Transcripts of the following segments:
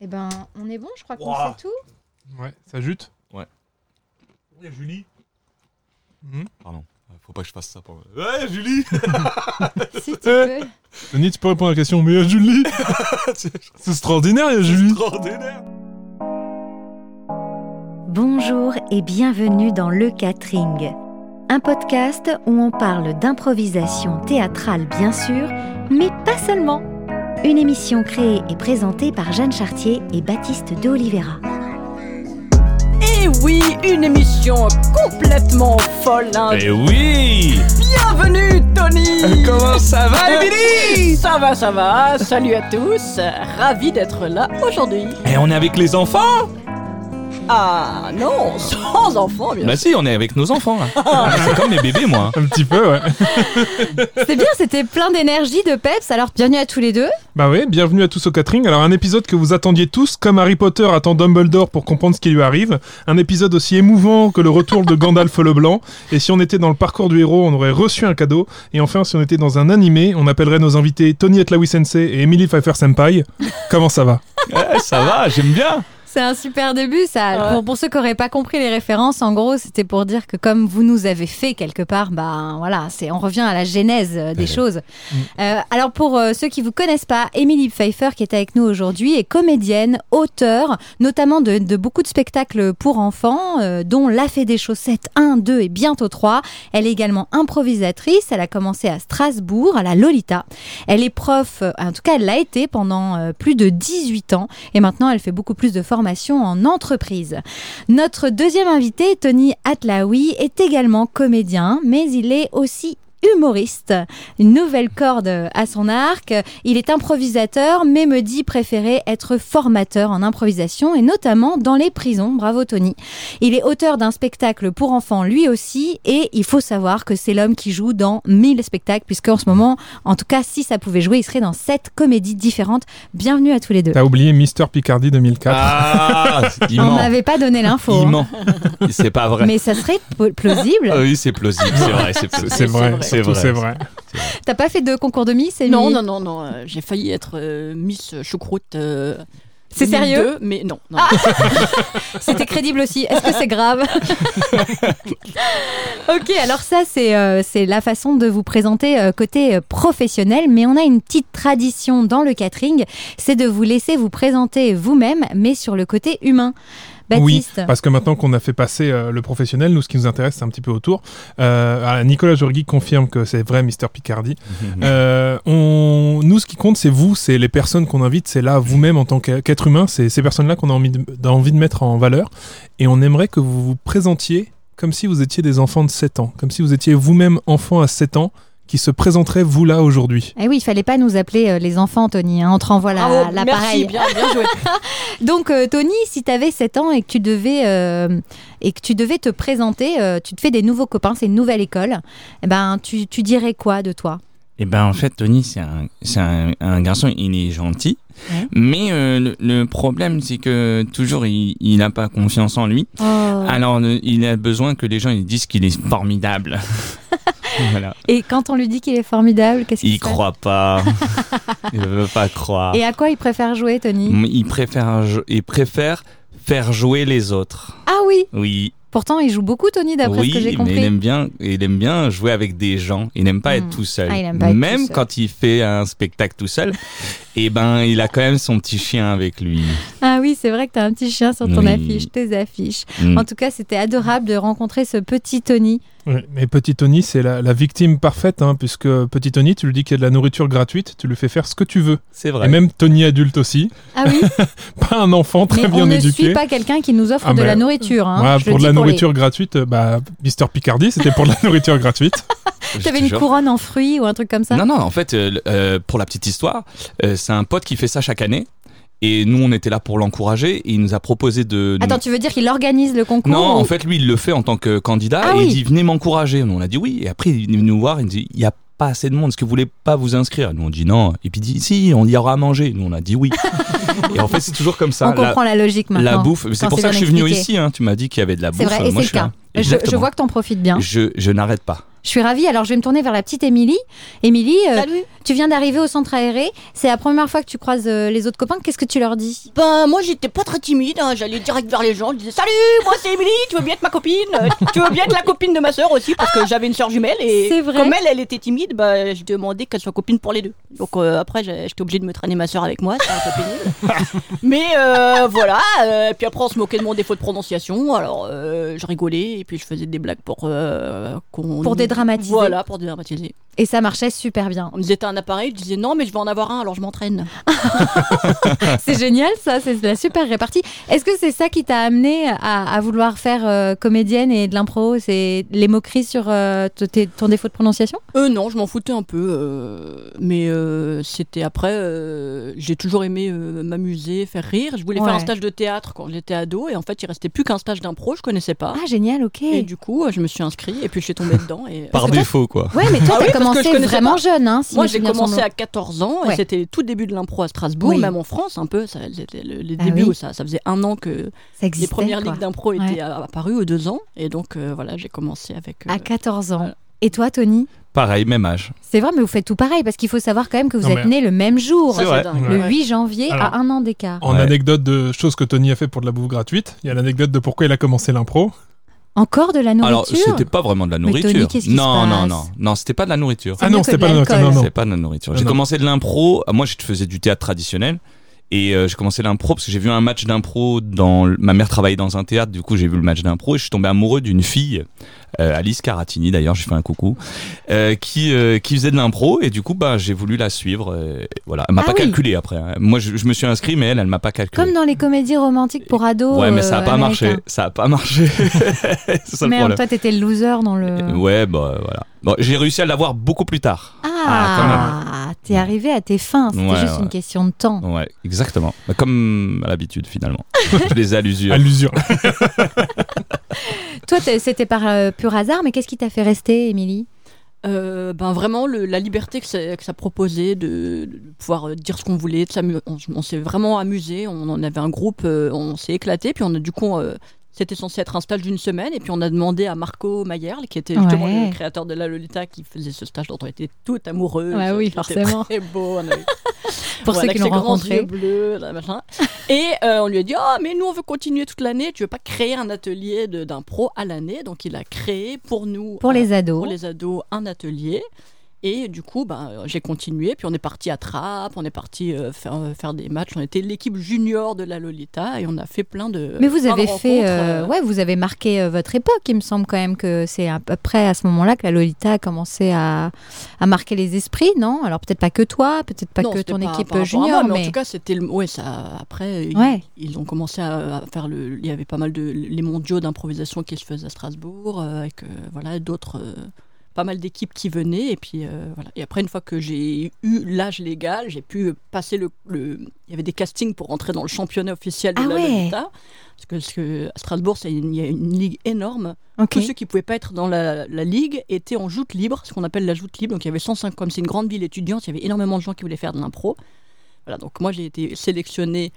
Eh ben, on est bon, je crois qu'on Ouah. sait tout. Ouais, ça jute. Ouais, Julie Mhm. Pardon. Faut pas que je fasse ça pour. Ouais, Julie si tu peux. Denis, tu peux répondre à la question, mais il y a Julie C'est extraordinaire, il y a Julie Extraordinaire Bonjour et bienvenue dans Le Catering, un podcast où on parle d'improvisation théâtrale bien sûr, mais pas seulement. Une émission créée et présentée par Jeanne Chartier et Baptiste de Oliveira. Et Eh oui, une émission complètement folle. hein. Eh oui Bienvenue, Tony. Euh, Euh, Comment ça va, Emily Ça va, ça va. Salut à tous. Ravi d'être là aujourd'hui. Et Eh, on est avec les enfants Ah non, sans enfant, bien Bah si, on est avec nos enfants, là. C'est comme mes bébés, moi. Un petit peu, ouais. C'est bien, c'était plein d'énergie, de peps. Alors, bienvenue à tous les deux. Bah ouais, bienvenue à tous au catering. Alors un épisode que vous attendiez tous, comme Harry Potter attend Dumbledore pour comprendre ce qui lui arrive. Un épisode aussi émouvant que le retour de Gandalf le Blanc. Et si on était dans le parcours du héros, on aurait reçu un cadeau. Et enfin, si on était dans un animé, on appellerait nos invités Tony Atlaoui Sensei et Emily Pfeiffer Senpai. Comment ça va Ouais, Eh, ça va, j'aime bien. C'est un super début, ça. Ouais. Pour, pour ceux qui n'auraient pas compris les références, en gros, c'était pour dire que comme vous nous avez fait quelque part, bah voilà, c'est on revient à la genèse euh, des Ouais. choses. Euh, alors pour euh, ceux qui vous connaissent pas, Émilie Pfeiffer qui est avec nous aujourd'hui est comédienne, auteure, notamment de, de beaucoup de spectacles pour enfants, euh, dont La Fée des Chaussettes 1, 2 et bientôt 3. Elle est également improvisatrice. Elle a commencé à Strasbourg, à la Lolita. Elle est prof, euh, en tout cas, elle l'a été pendant euh, plus de 18 ans. Et maintenant, elle fait beaucoup plus de formations en entreprise. Notre deuxième invité, Tony Atlaoui, est également comédien, mais il est aussi humoriste, une nouvelle corde à son arc. Il est improvisateur, mais me dit préférer être formateur en improvisation et notamment dans les prisons. Bravo Tony. Il est auteur d'un spectacle pour enfants lui aussi et il faut savoir que c'est l'homme qui joue dans 1000 spectacles puisqu'en ce moment, en tout cas si ça pouvait jouer, il serait dans 7 comédies différentes. Bienvenue à tous les deux. T'as oublié Mister Picardie 2004. Ah, il On ment. m'avait pas donné l'info. Il hein. ment. C'est pas vrai. Mais ça serait pl- plausible. Ah oui, c'est plausible, c'est vrai, Ah, c'est C'est- plausible. C'est vrai, C'est surtout, vrai. c'est vrai. T'as pas fait de concours de Miss sûr. Émilie Non, non, non, non. euh, J'ai failli être euh, Miss Choucroute. euh, C'est 2002, sérieux Mais non. non. C'était crédible aussi. Est-ce que c'est grave Ok, alors ça, c'est euh, c'est la façon de vous présenter euh, côté euh, professionnel, mais on a une petite tradition dans le catering, c'est de vous laisser vous présenter vous-même, mais sur le côté humain. Baptiste, Oui, parce que maintenant qu'on a fait passer euh, le professionnel, nous, ce qui nous intéresse, c'est un petit peu autour. Euh, alors, Nicolas Jorgui confirme que c'est vrai, Mister Picardie. Mm. Euh, on, nous, ce qui compte, c'est vous, c'est les personnes qu'on invite, c'est là, vous-même, en tant qu'e- qu'être humain, c'est ces personnes-là qu'on a envie de, d'a- envie de mettre en valeur. Et on aimerait que vous vous présentiez comme si vous étiez des enfants de 7 ans, comme si vous étiez vous-même enfant à 7 ans qui se présenterait vous là aujourd'hui. eh oui, il fallait pas nous appeler euh, les enfants, Tony, hein, on te renvoie la- Bravo, merci, l'appareil. bien, bien joué. Donc, euh, Tony, si t'avais 7 ans et que tu devais, euh, et que tu devais te présenter, euh, tu te fais des nouveaux copains, c'est une nouvelle école, eh ben, tu, tu dirais quoi de toi Eh ben en fait, Tony, c'est un, c'est un, un garçon, il est gentil. Ouais. Mais euh, le, le problème, c'est que toujours, il il n'a pas confiance en lui. Oh. Alors, le- il a besoin que les gens ils disent qu'il est formidable. voilà. Et quand on lui dit qu'il est formidable, qu'est-ce qu'il Il croit pas. il veut pas croire. Et à quoi il préfère jouer, Tony Mm, Il préfère, jo- il préfère faire jouer les autres. Ah oui Oui, Pourtant, il joue beaucoup, Tony, d'après oui, ce que j'ai mais il compris. aime bien, il aime bien jouer avec des gens. Il n'aime pas Mm. être tout seul. Ah, il aime pas être même tout seul. quand il fait un spectacle tout seul, eh ben, il a quand même son petit chien avec lui. Ah oui, c'est vrai que t'as un petit chien sur ton Oui. affiche, tes affiches. Mm. En tout cas, c'était adorable de rencontrer ce petit Tony. Ouais, mais Petit Tony, c'est la, la victime parfaite, hein, puisque Petit Tony, tu lui dis qu'il y a de la nourriture gratuite, tu lui fais faire ce que tu veux. C'est vrai. Et même Tony adulte aussi. Ah oui, Pas un enfant très mais bien on ne éduqué. suit pas quelqu'un qui nous offre Ah, de mais- la nourriture. Hein. Ouais, Je le pour de dis la les- nourriture gratuite, euh, bah, Mister Picardie, c'était pour de la nourriture gratuite. Je te T'avais une jure. couronne en fruits ou un truc comme ça Non, non, en fait, euh, le- euh, pour la petite histoire, euh, c'est un pote qui fait ça chaque année. Et nous, on était là pour l'encourager. Et il nous a proposé de. de- Attends, tu veux dire qu'il organise le concours non, en ou- fait, lui, il le fait en tant que candidat. Ah et oui. il dit Venez m'encourager. Nous, on a dit oui. Et après, il est venu nous voir. Il dit Il n'y a pas assez de monde. Est-ce que vous voulez pas vous inscrire Nous, on dit non. Et puis, il dit Si, on y aura à manger. Nous, on a dit oui. et en fait, c'est toujours comme ça. on La- comprend la, logique la, maintenant. bouffe. C'est quand pour c'est ça que je bien suis venu expliqué. ici. hein. Tu m'as dit qu'il y avait de la bouffe. C'est vrai, et Moi, c'est je suis le cas. là. Je, je Exactement. vois que t'en profites bien. Je, je n'arrête pas. Je suis ravie. Alors, je vais me tourner vers la petite Émilie. Émilie, euh, Salut. tu viens d'arriver au centre aéré. C'est la première fois que tu croises euh, les autres copains. Qu'est-ce que tu leur dis Ben, moi, j'étais pas très timide. hein. J'allais direct vers les gens. Je disais Salut, moi, c'est Émilie. Tu veux bien être ma copine Euh, Tu veux bien être la copine de ma sœur aussi Parce que j'avais une sœur jumelle. Et C'est vrai. comme elle, elle était timide, bah, je demandais qu'elle soit copine pour les deux. Donc euh, après, j'ai- j'étais obligée de me traîner ma sœur avec moi. C'était un peu pénible. Mais euh, voilà. euh, puis après, on se moquait de mon défaut de prononciation. Alors, euh, je rigolais. Et puis, je faisais des blagues pour euh, qu'on. Pour dédramatiser. Voilà, pour dédramatiser. Et ça marchait super bien. On me disait T'as un appareil Je disais Non, mais je vais en avoir un, alors je m'entraîne. C'est génial ça, c'est de la super répartie. Est-ce que c'est ça qui t'a amené à, à vouloir faire euh, comédienne et de l'impro C'est les moqueries sur euh, t- tes- ton défaut de prononciation Euh, non, je m'en foutais un peu. euh, mais euh, c'était après. euh, j'ai toujours aimé euh, m'amuser, faire rire. Je voulais Ouais. faire un stage de théâtre quand j'étais ado. Et en fait, il restait plus qu'un stage d'impro, je connaissais pas. Ah génial, ok. Et du coup, je me suis inscrit et puis je suis tombée dedans. Et... Par défaut, quoi. Ouais, mais toi t'as Ah oui, parce que je commencé connaissais vraiment pas. jeune, hein si Moi, mes j'ai souvenirs sont commencé bons. à 14 ans Ouais. et c'était tout début de l'impro à Strasbourg, Oui. même en France un peu. Ça, c'était le- les Ah débuts oui. où ça, ça faisait un an que Ça les existait. premières quoi. ligues d'impro Ouais. étaient euh, apparues aux deux ans. Et donc, euh, voilà, j'ai commencé avec. euh, À 14 ans. Et toi, Tony Pareil, même âge. C'est vrai, mais vous faites tout pareil parce qu'il faut savoir quand même que vous Non, êtes mais- nés le même jour, ça, c'est vrai. dingue. le Ouais. 8 janvier, Alors- à un an d'écart. En Ouais. anecdote de choses que Tony a fait pour de la bouffe gratuite, il y a l'anecdote de pourquoi il a commencé l'impro. Encore de la Alors, nourriture c'était pas vraiment de la Mais Tony, nourriture. qu'est-ce qui se non, non, passe non, non, c'était pas de la nourriture. C'est Ah mieux non, que c'était de pas de la nourriture, l'alcool. non, non. C'est pas de la nourriture. Non, J'ai non. commencé de l'impro. Moi, je faisais du théâtre traditionnel. Et euh, j'ai commencé l'impro parce que j'ai vu un match d'impro dans. le- Ma mère travaillait dans un théâtre, du coup, j'ai vu le match d'impro et je suis tombé amoureux d'une fille, euh, Alice Caratini d'ailleurs, j'ai fait un coucou, euh, qui, euh, qui faisait de l'impro et du coup, bah, j'ai voulu la suivre. euh, voilà. Elle m'a Ah pas oui. calculé après. hein. Moi, je, je me suis inscrit, mais elle, elle m'a pas calculé. Comme dans les comédies romantiques pour ados. ouais, mais ça a euh, pas marché. américains. Ça a pas marché. C'est ça le Merde, problème. toi t'étais le loser dans le. Ouais, bah voilà. Bon, j'ai réussi à l'avoir beaucoup plus tard. Ah, t'es arrivé à tes fins, c'était Ouais, juste ouais. une question de temps. Ouais, exactement. Bah, Comme à l'habitude, finalement. Je les ai à l'usure. À l'usure. Toi, t'es- c'était par euh, pur hasard, mais qu'est-ce qui t'a fait rester, Émilie Euh, ben vraiment le- la liberté que ça, que ça proposait de, de pouvoir euh, dire ce qu'on voulait, de s'amu- on, on s'est vraiment amusé, on en avait un groupe, euh, on s'est éclaté, puis on a du coup euh, c'était censé être un stage d'une semaine, et puis on a demandé à Marco Mayerl, qui était justement Ouais. le créateur de La Lolita, qui faisait ce stage dont on était tout amoureux. Ouais, oui, forcément. Très beau, on avait Pour ceux voilà, qui avec l'ont ses grands yeux rencontré. bleus, là, machin. Et euh, on lui a dit Ah, mais nous, on veut continuer toute l'année. Tu veux pas créer un atelier de- d'impro à l'année Donc, il a créé pour nous. Pour euh, les pour ados. les ados un atelier. Et du coup, ben, euh, j'ai continué. Puis on est parti à Trappes, on est parti euh, faire, euh, faire des matchs. On était l'équipe junior de la Lolita et on a fait plein de. Mais vous plein de avez fait, rencontres, euh, euh, ouais, vous avez marqué euh, votre époque. Il me semble quand même que c'est à peu près à ce moment-là que la Lolita a commencé à, à marquer les esprits, non Alors peut-être pas que toi, peut-être pas non, que c'était ton pas par équipe rapport à junior, moi, mais, en tout cas, c'était le. Ouais, ça. Après, ils- Ouais. ils, ont commencé à, à faire le. Il y avait pas mal de les mondiaux d'improvisation qui se faisaient à Strasbourg, euh, avec euh, voilà d'autres. euh, pas mal d'équipes qui venaient et puis euh, voilà et après une fois que j'ai eu l'âge légal j'ai pu passer le, le- il y avait des castings pour rentrer dans le championnat officiel de Ah la ouais. Lolita. parce que, parce que à Strasbourg c'est une- il y a une ligue énorme Ok. tous ceux qui pouvaient pas être dans la, la ligue étaient en joute libre, ce qu'on appelle la joute libre. Donc il y avait 105, comme c'est une grande ville étudiante, il y avait énormément de gens qui voulaient faire de l'impro. Voilà, donc moi j'ai été sélectionnée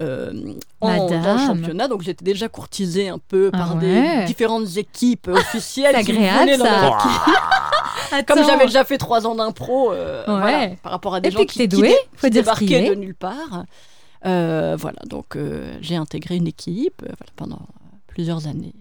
euh, en Madame. dans le championnat, donc j'étais déjà courtisée un peu Ah par ouais. des différentes équipes euh, officielles. C'est qui agréable, venaient dans ça. leur équipe. Comme Attends. j'avais déjà fait trois ans d'impro, euh, Ouais. voilà, par rapport à Et des gens puis que qui, t'es qui douée, dé- faut qui dire ce qu'il débarquaient est. de nulle part. Euh, voilà, donc euh, j'ai intégré une équipe euh, voilà, pendant plusieurs années.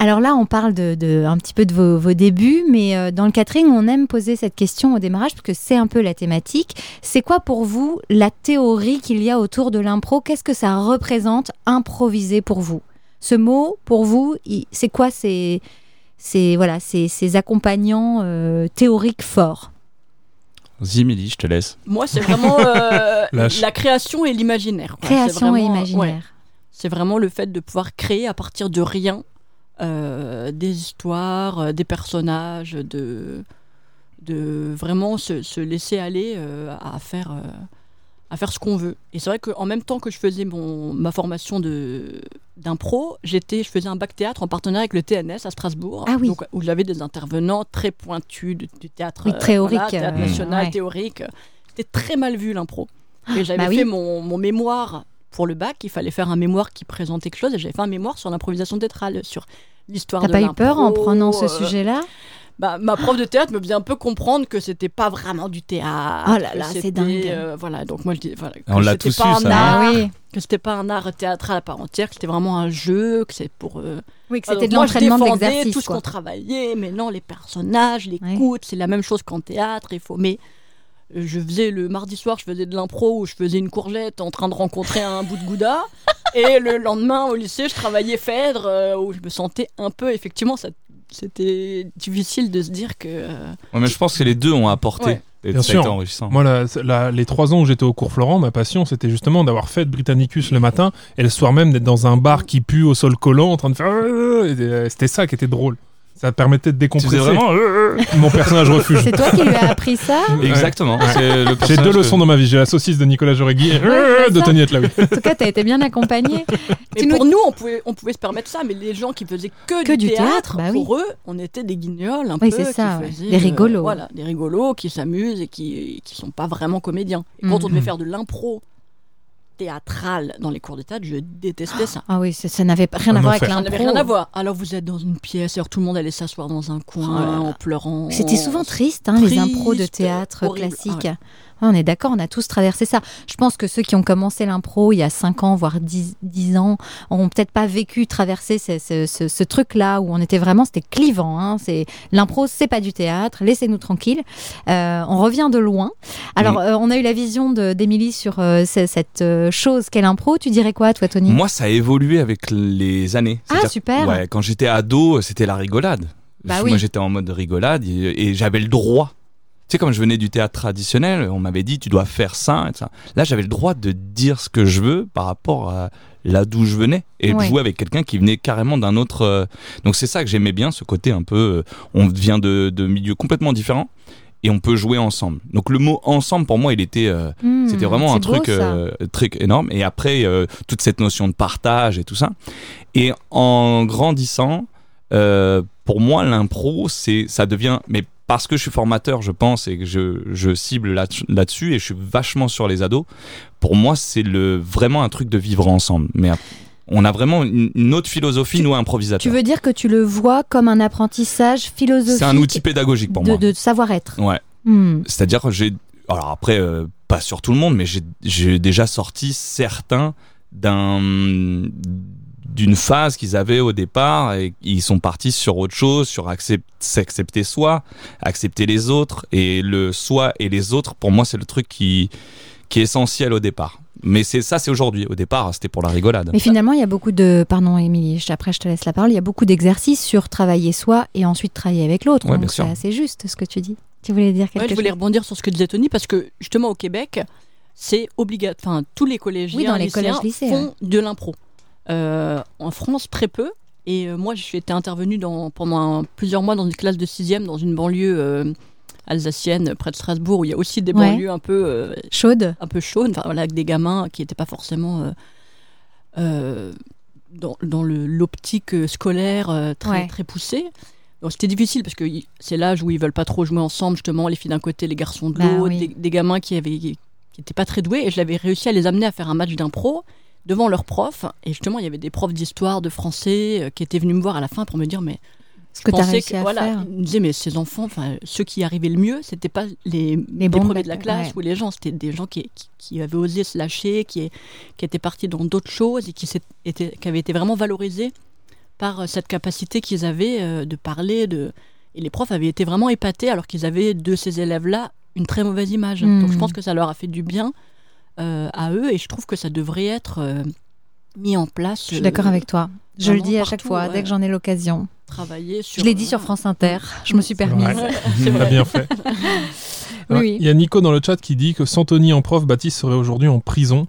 Alors là, on parle de, de- un petit peu de vos, vos débuts, mais euh, dans le catering, on aime poser cette question au démarrage parce que c'est un peu la thématique. C'est quoi pour vous la théorie qu'il y a autour de l'impro Qu'est-ce que ça représente improviser pour vous Ce mot, pour vous, il- c'est quoi ces, ces, voilà, ces, ces accompagnants euh, théoriques forts Zimili, je te laisse. Moi, c'est vraiment euh, Lâche. la création et l'imaginaire. quoi. Création C'est et vraiment- ouais. imaginaire. c'est vraiment le fait de pouvoir créer à partir de rien euh, des histoires, euh, des personnages, de, de vraiment se, se laisser aller euh, à faire. euh, à faire ce qu'on veut. Et c'est vrai qu'en même temps que je faisais mon, ma formation de d'impro, j'étais, je faisais un bac théâtre en partenariat avec le TNS à Strasbourg, Ah oui. donc, où j'avais des intervenants très pointus du, du théâtre, Oui, euh, théorique, voilà, théâtre euh, national, ouais. théorique. C'était très mal vu l'impro. Et j'avais bah oui. fait mon, mon mémoire pour le bac, il fallait faire un mémoire qui présentait quelque chose, et j'avais fait un mémoire sur l'improvisation théâtrale, sur l'histoire T'as de pas eu peur en l'impro, prenant ce euh, sujet-là bah, ma prof de théâtre me faisait un peu comprendre que c'était pas vraiment du théâtre. Oh là que là, c'est c'était, dingue. euh, voilà, donc moi je dis voilà, que On l'a c'était tous pas eu, un ça, hein. Ah art, oui. que c'était pas un art théâtral à part entière, que c'était vraiment un jeu, que c'est pour euh, Oui, que ah, c'était donc de moi, je l'entraînement de défendais l'exercice. Tout ce quoi. qu'on travaillait, mais non, les personnages, les Ouais. coutes, c'est la même chose qu'en théâtre. Il faut, mais euh, je faisais le mardi soir, je faisais de l'impro où je faisais une courgette en train de rencontrer un bout de gouda. Et le lendemain, au lycée, je travaillais Phèdre, euh, où je me sentais un peu, effectivement, ça, c'était difficile de se dire que. euh, Ouais, mais je pense que les deux ont apporté. Ouais. Et Bien ça a sûr. été enrichissant. Moi, la- la- les trois ans où j'étais au cours Florent, ma passion, c'était justement d'avoir fait de Britannicus le matin et le soir même d'être dans un bar qui pue au sol collant en train de faire. Et, euh, C'était ça qui était drôle. Ça permettait de Tu faisais décompresser. vraiment. euh, Mon personnage refuge. C'est toi qui lui as appris ça Ouais. Exactement. Ouais. C'est le J'ai personnage deux que- leçons dans ma vie. J'ai la saucisse de Nicolas Joregui et c'est de ça. Tony Atlaoui. En tout cas, t'as été bien accompagné. Mais Tu nous- pour nous, on pouvait, on pouvait se permettre ça, mais les gens qui faisaient que, Que du théâtre, bah pour eux, on était des guignols un Oui, peu. c'est qui ça, ouais. faisaient, euh, Des rigolos. voilà, des rigolos qui s'amusent et qui qui sont pas vraiment comédiens. Et quand on Mhm. devait faire de l'impro théâtrale dans les cours de théâtre, je détestais ça. Ah oui, ça, ça n'avait pas- rien à Un voir avec enfer. Ça l'impro. n'avait rien à voir. Alors vous êtes dans une pièce, alors tout le monde allait s'asseoir dans un coin Oh là là. en pleurant. C'était souvent triste, hein, les impros de Triste, théâtre horrible. classique. Ah Ouais, on est d'accord, on a tous traversé ça. Je pense que ceux qui ont commencé l'impro il y a 5 ans, voire 10, 10 ans, ont peut-être pas vécu, traversé ce, ce- ce- ce truc-là où on était vraiment, c'était clivant. hein. C'est L'impro, c'est pas du théâtre, laissez-nous tranquilles. Euh, on revient de loin. Alors, euh, on a eu la vision de- d'Émilie sur euh, ce- cette euh, chose qu'est l'impro. Tu dirais quoi, toi, Tony Moi, ça a évolué avec les années. Ah, C'est-à-dire- super. ouais, quand j'étais ado, c'était la rigolade. Bah Moi, oui. j'étais en mode rigolade et, et j'avais le droit. Tu sais, comme je venais du théâtre traditionnel, on m'avait dit tu dois faire ça. Et ça. Là, j'avais le droit de dire ce que je veux par rapport à là d'où je venais et de Ouais. jouer avec quelqu'un qui venait carrément d'un autre. euh, Donc, c'est ça que j'aimais bien, ce côté un peu. euh, On vient de, de milieux complètement différents et on peut jouer ensemble. Donc, le mot ensemble, pour moi, il était. euh, Hmm, c'était vraiment c'est un beau, truc, ça. euh, truc énorme. Et après, euh, toute cette notion de partage et tout ça. Et en grandissant, euh, pour moi, l'impro, c'est, ça devient. Mais parce que je suis formateur, je pense, et que je, je cible là- là-dessus, et je suis vachement sur les ados, pour moi, c'est le, vraiment un truc de vivre ensemble. Mais ap- on a vraiment une, une autre philosophie, nous, Tu improvisateurs. veux dire que tu le vois comme un apprentissage philosophique C'est un outil pédagogique pour de, moi. de savoir-être. Ouais. Hmm. C'est-à-dire que j'ai. Alors après, euh, pas sur tout le monde, mais j'ai- j'ai déjà sorti certains d'un d'une phase qu'ils avaient au départ et ils sont partis sur autre chose, sur accept- s'accepter soi, accepter les autres et le soi et les autres. Pour moi, c'est le truc qui qui est essentiel au départ. Mais c'est ça, c'est aujourd'hui. Au départ, c'était pour la rigolade. Mais finalement, il y a beaucoup de. Pardon, Émilie, je- après je te laisse la parole. Il y a beaucoup d'exercices sur travailler soi et ensuite travailler avec l'autre. Ouais, Donc bien c'est sûr. assez juste ce que tu dis. Tu voulais dire Ouais, quelque je voulais chose rebondir sur ce que disait Tony parce que justement au Québec, c'est obligatoire. Enfin, tous les collégiens, Oui, dans les lycéens collèges, lycées, font de l'impro. Euh, en France, très peu. Et euh, moi, j'ai été intervenue dans, pendant un- plusieurs mois dans une classe de sixième dans une banlieue euh, alsacienne près de Strasbourg où il y a aussi des Ouais. banlieues un peu euh, Chaude un peu chaude, enfin, voilà, avec des gamins qui n'étaient pas forcément euh, euh, dans, dans le- l'optique euh, scolaire euh, très, Ouais. très poussée. Donc c'était difficile parce que y- c'est l'âge où ils veulent pas trop jouer ensemble, justement, les filles d'un côté, les garçons de Bah l'autre, oui. des, des gamins qui avaient qui étaient pas très doués. Et je l'avais réussi à les amener à faire un match d'impro devant leurs profs. Et justement, il y avait des profs d'histoire, de français, euh, qui étaient venus me voir à la fin pour me dire, mais Ce que tu as pensais réussi que, à voilà, faire. Il me disait, mais ces enfants, enfin, ceux qui y arrivaient le mieux, c'était pas les, les, bons de premiers la- de la classe ouais. ou les gens, c'était des gens qui, qui, qui avaient osé se lâcher, qui, qui étaient partis dans d'autres choses et qui, s'étaient- étaient, qui avaient été vraiment valorisés par euh, cette capacité qu'ils avaient euh, de parler. De... Et les profs avaient été vraiment épatés alors qu'ils avaient de ces élèves-là une très mauvaise image. Hmm. Donc je pense que ça leur a fait du bien euh, à eux et je trouve que ça devrait être euh, mis en place. euh, Je suis d'accord avec toi. Je le vraiment dis à chaque partout, fois, dès ouais. que j'en ai l'occasion. Travailler Je sur. l'ai dit sur France Inter. Je me suis permise. vrai. C'est T'as vrai. bien fait. Oui, Ouais. oui. Il y a Nico dans le chat qui dit que sans Tony en prof, Baptiste serait aujourd'hui en prison.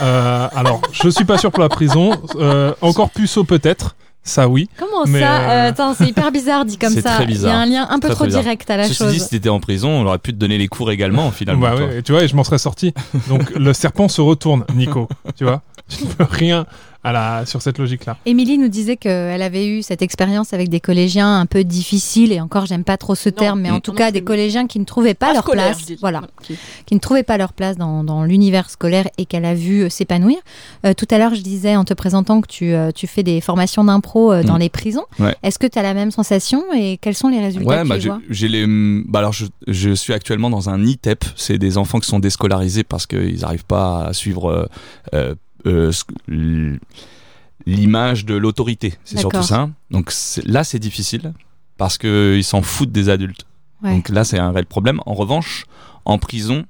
Euh, alors, je suis pas sûr pour la prison. Euh, encore puceau peut-être. Ça oui. Comment Mais, ça euh, Euh, Attends, c'est hyper bizarre dit comme C'est ça. très Il y a bizarre. un lien un peu Très, trop très bizarre. direct à la Ceci dit, chose. si t'étais en prison, on aurait pu te donner les cours également, finalement. Bah toi. ouais, et tu vois, et je m'en serais sorti. Donc le serpent se retourne, Nico. Tu vois Je ne peux rien à la, sur cette logique-là. Émilie nous disait qu'elle avait eu cette expérience avec des collégiens un peu difficiles, et encore, j'aime pas trop ce Non, Mm. terme, mais non, en tout non cas, plus. des collégiens qui ne trouvaient pas, leur scolaire, je place. dis. Voilà. Qui- qui ne trouvaient pas leur place dans, dans l'univers scolaire et qu'elle a vu euh, s'épanouir. Euh, tout à l'heure, je disais en te présentant que tu, euh, tu fais des formations d'impro euh, dans Mm. les prisons. Ouais. Est-ce que tu as la même sensation et quels sont les résultats Ouais, que bah, tu j'ai- vois j'ai les. Bah alors, je, je suis actuellement dans un ITEP. C'est des enfants qui sont déscolarisés parce qu'ils n'arrivent pas à suivre euh, euh, euh, ce- l- l'image de l'autorité. C'est surtout D'accord. ça. Donc c'est- là, c'est difficile parce qu'ils s'en foutent des adultes. Ouais. Donc là, c'est un réel problème. En revanche, en prison,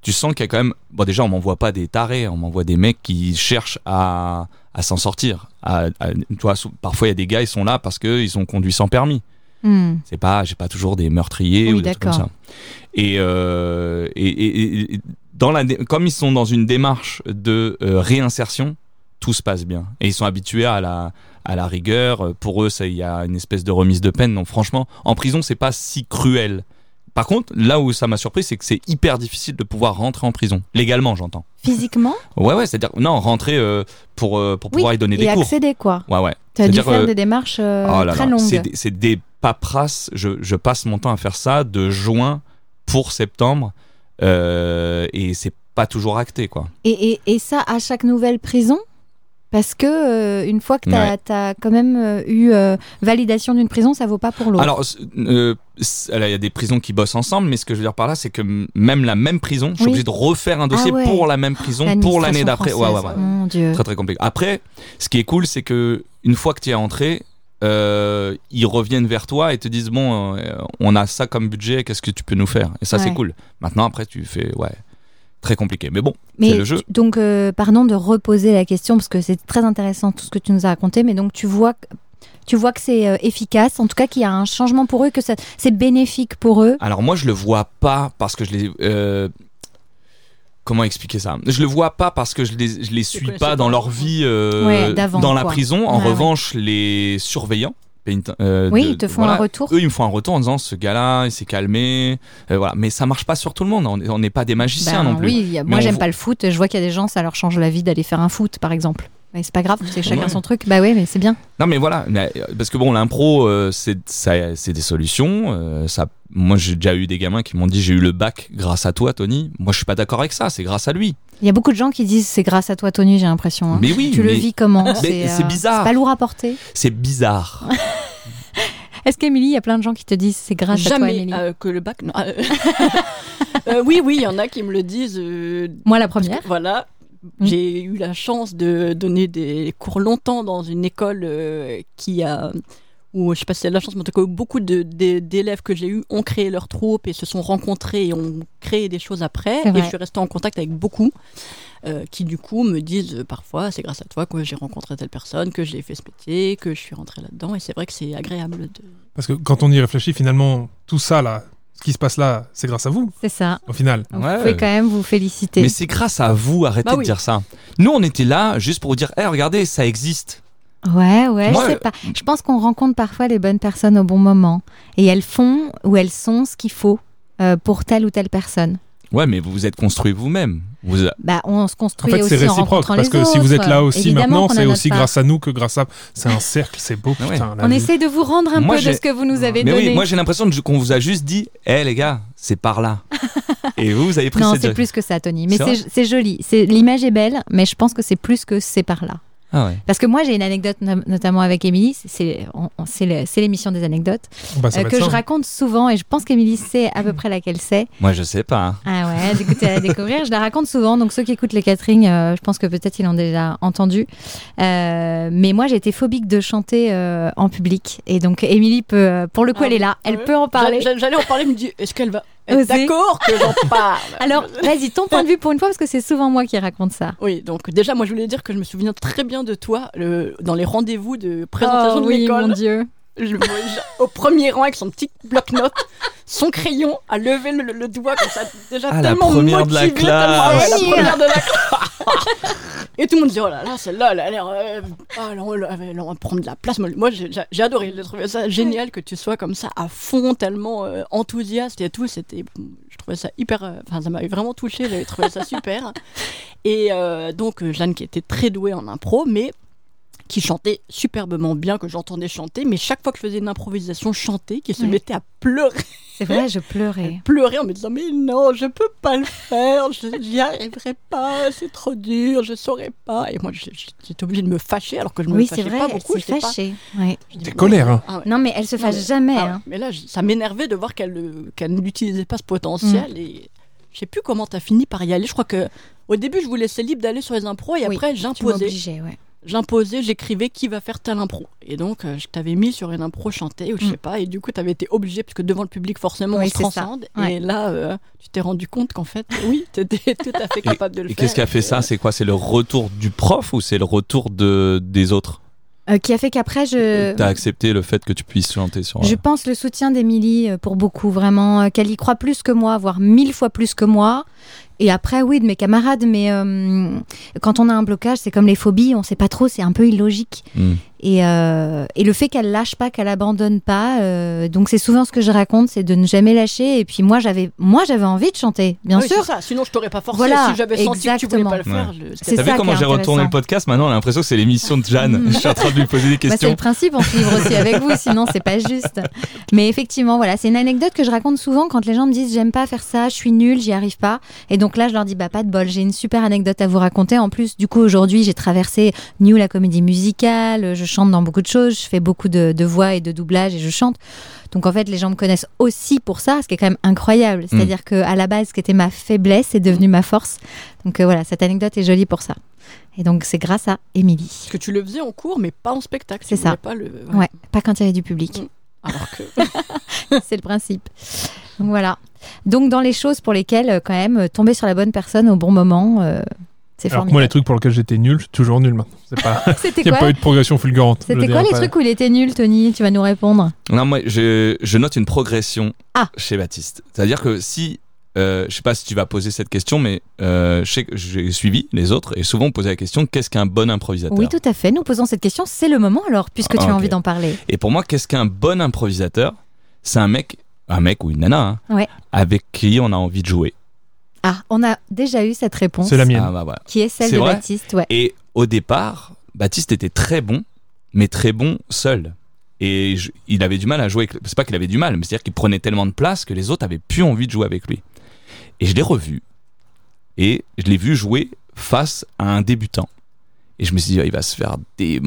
tu sens qu'il y a quand même. Bon, déjà, on m'envoie pas des tarés, on m'envoie des mecs qui cherchent à, à s'en sortir. À, à- tu vois, sou- parfois, il y a des gars, ils sont là parce qu'ils ont conduit sans permis. Hmm. C'est pas, j'ai pas toujours des meurtriers Oui, ou des trucs comme d'accord. ça. Et, euh, et, et- et- dans la, dé- comme ils sont dans une démarche de euh, réinsertion, tout se passe bien. Et ils sont habitués à la, à la rigueur. Pour eux, ça, il y a une espèce de remise de peine. Donc, franchement, en prison, c'est pas si cruel. Par contre, là où ça m'a surpris, c'est que c'est hyper difficile de pouvoir rentrer en prison. Légalement, j'entends. Physiquement Ouais, ouais, c'est-à-dire, non, rentrer euh, pour, euh, pour pouvoir y donner et des cours. accéder quoi Ouais, ouais. Tu as dû C'est-à-dire, faire euh, des démarches euh, Oh là très là, longues. C'est des, c'est des paperasses. Je, je passe mon temps à faire ça de juin pour septembre. euh, et c'est pas toujours acté, quoi. Et, et- et ça à chaque nouvelle prison parce que euh, une fois que tu as, Ouais. quand même euh, eu euh, validation d'une prison, ça vaut pas pour l'autre. Alors, c- euh, c- alors, il y a des prisons qui bossent ensemble, mais ce que je veux dire par là, c'est que m- même la même prison, je suis Oui. obligé de refaire un dossier Ah ouais. pour la même prison pour L'administration l'année d'après. Ouais, ouais, ouais. française, Mon Dieu. Très, très compliqué. Après, ce qui est cool, c'est que une fois que tu es entré, euh, ils reviennent vers toi et te disent bon, euh, on a ça comme budget, qu'est-ce que tu peux nous faire Et ça, c'est Ouais. cool. Maintenant, après, tu fais ouais, très compliqué. Mais bon, Mais C'est le jeu. tu- donc, euh, pardon de reposer la question parce que c'est très intéressant tout ce que tu nous as raconté, mais donc tu vois, que- tu vois que c'est euh, efficace, en tout cas qu'il y a un changement pour eux, que ça- c'est bénéfique pour eux. alors moi, je le vois pas parce que je les euh, Comment expliquer ça Je le vois pas parce que je les, je les suis connaissais pas pas dans leur avant. vie euh, Ouais, d'avant, dans la quoi. prison. En Ouais, ouais. revanche, les surveillants, péniten- euh, Oui, de- ils te font voilà, un retour. Eux, ils me font un retour en disant ce gars-là, il s'est calmé. euh, voilà. Mais ça marche pas sur tout le monde. On est- On n'est pas des magiciens Ben hein, non plus. Oui, il y a- moi on j'aime vo- pas le foot, je vois qu'il y a des gens, ça leur change la vie d'aller faire un foot par exemple. Mais c'est pas grave, c'est chacun son truc. Bah oui, mais c'est bien. Non, mais voilà. mais, euh, parce que bon, l'impro, euh, c'est ça- c'est des solutions. euh, ça, moi, j'ai déjà eu des gamins qui m'ont dit j'ai eu le bac grâce à toi, Tony. Moi, je suis pas d'accord avec ça. C'est grâce à lui. Il y a beaucoup de gens qui disent c'est grâce à toi, Tony, j'ai l'impression. hein. Mais oui, Tu mais le vis comment c'est bizarre. C'est pas lourd à porter. c'est bizarre. Est-ce qu'Émilie, il y a plein de gens qui te disent c'est grâce à toi, Jamais Émilie euh, que le bac. non. Euh, euh, oui, oui, il y en a qui me le disent. euh, Moi la parce que, première. voilà. Mm. J'ai eu la chance de donner des cours longtemps dans une école euh, qui a. Où, je sais pas si c'est de la chance, mais en tout cas, beaucoup de- de- d'élèves que j'ai eus ont créé leur troupe et se sont rencontrés et ont créé des choses après. C'est vrai. Et je suis restée en contact avec beaucoup euh, qui, du coup, me disent euh, parfois c'est grâce à toi que j'ai rencontré telle personne, que j'ai fait ce métier, que je suis rentrée là-dedans. Et c'est vrai que c'est agréable de, Parce que quand on y réfléchit, finalement, tout ça, là, ce qui se passe là, c'est grâce à vous, C'est ça. au final. Donc, Ouais. Vous pouvez quand même vous féliciter. mais c'est grâce à vous. Arrêtez Bah de oui. dire ça. Nous, on était là juste pour vous dire Eh, regardez, ça existe. Ouais, ouais, Moi, je euh, sais pas. Je pense qu'on rencontre parfois les bonnes personnes au bon moment et elles font ou elles sont ce qu'il faut euh, pour telle ou telle personne. Ouais, mais vous vous êtes construit vous-même. Vous, Bah, on se En construit fait, c'est aussi en réciproque. rencontrant Parce les que si autres. vous êtes là aussi Évidemment maintenant, qu'on a c'est notre aussi part. grâce à nous que grâce à. C'est un cercle, c'est beau, Ah ouais. putain. la On vie. essaie de vous rendre un Moi, peu de j'ai- ce que vous nous avez Mais donné. oui, moi j'ai l'impression de- qu'on vous a juste dit, hé les gars, c'est par là. Et vous, vous avez pris non, cette. c'est plus que ça, Tony. Mais C'est c'est c'est joli. C'est- L'image est belle, mais je pense que c'est plus que c'est par là. Ah ouais. Parce que moi, j'ai une anecdote, no- notamment avec Émilie. c'est- C'est on- on- c'est le- c'est l'émission des anecdotes Bah, ça euh, va être que je ça. raconte souvent, et je pense qu'Émilie sait à peu près laquelle c'est. Moi je sais pas. hein. Ah ouais, d'écouter à la découvrir. Je la raconte souvent, donc ceux qui écoutent les catering, euh, je pense que peut-être ils l'ont déjà entendu. Euh, mais moi, j'ai été phobique de chanter euh, en public. Et donc, Émilie peut, euh, pour le coup, Ah elle est là, elle ouais. peut en parler. J'allais- J'allais en parler, me dit est-ce qu'elle va être Oser. d'accord que j'en parle Alors, vas-y, ton point de vue pour une fois, parce que c'est souvent moi qui raconte ça. Oui, donc déjà, moi je voulais dire que je me souviens très bien de toi le- dans les rendez-vous de présentation oh de oui, mon l'école. Dieu. Je me vois au premier rang avec son petit bloc-notes, son crayon, à lever le, le doigt comme ça, déjà Ah, la tellement première de la motivée, tellement- ah ouais, la classe. première de la classe. Et tout le monde dit oh là là, celle-là, elle a l'air. euh, ah, elle, elle- elle- elle va prendre de la place. Moi, Moi, j'ai j'ai adoré. J'ai trouvé ça génial que tu sois comme ça, à fond, tellement euh, enthousiaste et tout. C'était, je trouvais ça hyper. euh, Enfin, ça m'avait vraiment touché, j'avais trouvé ça super. Et euh, donc, euh, Jeanne qui était très douée en impro, mais qui chantait superbement bien, que j'entendais chanter, mais chaque fois que je faisais une improvisation chantée, qui se Ouais. mettait à pleurer, C'est vrai, je à pleurais. pleurer en me disant Mais non, je peux pas le faire, je n'y arriverai pas, c'est trop dur, je saurais pas. Et moi, j'ai- j'étais obligée de me fâcher, alors que je me Oui, c'est fâchais vrai, pas elle beaucoup. s'est j'étais pas- fâchée. Ouais. je dis, T'es colère, hein. Ah ouais. Non, mais elle se Non, fâche mais- jamais. Ah ouais, hein. Mais là, j- ça m'énervait de voir qu'elle euh, qu'elle n'utilisait pas ce Mm. potentiel. Et je sais plus comment tu as fini par y aller. Je crois que au début, je vous laissais libre d'aller sur les impros et Oui, après, Tu j'imposais. m'obligeais, ouais. J'imposais, j'écrivais qui va faire telle impro. Et donc, euh, je t'avais mis sur une impro chantée ou je sais Mm. pas. Et du coup, tu avais été obligé, parce que devant le public, forcément, Oui, on se c'est ça. transcende. Ouais. Et là, euh, tu t'es rendu compte qu'en fait, oui, tu étais tout à fait capable de le Et faire. qu'est-ce qui a fait ça C'est quoi C'est le retour du prof ou c'est le retour de, des autres Euh, qui a fait qu'après, je. T'as accepté le fait que tu puisses chanter sur. Euh, Je pense le soutien d'Émilie euh, pour beaucoup, vraiment, euh, qu'elle y croit plus que moi, voire mille fois plus que moi. Et après, oui, de mes camarades, mais euh, quand on a un blocage, c'est comme les phobies, on sait pas trop, c'est un peu illogique. Mm. Et, euh, et le fait qu'elle lâche pas, qu'elle abandonne pas, euh, donc c'est souvent ce que je raconte, c'est de ne jamais lâcher. Et puis moi, j'avais, moi, j'avais envie de chanter, bien Ah oui, sûr. c'est ça. Sinon, je t'aurais pas forcé. Voilà, si j'avais senti que tu voulais pas le exactement. faire, je- T'as C'est ça vu comment qui est j'ai retourné intéressant. le podcast Maintenant, on a l'impression que c'est l'émission de Jeanne. Je suis en train de lui poser des Bah, c'est questions. le principe, on se livre aussi avec vous, sinon c'est pas juste. Mais effectivement, voilà, c'est une anecdote que je raconte souvent quand les gens me disent j'aime pas faire ça, je suis nulle, j'y arrive pas. Et donc là, je leur dis bah pas de bol, j'ai une super anecdote à vous raconter. En plus, du coup, aujourd'hui, j'ai traversé New la comédie musicale, je chante dans beaucoup de choses, je fais beaucoup de, de voix et de doublage et je chante. Donc en fait, les gens me connaissent aussi pour ça, ce qui est quand même incroyable. C'est-à-dire que à la base, ce qui était ma faiblesse est devenu ma force. Donc euh, voilà, cette anecdote est jolie pour ça. Et donc c'est grâce à Émilie. Parce que tu le faisais en cours, mais pas en spectacle. C'est Tu voulais ça. Pas le... Ouais, Mm. pas quand il y avait du public. Alors que. c'est le principe. Donc voilà. Donc dans les choses pour lesquelles euh, quand même euh, tomber sur la bonne personne au bon moment, euh, c'est Alors que moi, les formidable. trucs pour lesquels j'étais nul, je suis toujours nul maintenant. C'est pas. C'était Il n'y a pas quoi eu de progression fulgurante. Je C'était veux quoi dire, les pas- trucs où il était nul, Tony Tu vas nous répondre. Non, moi, je, je note une progression Ah. chez Baptiste. C'est-à-dire que si, euh, je sais pas si tu vas poser cette question, mais euh, je sais que j'ai suivi les autres et souvent on posait la question qu'est-ce qu'un bon improvisateur Oui, tout à fait. Nous posons cette question. C'est le moment alors, puisque tu Ah, as ok. envie d'en parler. Et pour moi, qu'est-ce qu'un bon improvisateur C'est un mec, un mec ou une nana, hein, Ouais. avec qui on a envie de jouer. Ah, on a déjà eu cette réponse. C'est la mienne. Ah, bah, voilà. Qui est celle C'est de vrai Baptiste, ouais. Et au départ, Baptiste était très bon, mais très bon seul. Et je- il avait du mal à jouer. avec- C'est pas qu'il avait du mal, mais c'est-à-dire qu'il prenait tellement de place que les autres avaient plus envie de jouer avec lui. Et je l'ai revu. Et je l'ai vu jouer face à un débutant. Et je me suis dit, Ah, il va se faire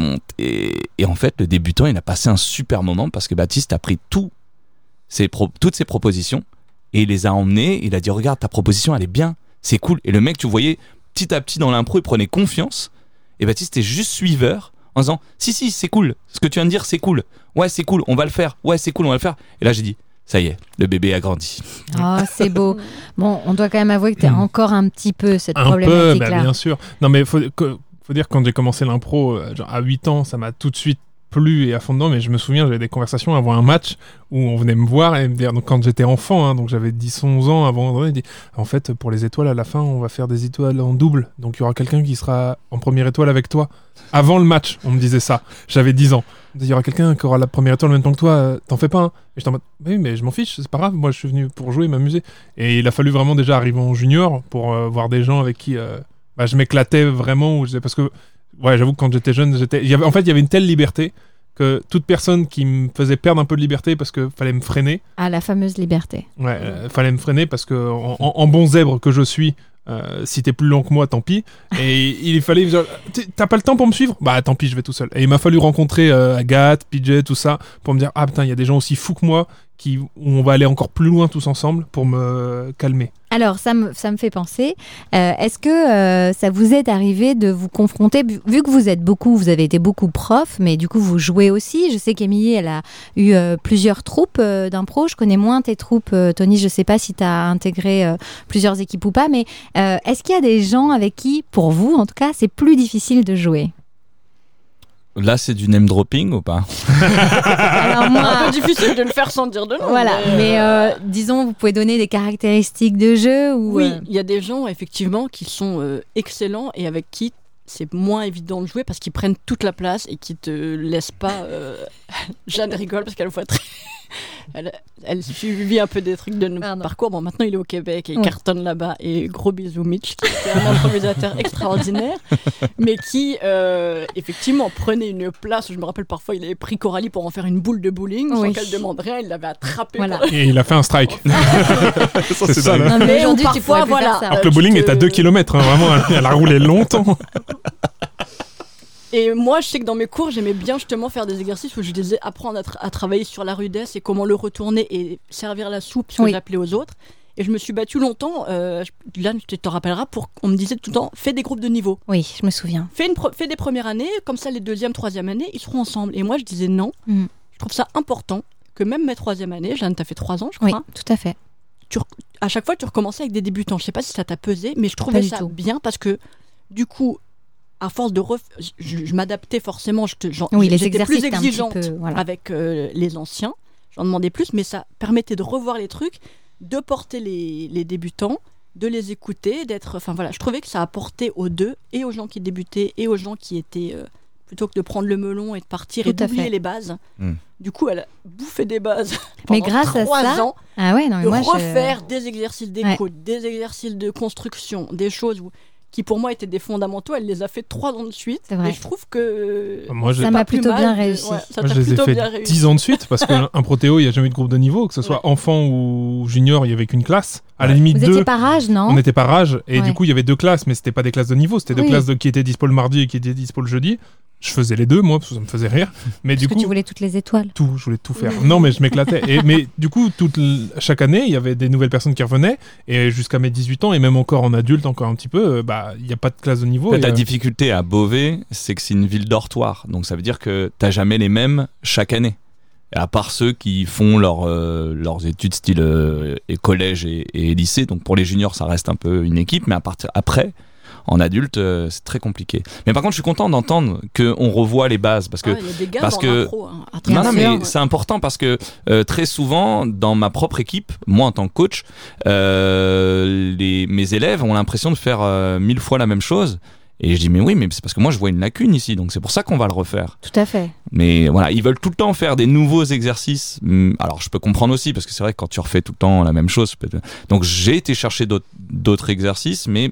démonter. Et en fait, le débutant, il a passé un super moment parce que Baptiste a pris tout ses pro- toutes ses propositions et il les a emmenées. Il a dit, regarde, ta proposition, elle est bien. C'est cool. Et le mec, tu voyais, petit à petit dans l'impro, il prenait confiance. Et Baptiste est juste suiveur en disant Si, si, c'est cool. Ce que tu viens de dire, c'est cool. Ouais, c'est cool. On va le faire. Ouais, c'est cool. On va le faire. Et là, j'ai dit Ça y est, le bébé a grandi. Ah. Oh, c'est beau. Bon, on doit quand même avouer que tu as encore un petit peu cette Mm. Un peu, bah, problématique-là. bien sûr. Non, mais faut, que- faut dire, quand j'ai commencé l'impro, euh, genre à 8 ans, ça m'a tout de suite plu et à fond dedans, mais je me souviens, j'avais des conversations avant un match où on venait me voir et me dire, donc quand j'étais enfant, hein, donc j'avais 10, 11 ans avant, on dit, en fait, pour les étoiles, à la fin, on va faire des étoiles en double, donc il y aura quelqu'un qui sera en première étoile avec toi. Avant le match, on me disait ça. J'avais 10 ans. On me dit, Il y aura quelqu'un qui aura la première étoile en même temps que toi, euh, t'en fais pas. hein. Et j'étais en mode, oui, mais je m'en fiche, c'est pas grave, moi je suis venu pour jouer, m'amuser. Et il a fallu vraiment déjà arriver en junior pour euh, voir des gens avec qui euh, bah, je m'éclatais vraiment. Ou je- parce que, ouais, j'avoue que quand j'étais jeune, j'étais. il y avait- En fait, il y avait une telle liberté que toute personne qui me faisait perdre un peu de liberté parce que fallait me freiner, Ah, la fameuse liberté. ouais, euh, fallait me freiner parce que en, en- en bon zèbre que je suis. euh, si t'es plus lent que moi, tant pis. Et il fallait. genre, T'es- T'as pas le temps pour me suivre Bah tant pis, je vais tout seul. Et il m'a fallu rencontrer euh, Agathe, PJ, tout ça, pour me dire ah putain, il y a des gens aussi fous que moi qui où on va aller encore plus loin tous ensemble pour me calmer. Alors, ça me, ça me fait penser, euh, est-ce que euh, ça vous est arrivé de vous confronter, vu vu que vous êtes beaucoup, vous avez été beaucoup prof, mais du coup, vous jouez aussi. Je sais qu'Émilie, elle a eu euh, plusieurs troupes euh, d'impro. Je connais moins tes troupes, euh, Tony, je sais pas si tu as intégré euh, plusieurs équipes ou pas, mais euh, est-ce qu'il y a des gens avec qui, pour vous en tout cas, c'est plus difficile de jouer Là, c'est du name dropping ou pas Alors moi, un peu difficile de le faire sans dire de nom. voilà, euh, mais euh, disons, vous pouvez donner des caractéristiques de jeu ou... Oui, euh, il y a des gens effectivement qui sont euh, excellents et avec qui c'est moins évident de jouer parce qu'ils prennent toute la place et qui te laissent pas. euh, Jeanne rigole parce qu'elle voit très. elle, elle suivit un peu des trucs de notre Pardon. parcours. Bon, maintenant, il est au Québec et il Ah, Ouais. cartonne là-bas. Et gros bisous, Mitch, qui est un improvisateur extraordinaire, mais qui, euh, effectivement, prenait une place. Je me rappelle parfois, il avait pris Coralie pour en faire une boule de bowling sans Oui. qu'elle demande rien. Il l'avait attrapée. Voilà. par- Et il a fait un strike. Ça, C'est c'est ça, dingue. là. Non, mais Mais aujourd'hui, ou tu pourrais parfois, plus voilà. faire ça. Alors que le Euh, tu bowling te- est à 2 km, vraiment, hein. elle, elle a roulé longtemps. Et moi, je sais que dans mes cours, j'aimais bien justement faire des exercices où je disais apprendre à, tra- à travailler sur la rudesse et comment le retourner et servir la soupe, ce que Oui. j'appelais aux autres. Et je me suis battue longtemps, euh, je- là tu te rappelleras, pour, on me disait tout le temps, fais des groupes de niveau. Oui, je me souviens. Fais, une pro- fais des premières années, comme ça les deuxième, troisième années, ils seront ensemble. Et moi, je disais non, Mm. je trouve ça important que même mes troisième années, Jeanne, t'as fait trois ans, je crois, Oui, tout à fait. à chaque fois, tu recommençais avec des débutants. Je sais pas si ça t'a pesé, mais je trouvais du ça tout. bien parce que, du coup, à force de ref... je, je m'adaptais forcément. Je te- j'en- Oui, les j'étais exercices plus étaient un petit exigeante peu, voilà. avec euh, les anciens. J'en demandais plus, mais ça permettait de revoir les trucs, de porter les, les débutants, de les écouter, d'être. Enfin voilà, je trouvais que ça apportait aux deux et aux gens qui débutaient et aux gens qui étaient euh, plutôt que de prendre le melon et de partir et Tout à d'oublier fait. les bases. Mm. Du coup, elle a bouffé des bases. Mais pendant grâce à trois ça, ans Ah ouais, non, mais de moi, je- refaire des exercices d'écoute, des exercices de construction, des choses où- qui pour moi étaient des fondamentaux. Elle les a fait trois ans de suite. C'est vrai. Et je trouve que Moi, j'ai- Ça c'est m'a pas plus plutôt mal bien de- réussi. ouais, ça Moi, t'a je les ai plutôt bien fait réussi. 10 ans de suite parce qu'un protéo, il n'y a jamais eu de groupe de niveau, que ce soit enfant ou junior, il n'y avait qu'une classe. À la limite, Vous deux. étiez par âge, non On était par âge et Ouais. du coup, il y avait deux classes, mais c'était pas des classes de niveau, c'était deux Oui. classes de, qui étaient dispo le mardi et qui étaient dispo le jeudi. Je faisais les deux, moi, parce que ça me faisait rire. Mais du Parce que coup, tu voulais toutes les étoiles. tout, je voulais tout faire. Non, mais je m'éclatais. Et, mais du coup, toute l- chaque année, il y avait des nouvelles personnes qui revenaient. Et jusqu'à mes 18 ans, et même encore en adulte, encore un petit peu, euh, bah, il n'y a pas de classe de niveau. Là, Et, ta euh, difficulté à Beauvais, c'est que c'est une ville dortoir. Donc ça veut dire que t'as jamais les mêmes chaque année. À part ceux qui font leur, euh, leurs études style euh, et collège et, et lycée. Donc pour les juniors, ça reste un peu une équipe. Mais à partir, après, en adulte, euh, c'est très compliqué. Mais par contre, je suis content d'entendre qu'on revoit les bases. Parce que Ah, il y a des gars parce dans que- l'impro, hein, à non, travers non, ça, mais ouais. c'est important parce que euh, très souvent, dans ma propre équipe, moi en tant que coach, euh, les, mes élèves ont l'impression de faire euh, mille fois la même chose. Et je dis, mais oui, mais c'est parce que moi je vois une lacune ici, donc c'est pour ça qu'on va le refaire. Tout à fait. Mais voilà, ils veulent tout le temps faire des nouveaux exercices. Hum, Alors je peux comprendre aussi, parce que c'est vrai que quand tu refais tout le temps la même chose. peut-être- Donc j'ai été chercher d'autres- d'autres exercices, mais.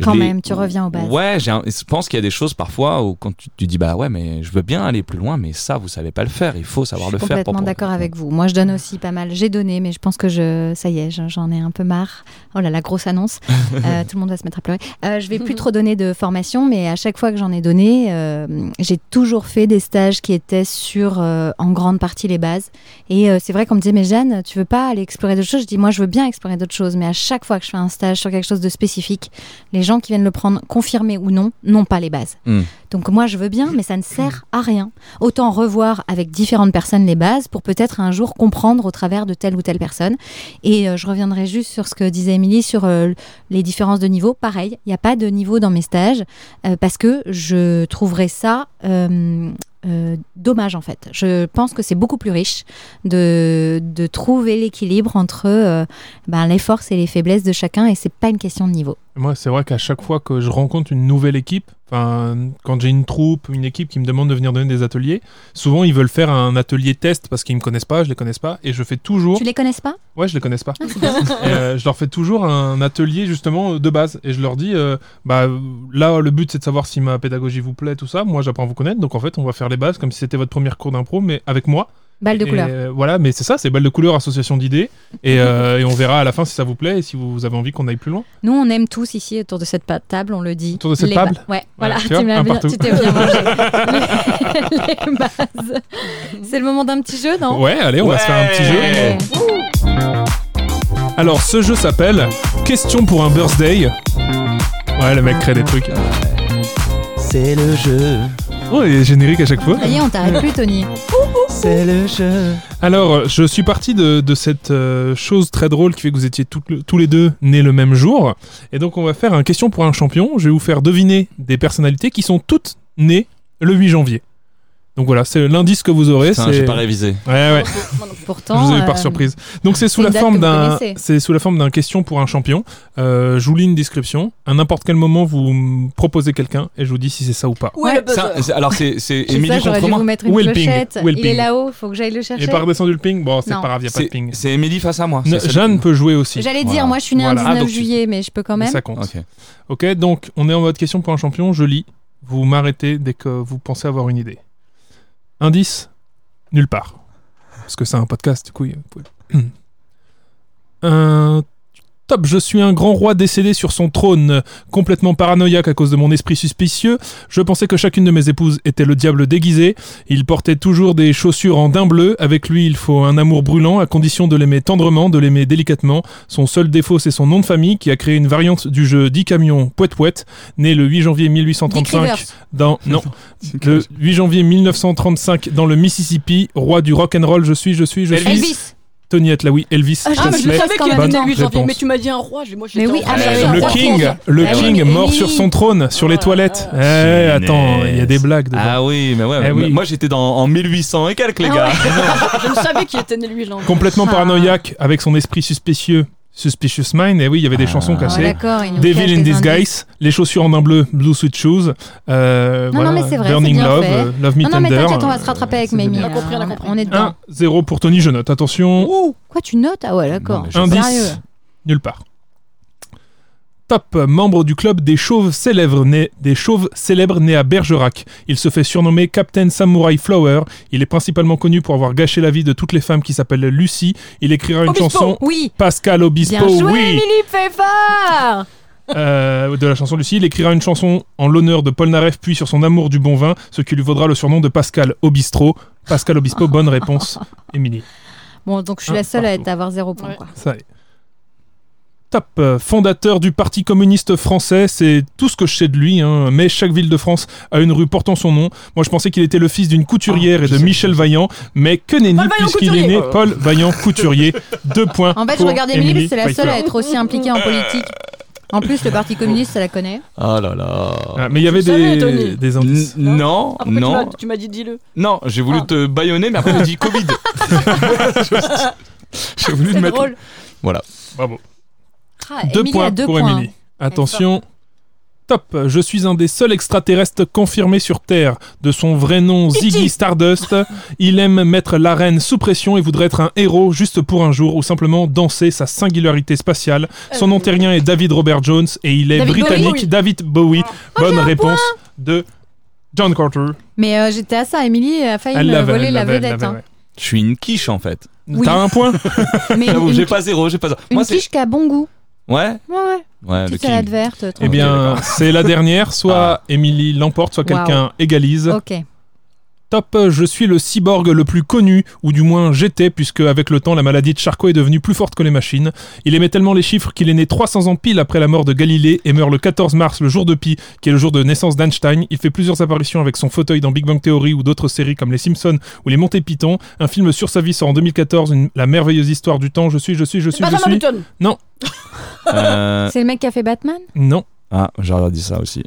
je Quand les- même, tu reviens aux bases. Ouais, j'ai un- je pense qu'il y a des choses parfois où quand tu, tu dis bah ouais, mais je veux bien aller plus loin, mais ça vous savez pas le faire, il faut savoir je le suis faire. pour- complètement pour- d'accord avec vous. Moi, je donne aussi pas mal. J'ai donné, mais je pense que je, ça y est, j'en- j'en ai un peu marre. Oh là, la grosse annonce. Euh, tout le monde va se mettre à pleurer. Euh, je vais plus trop donner de formation, mais à chaque fois que j'en ai donné, euh, j'ai toujours fait des stages qui étaient sur, euh, en grande partie, les bases. Et euh, c'est vrai qu'on me disait, mais Jeanne, tu veux pas aller explorer d'autres choses Je dis, moi, je veux bien explorer d'autres choses, mais à chaque fois que je fais un stage sur quelque chose de spécifique, les gens qui viennent le prendre, confirmés ou non, n'ont pas les bases. Mm. Donc moi, je veux bien, mais ça ne sert à rien. Autant revoir avec différentes personnes les bases pour peut-être un jour comprendre au travers de telle ou telle personne. Et euh, je reviendrai juste sur ce que disait Émilie sur euh, les différences de niveau. Pareil, il n'y a pas de niveau dans mes stages euh, parce que je trouverais ça euh, euh, dommage en fait. Je pense que c'est beaucoup plus riche de, de trouver l'équilibre entre euh, ben, les forces et les faiblesses de chacun et c'est pas une question de niveau. Moi, c'est vrai qu'à chaque fois que je rencontre une nouvelle équipe, enfin, quand j'ai une troupe, une équipe qui me demande de venir donner des ateliers, souvent ils veulent faire un atelier test parce qu'ils me connaissent pas, je les connaisse pas, et je fais toujours. Tu les connaisses pas hein, Ouais, je les connaisse pas. Et, euh, je leur fais toujours un atelier justement euh, de base et je leur dis, euh, bah là le but c'est de savoir si ma pédagogie vous plaît, tout ça. Moi, j'apprends à vous connaître, donc en fait, on va faire les bases comme si c'était votre première cours d'impro, mais avec moi. Balle de Et, couleur. euh, voilà, mais c'est ça, c'est balle de couleur, association d'idées, et, euh, et on verra à la fin si ça vous plaît et si vous avez envie qu'on aille plus loin. Nous, on aime tous ici autour de cette pa- table, on le dit. Autour de cette Les table ba- Ouais, voilà, tu tu vois, m'as un bien- partout. tu t'es bien mangé. les, les bases. C'est le moment d'un petit jeu, non Ouais, allez, on va se faire un petit jeu. Ouais. Alors, ce jeu s'appelle Question pour un birthday. Ouais, le mec crée des trucs. C'est le jeu, Oh, il est générique à chaque fois. Ça y est, on t'arrête plus, Tony. c'est le jeu. Alors, je suis parti de, de cette euh, chose très drôle qui fait que vous étiez toutes le- tous les deux nés le même jour. Et donc, on va faire un question pour un champion. Je vais vous faire deviner des personnalités qui sont toutes nées le 8 janvier. Donc voilà, c'est l'indice que vous aurez. Putain, c'est- j'ai pas révisé. Ouais, ouais. Pourtant, je vous avais par euh, surprise. Donc c'est sous c'est la une date forme que vous d'un, connaissez. c'est sous la forme d'un question pour un champion. Euh, je vous lis une description. À n'importe quel moment, vous me proposez quelqu'un et je vous dis si c'est ça ou pas. Où est le Ça, buzzer c'est- alors c'est c'est Ah, je sais pas, Émilie j'aurais contre dû vous moi. mettre une Où est le ping clochette. Où est le Il est ping là-haut, faut que j'aille le Il est chercher. pas redescendu le ping. Bon, c'est Non. pas grave, y a pas de C'est- ping. C'est Émilie face à moi. Ne- C'est ça- Jeanne peut jouer aussi. J'allais Voilà. dire, moi je suis née Voilà. un Ah, 19 donc tu- juillet, mais je peux quand Mais même. ça compte. Ok. Ok, donc on est en mode question pour un champion, je lis. Vous m'arrêtez dès que vous pensez avoir une idée. Indice Nulle part. Parce que c'est un podcast, du coup. il- vous pouvez- un... Top, je suis un grand roi décédé sur son trône, euh, complètement paranoïaque à cause de mon esprit suspicieux. Je pensais que chacune de mes épouses était le diable déguisé. Il portait toujours des chaussures en daim bleu. Avec lui, il faut un amour brûlant, à condition de l'aimer tendrement, de l'aimer délicatement. Son seul défaut, c'est son nom de famille qui a créé une variante du jeu 10 camions pouet pouet, né le 8 janvier Dick 1835 Rivers. dans non, le 8 janvier 1935 dans le Mississippi, roi du rock and roll, je suis, je suis, je suis Elvis. Tony Atlaoui, Elvis Ah, je Ah, mais je Presley. savais qu'il y avait Bonne le 8 janvier, réponse. mais tu m'as dit un roi. j'ai- Moi, Mais j'étais oui, en ah, train mais de- oui, le roi king, le Ah oui, king mais mort oui. sur son trône, sur les Oh là toilettes. Eh, là. attends, il y a des blagues dedans. Ah oui, mais ouais. Eh mais oui. Moi j'étais dans en 1800 et quelques les Ah gars. Je ne savais qu'il était né lui l'an. Complètement Ah. paranoïaque, avec son esprit suspicieux, suspicious mind. Et oui, il y avait des chansons Ah, cassées. D'accord, ils nous cachent Devil in des indices. Disguise, les chaussures en un bleu, Blue Sweet Shoes, euh, Non, non, voilà, mais c'est vrai, c'est Burning bien Love, fait. euh, Love Me Non, non, mais Tender. t'inquiète, on va se rattraper avec Mimi. Ah, On a là. compris, on a compris. On est dedans. 1-0 pour Tony, je note, attention. Quoi, tu notes Ah ouais, d'accord. Non, mais je- Sérieux. Indice Nulle part. Top, membre du club des chauves célèbres nés, des chauves célèbres nés à Bergerac. Il se fait surnommer Captain Samurai Flower. Il est principalement connu pour avoir gâché la vie de toutes les femmes qui s'appellent Lucie. Il écrira une Obispo, chanson Oh, Oui. Pascal Obispo, Bien joué, oui, Émilie Pfeffer euh, de la chanson Lucie. Il écrira une chanson en l'honneur de Paul Naref, puis sur son amour du bon vin, ce qui lui vaudra le surnom de Pascal Obistro. Pascal Obispo, bonne réponse, Émilie. Bon, donc je suis Un la seule à partout. être- à avoir zéro point. Ouais. quoi. Ça y est. Top, euh, fondateur du Parti communiste français, c'est tout ce que je sais de lui, hein, mais chaque ville de France a une rue portant son nom. Moi je pensais qu'il était le fils d'une couturière et de Michel Vaillant, mais que nenni Vaillant puisqu'il est né Paul Vaillant Couturier. Deux points. En fait, je pour regarde Émilie, parce que c'est la Pfeiffer. seule à être aussi impliquée en politique. En plus, le Parti communiste, ça la connaît. Oh là là. Ah, mais il y avait Je savais, des, Tony. N- des indices. Non, Ah, pourquoi tu non, m'as- Tu m'as dit dis-le. non, j'ai voulu Ah. te baïonner, mais après j'ai dit Covid. j'ai voulu te C'est mettre. drôle. Bravo. Ah, Deux Émilie points hein. a deux pour points. Émilie. Attention. Top, je suis un des seuls extraterrestres confirmés sur Terre. De son vrai nom, Ziggy Stardust, il aime mettre l'arène sous pression et voudrait être un héros juste pour un jour ou simplement danser sa singularité spatiale. Son nom terrien est David Robert Jones et il est David britannique. Bowie. David Bowie. Bonne réponse de John Carter. Mais euh, j'étais à ça, Émilie a failli me voler la l'avait, vedette. l'avait, hein. ouais. Je suis une quiche en fait. Oui. T'as un point Mais J'avoue, une, j'ai une, pas zéro, j'ai pas zéro. une Moi c'est. quiche qui a bon goût. Ouais, Ouais, ouais. ouais, le Petite king. salade verte. Eh bien, d'accord. c'est la dernière. Soit Émilie l'emporte, soit Waouh. quelqu'un égalise. Ok. Top, je suis le cyborg le plus connu, ou du moins j'étais, puisque avec le temps la maladie de Charcot est devenue plus forte que les machines. Il aimait tellement les chiffres qu'il est né 300 ans pile après la mort de Galilée et meurt le 14 mars, le jour de Pi, qui est le jour de naissance d'Einstein. Il fait plusieurs apparitions avec son fauteuil dans Big Bang Theory ou d'autres séries comme Les Simpsons ou Les Monty Python. Un film sur sa vie sort en 2014, une- La merveilleuse histoire du temps, je suis, je suis, je C'est suis, je suis. Benjamin Button. Euh, C'est le mec qui a fait Batman Non. Ah, j'aurais dit ça aussi.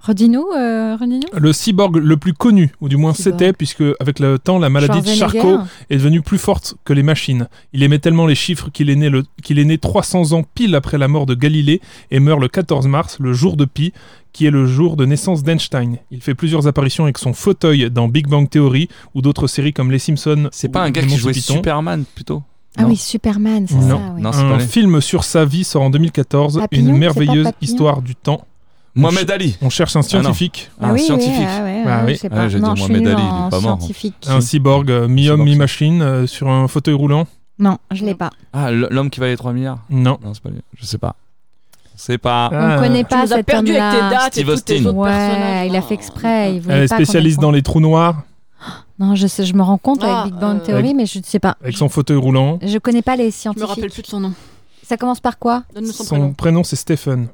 Rodino, euh, Rodino Le cyborg le plus connu, ou du moins Cyborg. c'était, puisque avec le temps la maladie de Charcot est devenue plus forte que les machines. Il aimait tellement les chiffres qu'il est, né le- qu'il est né 300 ans pile après la mort de Galilée et meurt le 14 mars, le jour de Pi, qui est le jour de naissance d'Einstein. Il fait plusieurs apparitions avec son fauteuil dans Big Bang Theory ou d'autres séries comme Les Simpsons. C'est ou pas un gars Monty qui jouait Python. Superman plutôt Ah Non. oui, Superman, c'est Non. ça. oui. Non, Euh, c'est pas Un lui. film sur sa vie sort en 2014, Papillon, une c'est pas merveilleuse Papillon histoire du temps. Mohamed Ali, On cherche un scientifique, Ah un oui, oui, scientifique. ah ouais, Bah ah, oui. Je sais Ah, pas. j'ai dit non, je suis Mohamed nulle Ali, il est en pas mort. hein. scientifique. un cyborg, euh, mi-homme, Cyborg, ça. mi-machine, euh, sur un fauteuil roulant. Non, je l'ai pas. Ah, l- l'homme qui valait 3 milliards Non. Non, c'est pas lui. Je sais pas. Je sais pas. On Ah. connaît pas Tu nous as cet perdu avec tes homme-là. dates Ah. et Steve tous tes Austin. autres personnages. Ouais, il a fait exprès. Il voulait Elle est pas qu'on ait spécialiste ça. dans les trous noirs, Non, je sais, je me rends compte Ah, avec Big Bang euh, Theory, mais je ne sais pas. avec son fauteuil roulant. Je connais pas les Je me rappelle scientifiques. plus de son nom. Ça commence par quoi Donne-nous son, Son prénom. prénom, c'est Stephen.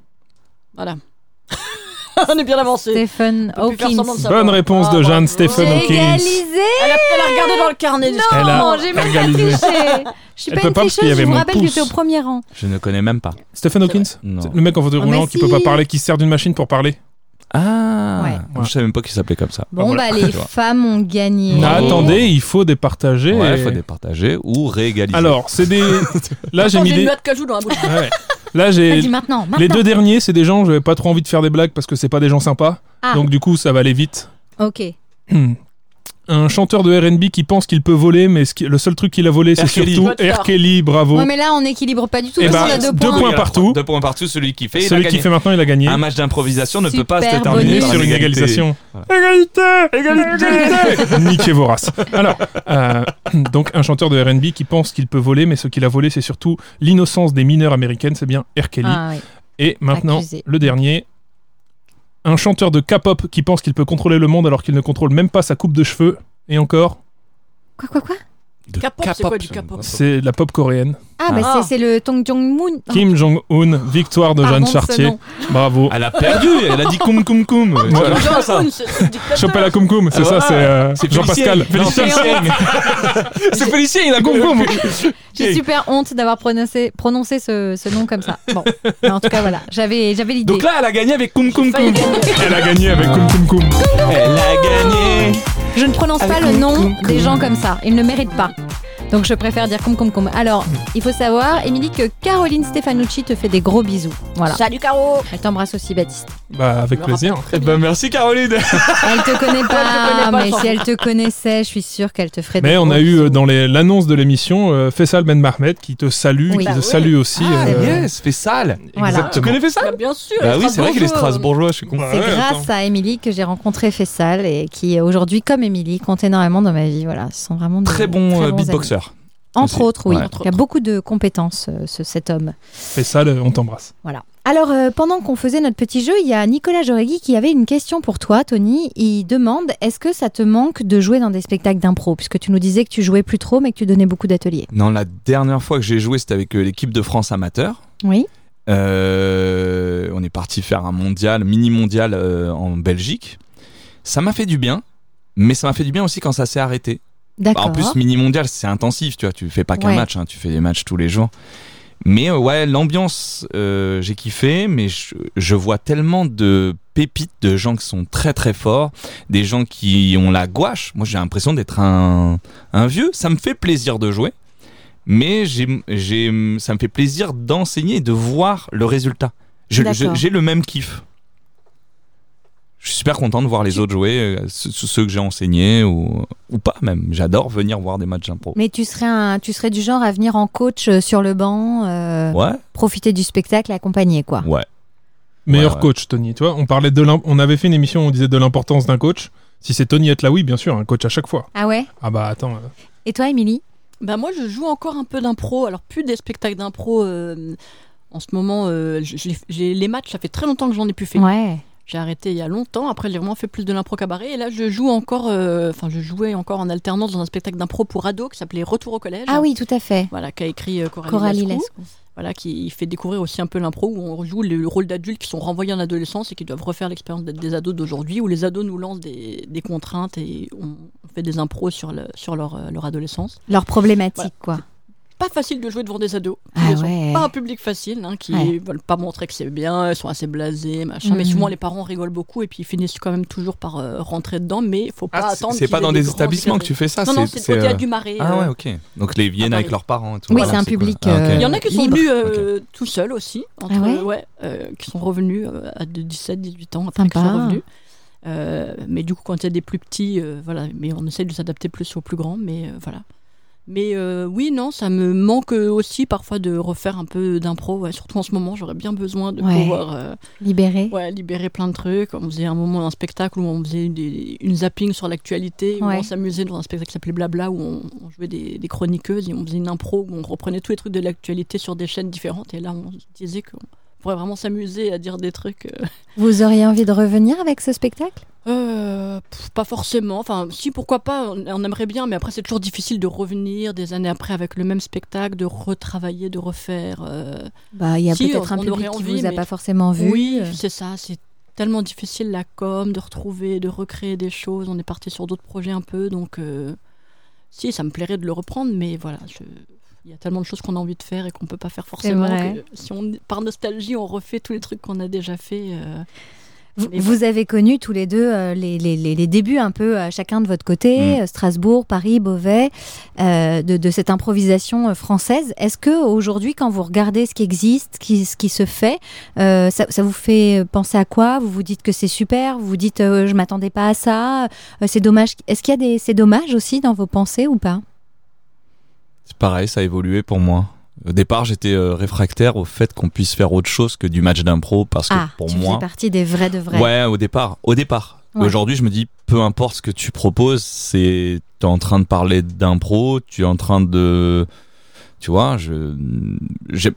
Voilà. On est bien avancé. Stephen Euh, On peut plus faire Hawkins. semblant de savoir. Bonne réponse Ah, de Jeanne bravo. Stephen J'ai Hawkins. égalisé Elle a, elle a regardé dans le carnet. Non, Elle a j'ai même pas égalisé. triché. Je suis Ah, Elle peut pas une pas parce qu'il y tricheuse, avait je vous mon rappelle que pouce. j'étais au premier rang. Je ne connais même pas. Stephen Hawkins Non. Le mec en fauteuil Oh, mais roulant qui peut si. pas parler, qui se sert d'une machine pour parler. Ah Ouais. bah Je savais même pas qu'il s'appelait comme ça. Bon, voilà. bah, les Tu vois. femmes ont gagné. Non, attendez, il faut départager. Ouais, et- faut départager ou réégaliser. Alors, c'est des. Là, Ah, j'ai Attends, mis j'ai des. une noix de cajou dans la bouche. Ouais. Là, j'ai. Vas-y, maintenant, maintenant. Les deux derniers, c'est des gens, j'avais pas trop envie de faire des blagues parce que c'est pas des gens sympas. Ah. Donc, du coup, ça va aller vite. Ok. Un chanteur de RB qui pense qu'il peut voler, mais ce qui- le seul truc qu'il a volé, c'est R. Kelly. surtout Bonne R. Kelly, bravo. Ouais, mais là, on n'équilibre pas du tout Eh ben, parce qu'on a deux deux points. points. partout. Deux points partout, celui qui fait. il a Celui qui gagné. Ah, fait maintenant, il a gagné. Un match d'improvisation ne peut Super pas se terminer bonus. par sur une l'égalité. égalisation. Égalité Égalité Niquez vos races. Alors, euh, donc un chanteur de RB qui pense qu'il peut voler, mais ce qu'il a volé, c'est surtout l'innocence des mineurs américaines, c'est bien R. Kelly. Ah, ouais. Et maintenant, Accusé. le dernier. Un chanteur de K-pop qui pense qu'il peut contrôler le monde alors qu'il ne contrôle même pas sa coupe de cheveux. Et encore, Quoi, quoi, quoi De K-pop, c'est quoi du K-pop. K-pop c'est la pop coréenne. Ah, bah, Ah. c'est- c'est le Tong Jong Moon. Kim Jong-un, victoire de Jeanne Chartier. Bravo. Elle a perdu, elle a dit cum cum cum. Ouais. Voilà. Jean Houn, ce- ce dictateur. Choper la Koum Koum, c'est Ah ça, voilà. c'est euh, C'est Jean-Pascal. Félicien. Félicien. Non, C'est Félicien, il a Koum compris. Koum. J'ai super honte d'avoir prononcé, prononcé ce, ce nom comme ça. Bon, Mais en tout cas, voilà, j'avais j'avais l'idée. Donc là, elle a gagné avec cum cum Failli cum. gagner. Elle a gagné avec Koum Koum Koum. Elle a gagné. Je ne prononce pas le nom des gens comme ça. Ils ne méritent pas. Donc je préfère dire com com com. Alors, Hmm. il faut savoir, Émilie, que Caroline Stefanucci te fait des gros bisous. Voilà. Salut Caro Elle t'embrasse aussi, Baptiste. Bah, avec Me plaisir. Eh ben merci Caroline. Ah, Elle te connaît pas, connaît pas, mais sans si elle te connaissait, je suis sûre qu'elle te ferait des Mais on gros a eu bisous. euh, dans les- l'annonce de l'émission euh, Faisal Ben Mahmed qui te salue, Oui. qui Bah te oui. salue aussi. Ah, euh, yes, fait sale. Voilà. Tu Exactement. connais fait sale Bah, Bien sûr Bah oui, Strasbourg, euh, c'est vrai qu'il est bonjour. strasbourgeois, je suis con. C'est Ouais, grâce à Émilie que j'ai rencontré Fessal et qui aujourd'hui, comme Émilie, compte énormément dans ma vie. Voilà, ce sont vraiment des- Très bon euh, bons amis. beatboxer. Entre aussi. autres, oui. Ouais. Il y a beaucoup de compétences, euh, ce- cet homme. Faisal, euh, on t'embrasse. Voilà. Alors, euh, pendant qu'on faisait notre petit jeu, il y a Nicolas Joregui qui avait une question pour toi, Tony. Il demande est-ce que ça te manque de jouer dans des spectacles d'impro Puisque tu nous disais que tu jouais plus trop, mais que tu donnais beaucoup d'ateliers. Non, la dernière fois que j'ai joué, c'était avec euh, l'équipe de France amateur. Oui. Euh, on est parti faire un mondial, mini mondial euh, en Belgique. Ça m'a fait du bien, mais ça m'a fait du bien aussi quand ça s'est arrêté. Bah, D'accord. en plus, mini mondial, c'est intensif, tu vois. Tu fais pas qu'un Ouais. match, hein, tu fais des matchs tous les jours. Mais euh, ouais, l'ambiance, euh, j'ai kiffé, mais je, je vois tellement de pépites de gens qui sont très très forts, des gens qui ont la gouache. Moi, j'ai l'impression d'être un, un vieux. Ça me fait plaisir de jouer, mais j'ai, j'ai, ça me fait plaisir d'enseigner et de voir le résultat. Je- je- D'accord. j'ai le même kiff. Je suis super content de voir les autres jouer, euh, ceux, ceux que j'ai enseignés ou, ou pas même. J'adore venir voir des matchs d'impro. mais tu serais, un- tu serais du genre à venir en coach euh, sur le banc, euh, Ouais, profiter du spectacle, accompagner, quoi. ouais. Meilleur ouais. coach, Tony. Tu vois, on parlait de l'im- on avait fait une émission où on disait de l'importance d'un coach. Si c'est Tony Atlaoui, bien sûr, un coach à chaque fois. Ah ouais Ah bah attends. euh, Et toi, Émilie Bah moi je joue encore un peu d'impro, alors plus des spectacles d'impro. euh, en ce moment, euh, je- je les- j'ai les matchs, ça fait très longtemps que j'en ai plus fait. Ouais. J'ai arrêté il y a longtemps, après j'ai vraiment fait plus de l'impro cabaret. Et là je joue encore, euh, enfin je jouais encore en alternance dans un spectacle d'impro pour ados qui s'appelait Retour au collège. Ah oui, tout à fait. Voilà, qu'a écrit euh, Coralie, Coralie Lescaut. Lescaut. Voilà, qui fait découvrir aussi un peu l'impro où on joue le, le rôle d'adultes qui sont renvoyés en adolescence et qui doivent refaire l'expérience d'être des ados d'aujourd'hui, où les ados nous lancent des, des contraintes et on fait des impros sur, le- sur leur, euh, leur adolescence. Leur problématique, quoi. Pas facile de jouer devant des ados. Ah Ils ont ouais. Pas un public facile, hein, qui Ouais. veulent pas montrer que c'est bien, ils sont assez blasés, machin. Mais Mhm. souvent les parents rigolent beaucoup et puis ils finissent quand même toujours par euh, rentrer dedans, mais faut pas Ah, c'est- attendre. c'est pas dans des établissements que tu fais ça. Non, non, c'est au théâtre du Marais. Ah euh, ouais, ok. Donc les viennent à avec Paris. leurs parents et tout. Ah, Oui, Voilà, c'est un cool. public, Ah, ok. euh, Il y en a qui sont Libre. venus euh, tout seuls aussi, entre, Ah ouais euh, qui sont revenus euh, à de 17, 18 ans, après qu'ils Sympa. soient revenus. Euh, mais du coup, quand il y a des plus petits, euh, voilà, mais on essaie de s'adapter plus aux plus grands, mais euh, voilà. Mais euh, oui, non, ça me manque aussi parfois de refaire un peu d'impro, ouais, surtout en ce moment, j'aurais bien besoin de Ouais. pouvoir euh, Libéré. ouais, libérer plein de trucs. On faisait un moment un spectacle où on faisait des- une zapping sur l'actualité, où Ouais. on s'amusait dans un spectacle qui s'appelait Blabla, où on, on jouait des, des chroniqueuses et on faisait une impro où on reprenait tous les trucs de l'actualité sur des chaînes différentes. Et là, on se disait qu'on pourrait vraiment s'amuser à dire des trucs. euh, Vous auriez envie de revenir avec ce spectacle euh, pff, pas forcément. Enfin, si, pourquoi pas, on, on aimerait bien, mais après, c'est toujours difficile de revenir des années après avec le même spectacle, de retravailler, de refaire. euh, Bah, il y a Si, peut-être un on public aurait qui envie, vous a mais- pas forcément vu. Oui, Euh, c'est ça. C'est tellement difficile la com, de retrouver, de recréer des choses. On est parti sur d'autres projets un peu, donc euh, si, ça me plairait de le reprendre, mais voilà, je- il y a tellement de choses qu'on a envie de faire et qu'on peut pas faire forcément. vrai. que si on, par nostalgie, on refait tous les trucs qu'on a déjà fait. euh, Vous, Mais- vous avez connu tous les deux euh, les, les- les- les débuts un peu euh, chacun de votre côté, Mm. euh, Strasbourg, Paris, Beauvais, euh, de, de cette improvisation euh, française. Est-ce que aujourd'hui, quand vous regardez ce qui existe, ce qui, ce qui se fait, euh, ça, ça vous fait penser à quoi Vous vous dites que c'est super, vous vous dites euh, je m'attendais pas à ça, euh, c'est dommage. Est-ce qu'il y a des c'est dommage aussi dans vos pensées ou pas C'est pareil, ça a évolué pour moi. Au départ, j'étais euh, réfractaire au fait qu'on puisse faire autre chose que du match d'impro parce que Ah, pour tu moi, fais partie des vrais de vrais. Ouais, au départ. Au départ. Ouais. Aujourd'hui, je me dis, peu importe ce que tu proposes, c'est t'es en train de parler d'impro, tu es en train de, tu vois, je, j'ai-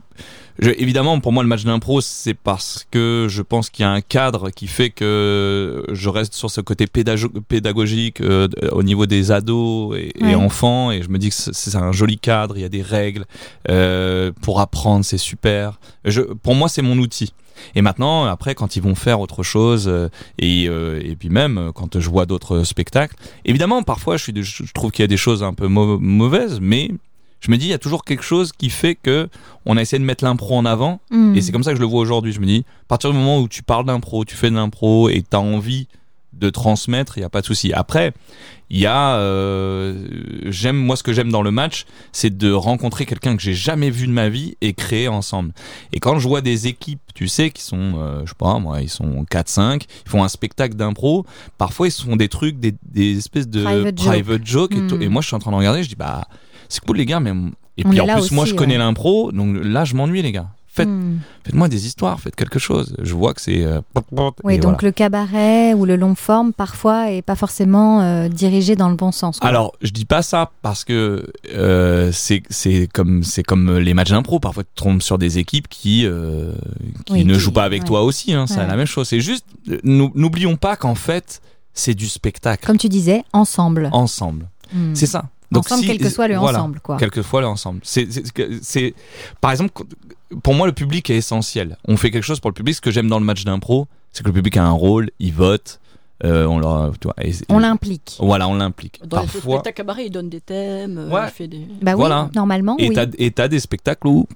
je- évidemment pour moi le match d'impro, c'est parce que je pense qu'il y a un cadre qui fait que je reste sur ce côté pédago- pédagogique euh, au niveau des ados et, et Ouais. enfants, et je me dis que c'est c'est un joli cadre, il y a des règles euh, pour apprendre, c'est super. Je, pour moi, c'est mon outil. Et maintenant, après, quand ils vont faire autre chose, euh, et, euh, et puis même euh, quand je vois d'autres spectacles, évidemment, parfois, je, suis, de- je je trouve qu'il y a des choses un peu mau- mauvaises, mais je me dis, il y a toujours quelque chose qui fait que on a essayé de mettre l'impro en avant, Mm. et c'est comme ça que je le vois aujourd'hui. Je me dis, à partir du moment où tu parles d'impro, tu fais de l'impro et t'as envie de transmettre, il n'y a pas de souci. Après, il y a, euh, j'aime moi ce que j'aime dans le match, c'est de rencontrer quelqu'un que j'ai jamais vu de ma vie et créer ensemble. Et quand je vois des équipes, tu sais, qui sont, euh, je sais pas, moi, ils sont 4-5, ils font un spectacle d'impro, parfois ils se font des trucs, des, des espèces de Private joke. jokes, et, tout. Mm. et moi je suis en train de regarder, je dis, bah, c'est cool les gars, mais et On puis est en là plus, moi, aussi, je connais ouais. l'impro, donc là, je m'ennuie, les gars. Faites, Mm. Faites-moi des histoires, faites quelque chose. Je vois que c'est. euh, Oui, et donc voilà. le cabaret ou le long forme parfois est pas forcément euh, dirigé dans le bon sens. quoi. Alors, je dis pas ça parce que euh, c'est c'est comme c'est comme euh, les matchs d'impro. Parfois, tu te trompes sur des équipes qui euh, qui Oui, ne qui- jouent pas avec ouais. toi aussi. Hein, C'est Ouais. la même chose. C'est juste, euh, nou- n'oublions pas qu'en fait, c'est du spectacle Comme tu disais, ensemble. ensemble. Mm. C'est ça. ensemble, si- quel que soit le voilà. ensemble, quoi. quelquefois l'ensemble. C'est, c'est- c'est- c'est- par exemple, pour moi, le public est essentiel. On fait quelque chose pour le public. Ce que j'aime dans le match d'impro, c'est que le public a un rôle, il vote, euh, on leur, tu vois, et- On l'implique. voilà, on l'implique. Dans les Parfois, spectacles cabaret, ils donnent des thèmes, euh, Ouais. il fait des... Bah oui, Voilà. normalement, et oui. t'as, et t'as des spectacles où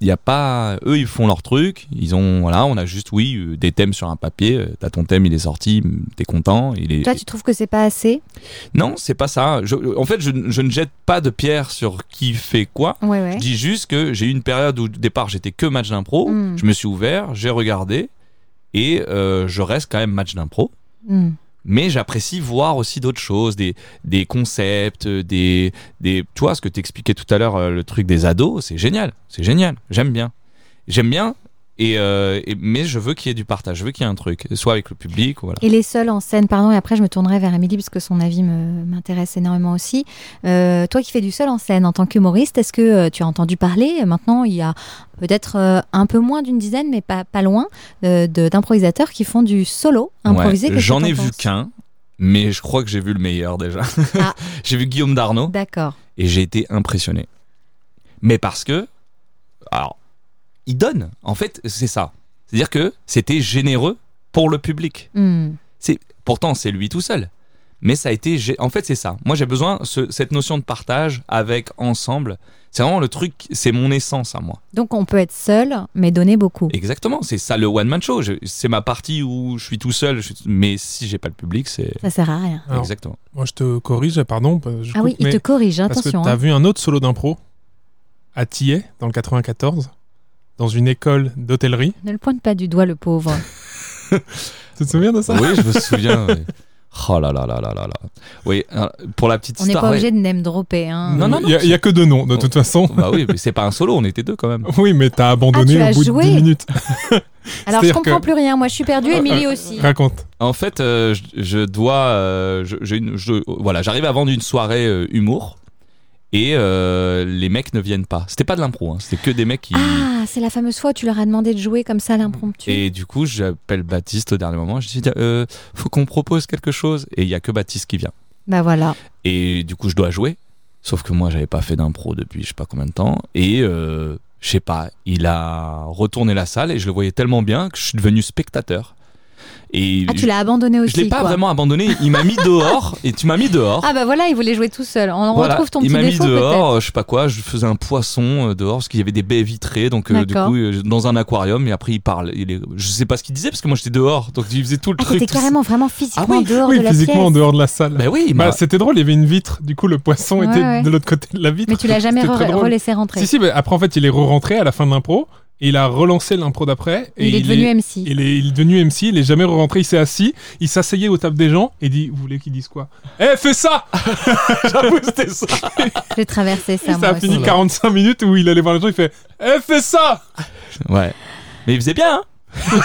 il y a pas, eux, ils font leur truc. Ils ont, voilà, on a juste, oui, euh, des thèmes sur un papier. euh, T'as ton thème, il est sorti, mm, t'es content, il est. Toi, tu trouves que c'est pas assez Non, c'est pas ça. Je- en fait, je, je ne jette pas de pierre sur qui fait quoi. Ouais, ouais. Je dis juste que j'ai eu une période où, au départ, j'étais que match d'impro. Mm. Je me suis ouvert, j'ai regardé et euh, je reste quand même match d'impro. Mm. Mais j'apprécie voir aussi d'autres choses, des, des concepts, des, des. Tu vois, ce que t'expliquais tout à l'heure, euh, le truc des ados, c'est génial. C'est génial. J'aime bien. J'aime bien. Et, euh, et- mais je veux qu'il y ait du partage, je veux qu'il y ait un truc, soit avec le public, voilà. Et les seuls en scène, pardon, et après je me tournerai vers Émilie parce que son avis me- m'intéresse énormément aussi. Euh, toi qui fais du seul en scène en tant qu'humoriste, est-ce que euh, tu as entendu parler Maintenant, il y a peut-être euh, un peu moins d'une dizaine, mais pas, pas loin, euh, de- d'improvisateurs qui font du solo improvisé. Ouais, Qu'est-ce que J'en t'en ai vu penses qu'un, mais je crois que j'ai vu le meilleur déjà. Ah. j'ai vu Guillaume Darnaud. D'accord. et j'ai été impressionné. Mais parce que, alors, il donne. En fait, c'est ça. C'est-à-dire que c'était généreux pour le public. Hmm. Pourtant, c'est lui tout seul. Mais ça a été. gé- En fait, c'est ça. Moi, j'ai besoin ce- cette notion de partage avec ensemble. C'est vraiment le truc. C'est mon essence à moi. Donc on peut être seul, mais donner beaucoup. Exactement. C'est ça le one man show. Je- C'est ma partie où je suis tout seul. je suis- Mais si j'ai pas le public, c'est Ça sert à rien. Alors, exactement. Moi, je te corrige, pardon. parce que je Ah oui, coupe, il mais te corrige, parce que attention. t'as hein. vu un autre solo d'impro à Tillet dans le 94 dans une école d'hôtellerie. hein. Ne le pointe pas du doigt, le pauvre. Tu te souviens de ça Oui, je me souviens. ouais. Oh là là là là là là. Oui, alors, pour la petite on n'est histoire, pas ouais. obligé de name dropper. Hein. Non, non, non, Il y a- il y, a que deux noms de toute façon. Bah oui, mais c'est pas un solo, on était deux quand même. Oui, mais t'as abandonné Ah, tu as au bout joué de 10 minutes. Alors je c'est-à-dire comprends que- plus rien. Moi, je suis perdue. Émilie aussi. Raconte. En fait, euh, je, je dois, euh, je, j'ai une- je- voilà, j'arrive avant d'une soirée euh, humour et euh, les mecs ne viennent pas. C'était pas de l'impro, hein, c'était que des mecs qui. Ah, c'est la fameuse fois où tu leur as demandé de jouer comme ça à l'impromptu. Et du coup, j'appelle Baptiste au dernier moment. Je dis, euh, faut qu'on propose quelque chose. Et il y a que Baptiste qui vient. Bah voilà. Et du coup, je dois jouer. Sauf que moi, j'avais pas fait d'impro depuis je sais pas combien de temps. Et euh, je sais pas, il a retourné la salle et je le voyais tellement bien que je suis devenu spectateur. Et Ah, tu l'as abandonné aussi. je l'ai pas quoi. vraiment abandonné. Il m'a mis dehors et tu m'as mis dehors. Ah bah voilà, il voulait jouer tout seul. On Voilà, retrouve ton il petit m'a mis défaut peut-être. dehors, euh, je sais pas quoi, je faisais un poisson euh, dehors parce qu'il y avait des baies vitrées, donc euh, du D'accord. coup euh, dans un aquarium et après il parle, il est- je sais pas ce qu'il disait parce que moi j'étais dehors, donc il faisait tout le Ah, truc. t'étais tout ça. carrément vraiment physiquement oui, dehors Ah Oui, de la physiquement en pièce. dehors de la salle. Bah oui, il Bah, m'a- c'était drôle, il y avait une vitre, du coup le poisson Ouais, était ouais. de l'autre côté de la vitre. Mais tu l'as jamais C'était très re- drôle. relaissé rentrer. Si, si, mais après en fait il est re-rentré à la fin de l'impro, et il a relancé l'impro d'après. et il est devenu MC. Il est, il est devenu MC, il est jamais rentré, il s'est assis, il s'asseyait aux tables des gens et dit Vous voulez qu'ils disent quoi Eh, fais ça Ah, J'avoue, c'était ça. J'ai traversé Et ça. ça moi a fini aussi. 45 minutes où il allait voir les gens, il fait Eh, fais ça Ouais. Mais il faisait bien. hein.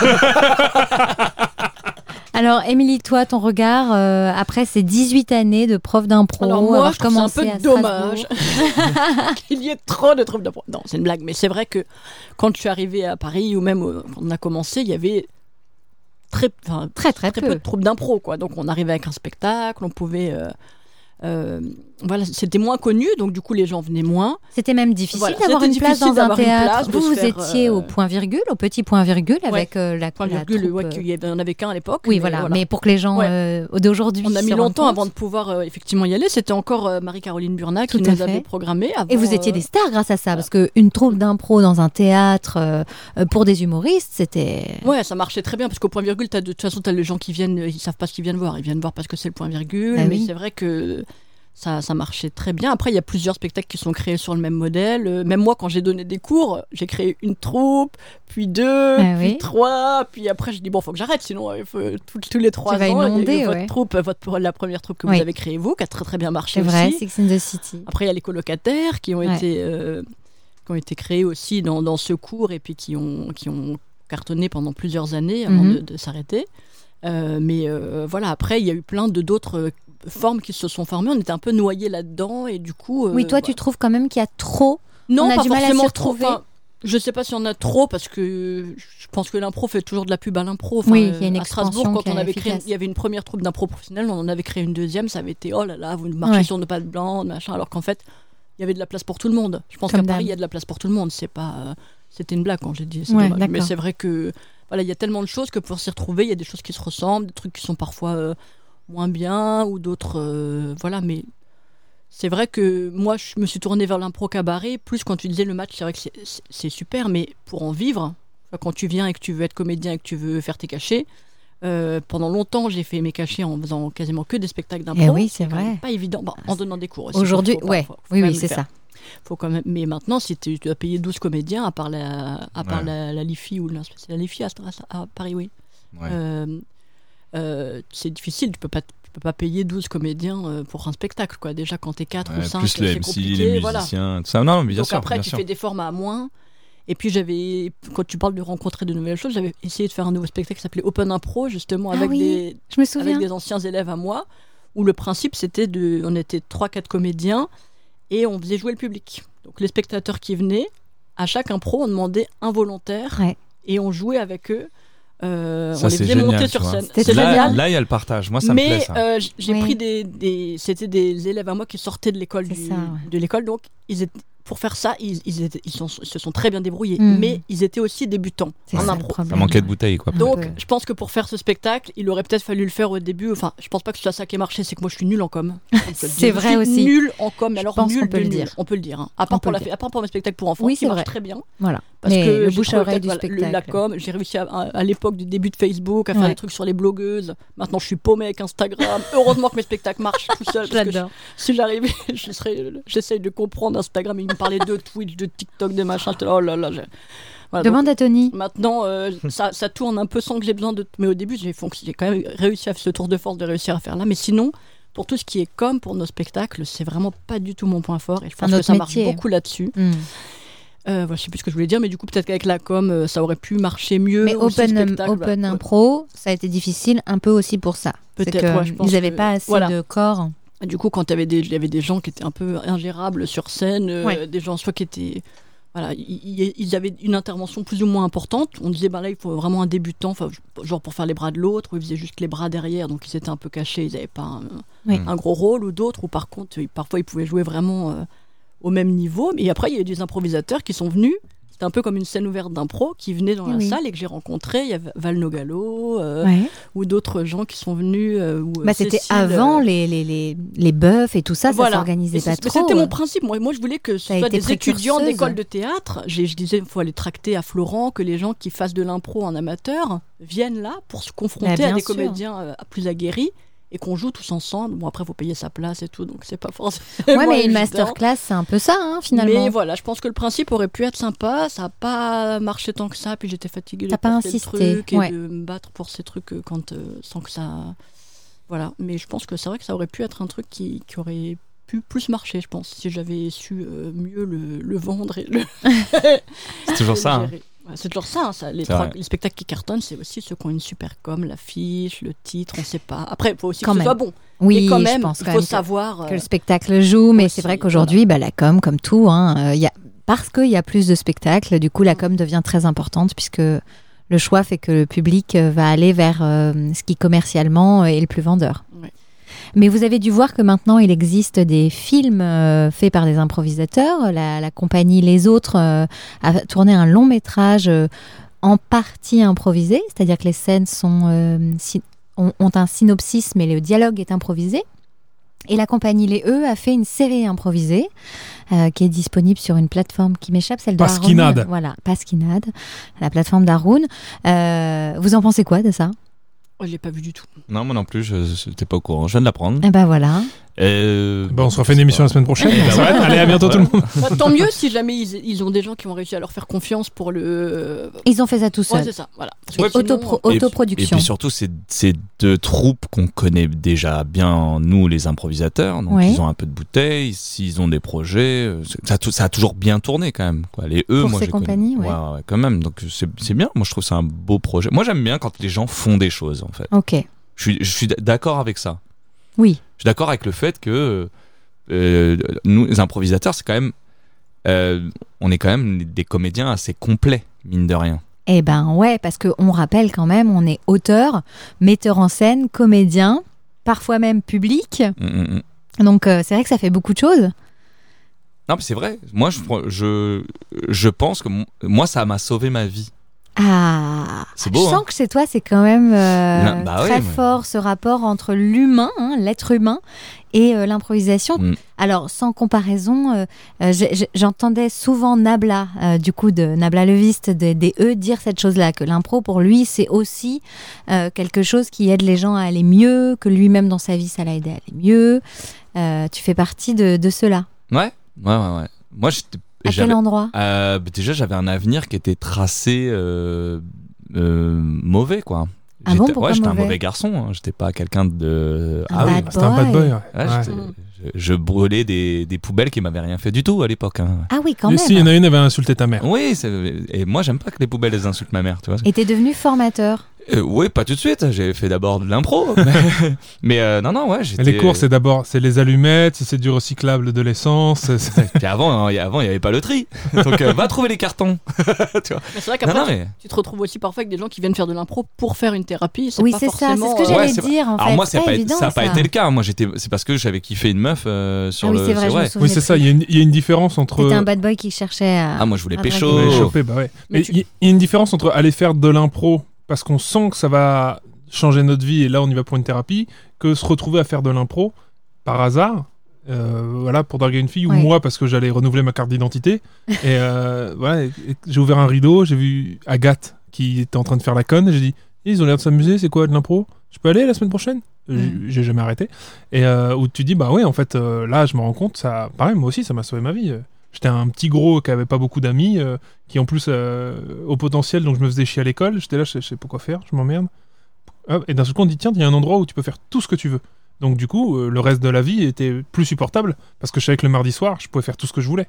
Alors, Émilie, toi, ton regard, euh, après ces 18 années de prof d'impro, Alors moi, avoir je trouve ça un commencé peu à dommage Strasbourg. qu'il y ait trop de trucs de... Non, c'est une blague, mais c'est vrai que quand je suis arrivée à Paris ou même euh, quand on a commencé, il y avait très, enfin, Très, très très peu. peu de troupes d'impro, quoi. Donc on arrivait avec un spectacle, on pouvait... euh, euh, voilà, c'était moins connu, donc du coup les gens venaient moins. C'était même difficile Voilà, d'avoir c'était une place difficile dans un d'avoir une place, théâtre. de Vous, se vous faire, étiez euh, au point virgule, au petit point virgule, avec euh, la, Enfin, la virgule, troupe, ouais, euh, qu'il y avait- on avait qu'un à l'époque. Oui, mais voilà. Mais pour que les gens Ouais. euh, d'aujourd'hui. On a mis se rendent longtemps compte. avant de pouvoir euh, effectivement y aller. C'était encore euh, Marie-Caroline Burna Tout qui à nous fait. avait programmé. Et avant, vous étiez euh, des stars grâce à ça, parce qu'une troupe d'impro dans un théâtre euh, euh, pour des humoristes, c'était. Ouais, ça marchait très bien parce qu'au point virgule, t'as de, de toute façon, t'as les gens qui viennent, euh, ils savent pas ce qu'ils viennent voir. Ils viennent voir parce que c'est le point virgule. Ah mais oui. c'est vrai que ça, ça marchait très bien. Après, il y a plusieurs spectacles qui sont créés sur le même modèle. Euh, Même moi, quand j'ai donné des cours, j'ai créé une troupe, puis deux, Ah puis oui. trois, puis après, j'ai dit bon, faut que j'arrête, sinon euh, faut- tous- tous les trois vas ans, il y a eu inonder, votre ouais. troupe, euh, votre la première troupe que Oui. vous avez créée vous, qui a très très bien marché C'est vrai, aussi. Ah, Six in the City. Mm. Après, il y a les colocataires qui ont Ouais. été euh, qui ont été créés aussi dans, dans ce cours et puis qui ont qui ont cartonné pendant plusieurs années avant Mhm. de, de s'arrêter. Euh, mais euh, voilà, après, il y a eu plein de d'autres euh, formes qui se sont formées. On était un peu noyés là-dedans et du coup. euh, oui, toi, tu voilà. trouves quand même qu'il y a trop. non, on a pas du mal à s'y forcément retrouver. trop. Enfin, je sais pas si on a trop parce que je pense que l'impro fait toujours de la pub à l'impro. euh, Oui, il y a une à Strasbourg, expansion quand qui on est avait créé, efficace. il y avait une première troupe d'impro professionnelle, on en avait créé une deuxième, ça avait été oh là là, vous marchez Ouais. sur nos pattes blanches, machin, alors qu'en fait, il y avait de la place pour tout le monde. Je pense Comme qu'à Paris, d'hab. il y a de la place pour tout le monde. C'est pas, euh, c'était une blague quand j'ai dit. c'est Ouais, dommage. Mais d'accord. c'est vrai que voilà, il y a tellement de choses que pour s'y retrouver, il y a des choses qui se ressemblent, des trucs qui sont parfois euh, moins bien ou d'autres, euh, voilà, mais c'est vrai que moi, je me suis tournée vers l'impro cabaret. Plus quand tu disais le match, c'est vrai que c'est- c'est- c'est super, mais pour en vivre, quand tu viens et que tu veux être comédien et que tu veux faire tes cachets, euh, pendant longtemps, j'ai fait mes cachets en faisant quasiment que des spectacles d'impro. Eh oui, c'est quand même vrai. Ah, Pas évident, Bon, en donnant des cours. aussi, Aujourd'hui, faut pas- ouais. faut- faut Oui, quand oui, même c'est faire. ça. Faut quand même... Mais maintenant, si tu tu dois payer 12 comédiens, à part la, à part Ouais. la, la LIFI ou la, c'est la LIFI à, Stras- à Paris, oui. Ouais. Euh, euh, c'est difficile, tu peux pas tu peux pas payer 12 comédiens euh, pour un spectacle quoi. Déjà quand t'es 4 ou Ouais, 5 plus les c'est MC, compliqué, les voilà. musiciens, tout ça. Non, mais bien Donc sûr, après bien tu sûr. fais des formats à moins. Et puis j'avais quand tu parles de rencontrer de nouvelles choses, j'avais essayé de faire un nouveau spectacle qui s'appelait Open Impro justement Ah avec oui. des Je me avec souviens. des anciens élèves à moi, où le principe c'était de. On était 3-4 comédiens et on faisait jouer le public. Donc les spectateurs qui venaient, à chaque impro, on demandait un volontaire Ouais. et on jouait avec eux. Euh, Ça, on les c'est faisait génial, monter tu sur vois. scène. C'était là, génial. là, il y a le partage. Moi, ça Mais me plaît, ça. euh, j- j'ai Oui. pris des, des- c'était des élèves à moi qui sortaient de l'école C'est du- ça, ouais. de l'école donc ils étaient- pour faire ça ils, ils étaient- ils sont- se sont très bien débrouillés Mm. mais ils étaient aussi débutants C'est en ça le impro. problème. Ça manquait de bouteilles, quoi. Un Donc, peu. je pense que pour faire ce spectacle, il aurait peut-être fallu le faire au début. Enfin, je pense pas que ce soit ça qui a marché, c'est que moi je suis nulle en com. Faut le dire. C'est Je vrai suis aussi. Nulle en com, mais Je alors pense qu'on nulle peut de le nulle. dire. On peut le dire. hein. À On peut part pour le la, dire. à part pour mes spectacles pour enfants, Oui, qui c'est marchent vrai. très bien. Voilà. Parce Mais que le j'ai bouche à trouvé, oreille du voilà, le- La spectacle. com, j'ai réussi à, à- à l'époque du début de Facebook à faire Ouais. des trucs sur les blogueuses. Maintenant, je suis paumée avec Instagram. Heureusement que mes spectacles marchent tout seul. Je parce que l'adore. si j'arrivais, je serais- j'essaye de comprendre Instagram. Ils me parlaient de Twitch, de TikTok, de machin. J'étais là, Oh là là. j'ai- Voilà, donc, Demande à Tony. Maintenant, euh, ça, ça tourne un peu sans que j'ai besoin de. Mais au début, j'ai fon- j'ai quand même réussi à ce tour de force de réussir à faire là. Mais sinon, pour tout ce qui est com, pour nos spectacles, c'est vraiment pas du tout mon point fort. Et je C'est un pense que autre ça métier. marche beaucoup là-dessus. Hmm. Euh, voilà, je sais plus ce que je voulais dire, mais du coup, peut-être qu'avec la com, euh, ça aurait pu marcher mieux. Mais ou ces Open, spectacles, open bah, Impro, ça a été difficile un peu aussi pour ça. C'est Peut-être, que ouais, je pense Ils n'avaient que- pas assez voilà. de corps. Et Du coup, quand il y avait des- il y avait des gens qui étaient un peu ingérables sur scène, euh, Ouais. des gens soit qui étaient. Voilà, i- i- ils avaient une intervention plus ou moins importante. On disait, ben là, il faut vraiment un débutant, enfin, genre pour faire les bras de l'autre, ou ils faisaient juste les bras derrière, donc ils étaient un peu cachés, ils n'avaient pas un, Oui. un gros rôle, ou d'autres, ou par contre, ils- parfois, ils pouvaient jouer vraiment euh, au même niveau. Et après, il y a eu des improvisateurs qui sont venus C'était un peu comme une scène ouverte d'impro qui venait dans la Eh Oui. salle et que j'ai rencontré. Il y avait Val Nogalo euh, Ouais. ou d'autres gens qui sont venus. euh, ou, euh, Bah, c'était Cécile, avant euh, les, les, les, les bœufs et tout ça, Voilà. ça Et s'organisait c'est- pas mais trop. C'était mon principe. Moi, moi, je voulais que T'as ce soit été des étudiants précurseuse. d'école de théâtre. J'ai- Je disais, il faut aller tracter à Florent que les gens qui fassent de l'impro en amateur viennent là pour se Bah, confronter bien à des sûr. comédiens euh, plus aguerris et qu'on joue tous ensemble. Bon, après, il faut payer sa place et tout, donc c'est pas forcément. Ouais, mais une évident. masterclass, c'est un peu ça, hein, finalement. Mais voilà, je pense que le principe aurait pu être sympa. Ça n'a pas marché tant que ça. Puis j'étais fatiguée de T'as pas porter le insisté, truc et ouais. de me battre pour ces trucs euh, quand, euh, sans que ça. Voilà. Mais je pense que c'est vrai que ça aurait pu être un truc qui, qui aurait pu plus marcher, je pense, si j'avais su euh, mieux le, le vendre et le. C'est toujours ça. hein. gérer. Ouais, C'est toujours ça, hein, ça. Les, C'est trois- vrai. les spectacles qui cartonnent, c'est aussi ceux qui ont une super com, l'affiche, le titre, on sait pas. Après, il faut aussi Quand que même. ce soit bon. oui, mais quand je même, pense il quand faut même que- savoir. que euh, le spectacle joue, mais aussi, c'est vrai qu'aujourd'hui, bah, la com, comme tout, hein, euh, il y a... parce qu'il y a plus de spectacles, du coup, la com devient très importante puisque le choix fait que le public euh, va aller vers euh, ce qui commercialement euh, est le plus vendeur. Ouais. Mais vous avez dû voir que maintenant, il existe des films euh, faits par des improvisateurs. La, la compagnie Les Autres euh, a tourné un long métrage euh, en partie improvisé, c'est-à-dire que les scènes sont, euh, si- ont, ont un synopsis, mais le dialogue est improvisé. Et la compagnie Les E a fait une série improvisée euh, qui est disponible sur une plateforme qui m'échappe, celle de Pasquinade. Haroun. Voilà, Pasquinade, la plateforme d'Arun. vous en pensez quoi de ça oh, Je l'ai pas vu du tout. Non, moi non plus, je n'étais pas au courant. Je viens de l'apprendre. Eh ben voilà. Euh, Bon, on se refait une émission la semaine prochaine. Eh ben on s'arrête. ouais. Allez, à bientôt tout le monde. Bah, tant mieux si jamais ils, ils ont des gens qui ont réussi à leur faire confiance pour le. Ils ont fait ça tout Ouais, seuls. c'est ça. Voilà. Parce Et que sinon, euh, autopro- Et- autoproduction. Et puis surtout, c'est c'est deux troupes qu'on connaît déjà bien, nous, les improvisateurs. Donc, Ouais. ils ont un peu de bouteille. S'ils ont des projets, euh, c'est- ça, a tou- ça a toujours bien tourné quand même. Quoi. Les eux, Pour moi, ces j'ai connu. compagnies, ouais. ouais, quand même. Donc, c'est c'est bien. Moi, je trouve c'est un beau projet. Moi, j'aime bien quand les gens font des choses, en fait. Ok. Je suis, je suis d'accord avec ça. Oui. Je suis d'accord avec le fait que euh, nous, les improvisateurs, c'est quand même. euh, on est quand même des comédiens assez complets, mine de rien. Eh ben ouais, parce qu'on rappelle quand même, on est auteur, metteur en scène, comédien, parfois même public. Mm, mm, mm. Donc euh, c'est vrai que ça fait beaucoup de choses. Non, mais c'est vrai. Moi, je, je, je pense que mon- moi, ça m'a sauvé ma vie. Ah C'est beau, Je sens hein. que chez toi, c'est quand même euh, L'un- bah très oui, mais- fort ce rapport entre l'humain, hein, l'être humain, et euh, l'improvisation. Mm. Alors, sans comparaison, euh, euh, j'ai- j'ai- j'entendais souvent Nabla, euh, du coup, de Nabla Leviste, des, des E, dire cette chose-là, que l'impro, pour lui, c'est aussi euh, quelque chose qui aide les gens à aller mieux, que lui-même, dans sa vie, ça l'a aidé à aller mieux. Euh, tu fais partie de, de cela. Ouais, ouais, ouais. ouais. Moi, j'étais. À quel j'avais- endroit Euh, bah, déjà, j'avais un avenir qui était tracé euh, euh, mauvais, quoi. Ah bon, J'étais- pourquoi ouais, j'étais un mauvais mauvais garçon. hein. J'étais pas quelqu'un de. Ah oui, Bad c'était un bad boy. boy. ouais. Ouais, Ouais. j'étais- Je, je brûlais des, des poubelles qui m'avaient rien fait du tout à l'époque. hein. Ah oui, quand Et même. si, il y en a une, elle avait insulté ta mère. Oui, c'est- et moi j'aime pas que les poubelles les insultent ma mère, tu vois. Et t'es devenu formateur. Euh, oui, pas tout de suite. J'ai fait d'abord de l'impro, mais, mais, euh, non, non, ouais. Et j'étais- Les cours, c'est d'abord c'est les allumettes, si c'est du recyclable de l'essence. c'est- c'est- Puis avant, hein, y- avant, il n'y avait pas le tri. Donc, euh, va trouver les cartons. Mais c'est vrai Non, qu'après, non, mais. tu te retrouves aussi parfois avec des gens qui viennent faire de l'impro pour faire une thérapie. Oui, pas c'est ça, c'est forcément, ce que euh, j'allais Ouais, c'est- dire en fait. Alors, moi, ça n'a C'est pas, été- évident, ça a pas ça. été le cas. Moi, j'étais, c'est parce que j'avais kiffé une meuf euh, sur ah oui, le. c'est vrai, je me souviens. Oui, c'est ça. Il y, a une- il y a une différence entre. T'étais un bad boy qui cherchait à. euh, Ah, moi, je voulais Ah, pécho. Ouais, choper, bah ouais. Mais Mais tu- il y, il y a une différence entre aller faire de l'impro parce qu'on sent que ça va changer notre vie et là on y va pour une thérapie, que se retrouver à faire de l'impro par hasard. euh, voilà pour draguer une fille Ouais. ou moi parce que j'allais renouveler ma carte d'identité et euh, voilà et- et j'ai ouvert un rideau j'ai vu Agathe qui était en train de faire la conne et j'ai dit Eh, ils ont l'air de s'amuser c'est quoi de l'impro je peux aller la semaine prochaine J'ai- Mm. j'ai jamais arrêté et euh, où tu dis bah ouais en fait euh, là je me rends compte ça pareil moi aussi ça m'a sauvé ma vie j'étais un petit gros qui avait pas beaucoup d'amis euh, qui en plus euh, au potentiel, donc je me faisais chier à l'école, j'étais là, je sais, je sais pas quoi faire, je m'emmerde. Hop, Et d'un seul coup, on dit tiens, il y a un endroit où tu peux faire tout ce que tu veux. Donc du coup, euh, le reste de la vie était plus supportable parce que je savais que le mardi soir, je pouvais faire tout ce que je voulais.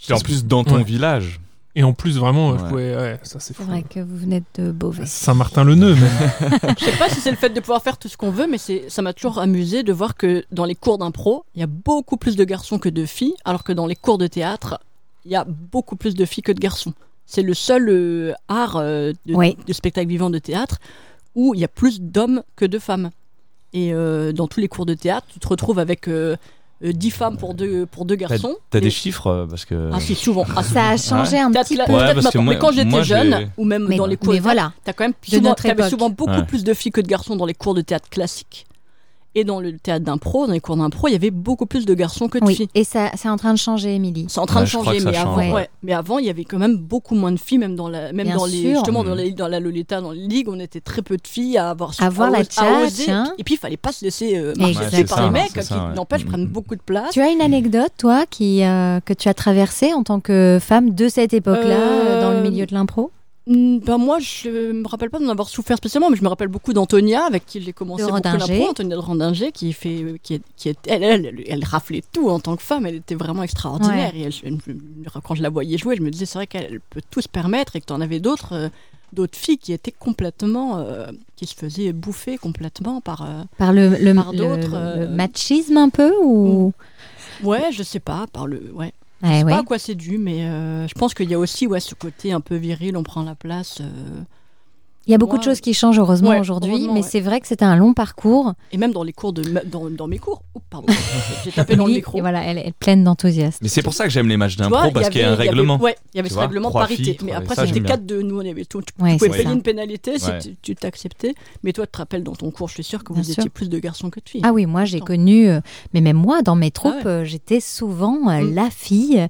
Puis en plus, dans ton Ouais. village. Et en plus, vraiment, euh, je Ouais. pouvais. Ouais, ça c'est C'est fou. vrai que vous venez de Beauvais. Saint-Martin-le-Neu, même. Je sais pas si c'est le fait de pouvoir faire tout ce qu'on veut, mais c'est, ça m'a toujours amusé de voir que dans les cours d'impro, il y a beaucoup plus de garçons que de filles, alors que dans les cours de théâtre, il y a beaucoup plus de filles que de garçons. C'est le seul euh, art euh, de, Oui. de spectacle vivant de théâtre où il y a plus d'hommes que de femmes. Et euh, dans tous les cours de théâtre, tu te retrouves avec euh, euh, 10 femmes pour deux, pour deux T'as garçons. t'as Et- des chiffres euh, parce que. Ah si, souvent. Ah, Ça a changé un Peut-être petit là- peu. Ouais, peut-être parce que maintenant, moi- mais quand j'étais moi, j'ai- jeune, ou même Mais, dans les cours mais de théâtre, voilà. t'as quand même De souvent, notre t'avais époque. souvent beaucoup Ouais. plus de filles que de garçons dans les cours de théâtre classique. Et dans le théâtre d'impro, dans les cours d'impro, il y avait beaucoup plus de garçons que de Oui. filles. Et ça, c'est en train de changer, Émilie. C'est en train Ouais, de je crois changer, que ça mais avant, change, ouais. ouais. mais avant, il y avait quand même beaucoup moins de filles, même dans la, même Bien dans les, sûr. justement dans, Mhm. les- dans la Lolita, dans les ligues, on était très peu de filles à avoir À voir la os- à tchatche, oser. hein. Et puis, il fallait pas se laisser euh, Ouais, marcher c'est par ça, les mecs, c'est qui ça, ouais. n'empêche Mhm. prennent beaucoup de place. Tu as une anecdote, toi, qui, euh, que tu as traversée en tant que femme de cette époque-là, Euh, euh, dans le milieu de l'impro Hmm, Ben moi, je me rappelle pas d'en avoir souffert spécialement, mais je me rappelle beaucoup d'Antonia, avec qui j'ai commencé De beaucoup Randinger. l'impro. Antonia de Randinger, qui fait, qui est, qui est elle, elle, elle, elle raflait tout en tant que femme. Elle était vraiment extraordinaire. Et elle- je- je- quand je la voyais jouer, je me disais c'est vrai qu'elle peut tout se permettre et que tu en avais d'autres, euh, d'autres filles qui étaient complètement, euh, qui se faisaient bouffer complètement par. euh, Par le, le, Par le- d'autres, le euh, machisme un peu ou... ouais, je sais pas, par le, ouais. Ouais, Je sais ouais. pas à quoi c'est dû, mais euh, je pense qu'il y a aussi ouais ce côté un peu viril, on prend la place. euh, Il y a beaucoup de Moi, choses qui changent heureusement ouais, aujourd'hui, heureusement, mais ouais. c'est vrai que c'était un long parcours. Et même dans les cours de ma- dans, dans mes cours. Oups, pardon. J'ai tapé dans le Émilie, micro. Et voilà, elle elle est pleine d'enthousiasme. Mais c'est pour ça que j'aime les matchs Tu d'impro vois, parce qu'il y a un avait- règlement. Ouais, il y avait Tu ce vois, règlement trois parité. filles, mais trois- après, ça, c'était j'aime bien. quatre de nous. On avait tout. Tu Ouais, pouvais c'est payer ça. une pénalité si Ouais. tu- tu t'acceptais. Mais toi, tu te rappelles dans ton cours, je suis sûre que vous Bien étiez sûr. plus de garçons que de filles. Ah oui, moi j'ai Attends. Ah connu, euh, mais même moi dans mes troupes, ouais. euh, j'étais souvent euh, Mm. la fille.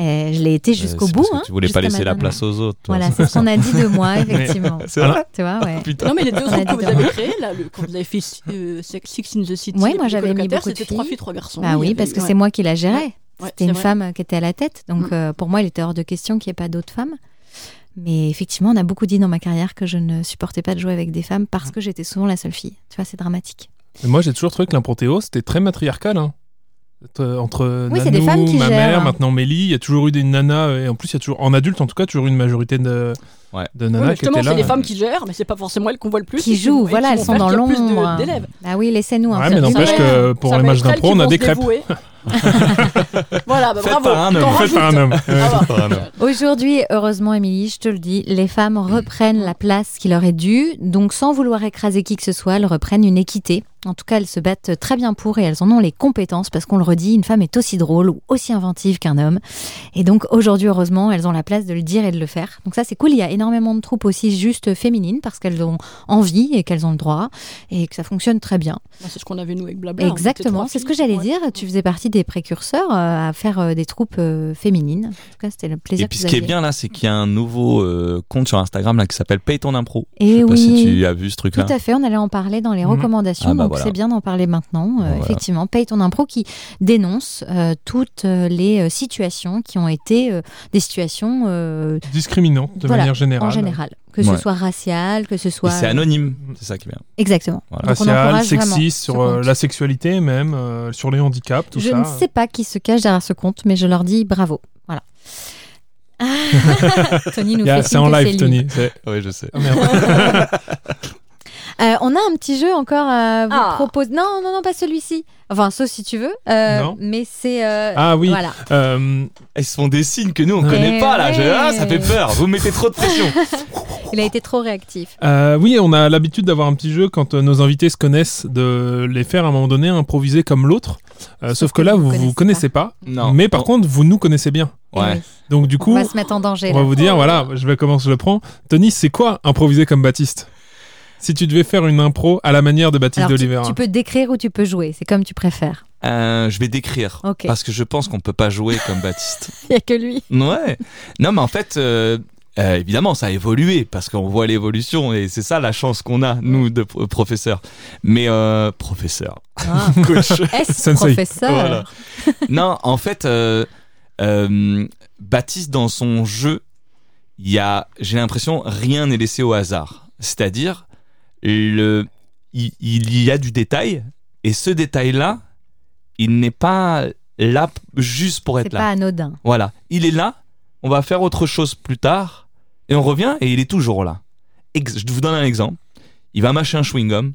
Euh, je l'ai été jusqu'au Euh, c'est bout. parce que hein, tu voulais pas jusqu'à laisser la maintenant. place aux autres. toi. Voilà, c'est ce qu'on a dit de moi, effectivement. C'est vrai tu vois, Ah, ouais. Putain. Non, mais les deux a autres que dit vous avez créés, là, le- quand vous avez fait euh, Six in the City, Ouais, et moi, puis j'avais mis Colocataire, beaucoup de c'était trois filles. filles, trois garçons. Bah Il y oui, avait- parce que ouais. c'est moi qui la gérais. Ouais, C'était c'est une vrai. femme qui était à la tête, donc Mm. euh, pour moi, il était hors de question qu'il n'y ait pas d'autres femmes. Mais effectivement, on a beaucoup dit dans ma carrière que je ne supportais pas de jouer avec des femmes Mm. parce que j'étais souvent la seule fille. Tu vois, c'est dramatique. Et Moi, j'ai toujours trouvé que l'impro-théo, c'était très matriarcal. hein. Entre, entre Oui, c'est Nanou, des femmes qui ma gèrent. hein. mère, maintenant Mélie, il y a toujours eu des nanas. euh, Et en plus, il y a toujours, en adulte en tout cas, toujours eu une majorité de, Ouais. de Ouais, nanas mais qui justement, étaient là. c'est des femmes qui gèrent, mais c'est pas forcément elles qu'on voit le plus. Qui et jouent, vont- et voilà, qui elles vont sont faire dans qu'il y a plus de- l'ombre. d'élèves. Bah oui, hein. laissez-nous. un Ouais, petit mais peu. n'empêche Ouais. que pour hein. Ça un va match être elles d'impro, qui on a vont des se crêpes. dévouer. voilà, bah, Faites bravo. par un homme. T'en Fait par un homme. Ah, Ouais. bah. Par un homme. Aujourd'hui, heureusement, Émilie, je te le dis, les femmes reprennent la place qui leur est due. Donc, sans vouloir écraser qui que ce soit, elles reprennent une équité. En tout cas, elles se battent très bien pour et elles en ont les compétences parce qu'on le redit, une femme est aussi drôle ou aussi inventive qu'un homme. Et donc, aujourd'hui, heureusement, elles ont la place de le dire et de le faire. Donc, ça, c'est cool. Il y a énormément de troupes aussi juste féminines parce qu'elles ont envie et qu'elles ont le droit et que ça fonctionne très bien. Bah, C'est ce qu'on avait nous avec hein. Blabla. on était Exactement. trois C'est ce que filles. j'allais Ouais. dire. Tu faisais partie des précurseurs euh, à faire euh, des troupes euh, féminines. En tout cas, c'était le plaisir Et puis que ce vous qui est aviez. bien là, c'est qu'il y a un nouveau euh, compte sur Instagram là qui s'appelle Paye ton impro. Et Je sais pas Eh oui. si tu as vu ce truc Tout là. à fait, on allait en parler dans les Mhm. recommandations, Ah bah donc voilà. c'est bien d'en parler maintenant. Euh, Voilà. Effectivement, Paye ton impro qui dénonce euh, toutes euh, les euh, situations qui ont été euh, des situations euh, Discriminantes de Voilà, manière générale. en général, que Ouais. ce soit raciale, que ce Et soit c'est anonyme, c'est ça qui est bien. exactement. Voilà. Donc, on Racial, encourage vraiment sexiste, ce sur euh, compte. la sexualité même, euh, sur les handicaps, tout je ça. ne sais pas qui se cache derrière ce compte, mais je leur dis bravo. Voilà. Ah, Tony nous Il y a- fait C'est signe en que live, lui. Tony. C'est- Oui, je sais. Ah, merde. Euh, on a un petit jeu encore à vous Ah. proposer. Non, non, non, pas celui-ci. Enfin, sauf si tu veux. Euh, Non. Mais c'est. euh, Ah oui. Voilà. Euh, Ils se font des signes que nous on Ouais. connaît pas là. Eh Je- ah, ça ouais. fait peur. Vous mettez trop de pression. Il a été trop réactif. Euh, oui, on a l'habitude d'avoir un petit jeu quand euh, nos invités se connaissent, de les faire à un moment donné improviser comme l'autre. Euh, sauf, que là, vous vous connaissez pas. non. Oh, mais par contre, vous nous connaissez bien. Eh Ouais. oui. Donc du on coup, va se mettre en danger. on va là. vous dire, voilà, je vais comment je le prends. Tony, c'est quoi improviser comme Baptiste Si tu devais faire une impro à la manière de Baptiste Alors, tu, d'Oliveira. tu peux décrire ou tu peux jouer. C'est comme tu préfères. Euh, je vais décrire Ok. parce que je pense qu'on peut pas jouer comme Baptiste. Il n'y a que lui. Ouais. Non, mais en fait, euh, euh, évidemment, ça a évolué parce qu'on voit l'évolution et c'est ça la chance qu'on a, nous, de pro- professeurs. Mais euh, professeur, coach. Ah. Est-ce Sensei. professeur Voilà. non, en fait, euh, euh, Baptiste, dans son jeu, il y a, j'ai l'impression, rien n'est laissé au hasard. C'est-à-dire, le, il, il y a du détail et ce détail-là, il n'est pas là p- juste pour C'est être là. pas anodin. Voilà, il est là, on va faire autre chose plus tard, et on revient, et il est toujours là. Ex- je vous donne un exemple. Il va mâcher un chewing-gum,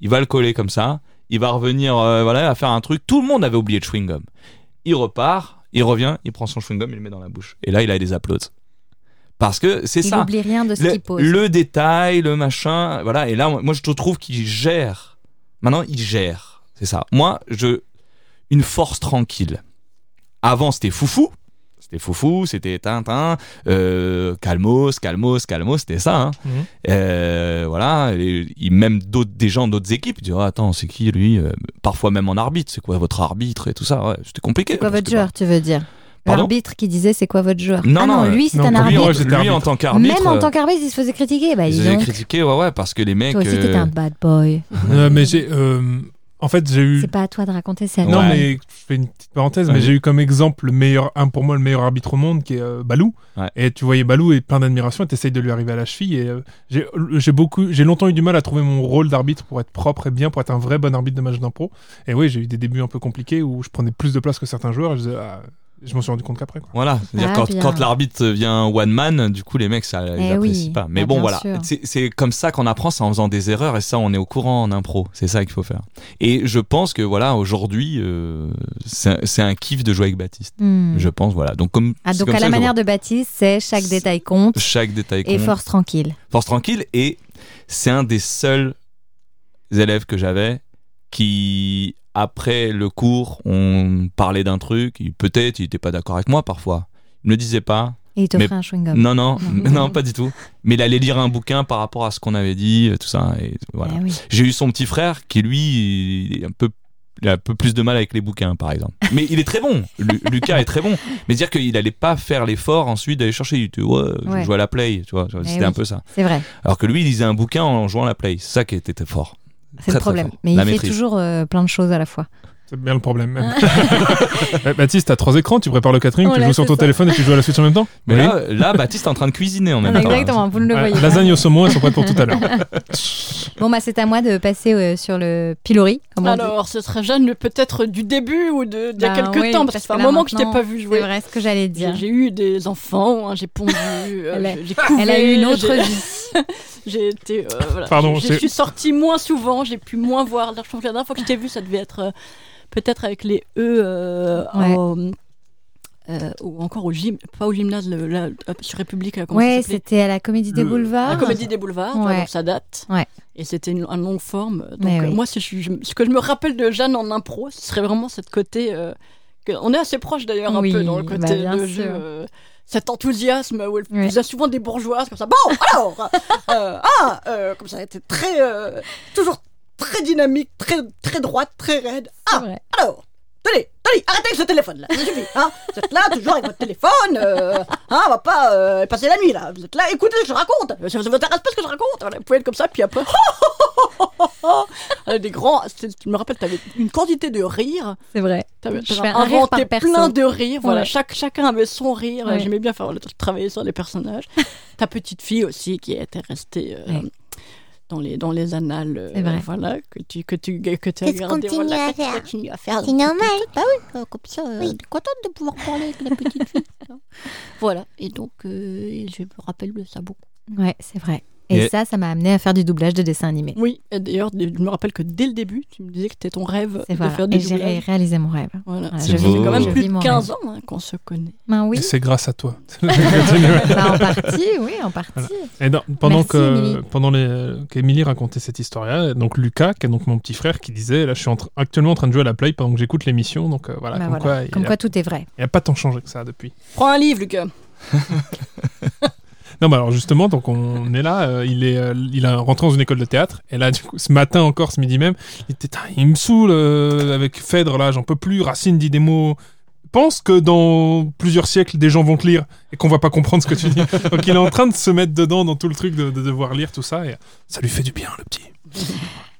il va le coller comme ça, il va revenir, euh, voilà, il va faire un truc. Tout le monde avait oublié le chewing-gum. Il repart, il revient, il prend son chewing-gum, il le met dans la bouche. Et là, il a des applaudissements. Parce que c'est Il ça n'oublie rien de ce le, qu'il pose. le détail, le machin, voilà. Et là, moi, je trouve qu'il gère. Maintenant, il gère. C'est ça. Moi, je, une force tranquille. Avant, c'était foufou. C'était foufou, c'était tintin, euh, calmos, calmos, calmos, c'était ça. hein. Mhm. Euh, voilà, et, et même d'autres, des gens d'autres équipes disaient Ah, Attends, c'est qui lui Euh, Parfois même en arbitre, c'est quoi votre arbitre et tout ça ouais, C'était compliqué. bah, C'est quoi votre C'était pas- joueur, tu veux dire Pardon L'arbitre qui disait c'est quoi votre joueur Non, Ah non, non, euh, lui c'est non, un pour Lui, arbitre. en- arbitre. lui, en tant qu'arbitre. Même en euh, tant qu'arbitre, il se faisait critiquer. Bah, ils dis avaient donc, critiqué, ouais, ouais, parce que les mecs. toi aussi t'étais euh, un bad boy. Euh, mais j'ai. euh, en fait, j'ai eu. C'est pas à toi de raconter ça. Non, Ouais. mais je fais une petite parenthèse, Ouais. mais j'ai eu comme exemple le meilleur, un pour moi, le meilleur arbitre au monde qui est euh, Balou. Ouais. Et tu voyais Balou et plein d'admiration et t'essayes de lui arriver à la cheville. Et euh, j'ai j'ai beaucoup, j'ai longtemps eu du mal à trouver mon rôle d'arbitre pour être propre et bien, pour être un vrai bon arbitre de match d'impro. Et oui, j'ai eu des débuts un peu compliqués où je prenais plus de place que certains joueurs et je, disais, ah, je m'en suis rendu compte qu'après. quoi. Voilà, c'est-à-dire Ah, quand, bien. quand l'arbitre vient one man, du coup les mecs ça ils Eh apprécient oui, pas. Mais bah, bon bien voilà, sûr. c'est c'est comme ça qu'on apprend, c'est en faisant des erreurs et ça on est au courant en impro, c'est ça qu'il faut faire. Et je pense que voilà aujourd'hui euh, c'est un- c'est un kiff de jouer avec Baptiste. Hmm. Je pense voilà. Donc comme Ah, c'est donc comme à ça la que je manière de Baptiste, c'est chaque C'est- détail compte vois chaque détail et compte. force tranquille. Force tranquille et c'est un des seuls élèves que j'avais qui après le cours on parlait d'un truc, il- peut-être il était pas d'accord avec moi parfois. Il me le disait pas, Et il Mais- t'offrait un chewing-gum. Non, non, non, pas du tout. Mais il allait lire un bouquin par rapport à ce qu'on avait dit, euh, tout ça. Et voilà. Eh oui. J'ai eu son petit frère qui, lui, il est un peu, il a un peu plus de mal avec les bouquins, par exemple. Mais il est très bon. Lu- Lucas est très bon. Mais dire qu'il n'allait pas faire l'effort ensuite d'aller chercher du tout. Ouais, je Ouais. Eh joue à la play, tu vois. C'était oui. un peu ça. C'est vrai, Alors que lui, il lisait un bouquin en jouant à la play. C'est ça qui était très fort. c'est Très, le très problème. fort. Mais La il fait maîtrise. toujours euh, plein de choses à la fois. C'est bien le problème. même. Eh, Baptiste, t'as trois écrans, tu prépares le catering, tu Voilà, joues sur Ah. Oh c'est ton ça. téléphone et tu joues à la Switch en même temps. Mais Oui. là, là, Baptiste est en train de cuisiner en même temps. Exactement, vous ne le Ah, voyez pas. lasagne au saumon, elles sont prêtes pour tout à l'heure. Bon, bah, c'est à moi de passer euh, sur le pilori. Comme on dit. Alors, ce serait jeune peut-être du début ou de- d'il y a Bah quelques oui, temps, parce parce que c'est que un là, moment que je t'ai maintenant, pas vu c'est jouer. vrai ce que j'allais J'ai dire. j'ai eu des enfants, hein, j'ai pondu, euh, Elle a- j'ai- j'ai couvé. Elle a eu une autre j'ai- vie. J'ai été. euh, voilà. Pardon, je, je c'est- suis sortie moins souvent, j'ai pu moins voir. Je pense que la dernière fois que je t'ai vu, ça devait être euh, peut-être avec les E euh, Ouais. au- euh, ou encore au gym, pas au gymnase, le- la- euh, sur République, là, comment ça Ouais, s'appelait c'était à la Comédie des Le- Boulevards. la comédie des boulevards, tu vois, Ouais. donc ça date. Ouais. Et c'était une, une longue forme. Donc Mais euh, oui. moi, si je- je- ce que je me rappelle de Jeanne en impro, ce serait vraiment cette côté. euh, que- on est assez proche d'ailleurs un Oui, peu dans le bah, côté bien de sûr. jeu. euh, cet enthousiasme où elle Ouais. faisait souvent des bourgeoises comme ça. Bon, alors, euh, ah, euh, comme ça, elle était très, euh, toujours très dynamique, très, très droite, très raide. C'est Ah, vrai. alors, tenez, tenez, arrêtez avec ce téléphone là, ça suffit, hein. Vous êtes là toujours avec votre téléphone, euh, hein, on va pas euh, passer la nuit là. Vous êtes là, écoutez ce que je raconte, Euh, ça vous intéresse pas ce que je raconte. Voilà, vous pouvez être comme ça, puis après. Elle a des grands. c'était- Je me rappelle, t'avais une quantité de rires. C'est vrai. T'avais Je t'avais fais un rire inventé par perso. plein de rires. Voilà, Ouais. chaque, chacun avait son rire. euh, Ouais. J'aimais bien faire, travailler sur les personnages. Ta petite fille aussi qui était restée euh, Ouais. dans, les, dans les annales. euh, C'est vrai. Voilà, que tu, que tu, que tu as Qu'est-ce qu'on gardé. continue voilà, à que tu faire continues à faire. C'est normal. Euh, comme ça, euh, Oui. elle est contente de pouvoir parler avec la petite fille. hein. voilà, et donc euh, et je me rappelle de ça beaucoup. Ouais, c'est vrai. Et, Et- ça, ça m'a amené à faire du doublage de dessins animés. Oui, et d'ailleurs, je me rappelle que dès le début, tu me disais que c'était ton rêve C'est de vrai. faire Et des j'ai Ah, ré- doublages. réalisé mon rêve. Voilà. Voilà, C'est je vis- Ça fait beau. quand je même plus vis mon de rêve. 15 ans hein, qu'on se connaît. Ben oui. C'est grâce à toi. Continue. Bah, en partie, oui, en partie. Et non, pendant Merci, Émilie. que pendant les- qu'Émilie racontait cette histoire-là, donc Lucas, qui est donc mon petit frère, qui disait là, je suis en train- actuellement en train de jouer à la play pendant que j'écoute l'émission, donc euh, voilà, Bah comme, voilà. Quoi, il Comme a- quoi, tout est vrai. il a pas tant changé que ça depuis. Prends un livre, Lucas. Non, mais alors justement, donc on est là, euh, il est, euh, il a rentré dans une école de théâtre, et là du coup, ce matin encore, ce midi même, il était, "Tain, il me saoule euh, avec Phèdre là, j'en peux plus, Racine dit des mots. Pense que dans plusieurs siècles, des gens vont te lire et qu'on va pas comprendre ce que tu dis. Donc il est en train de se mettre dedans dans tout le truc de, de devoir lire tout ça, et ça lui fait du bien le petit.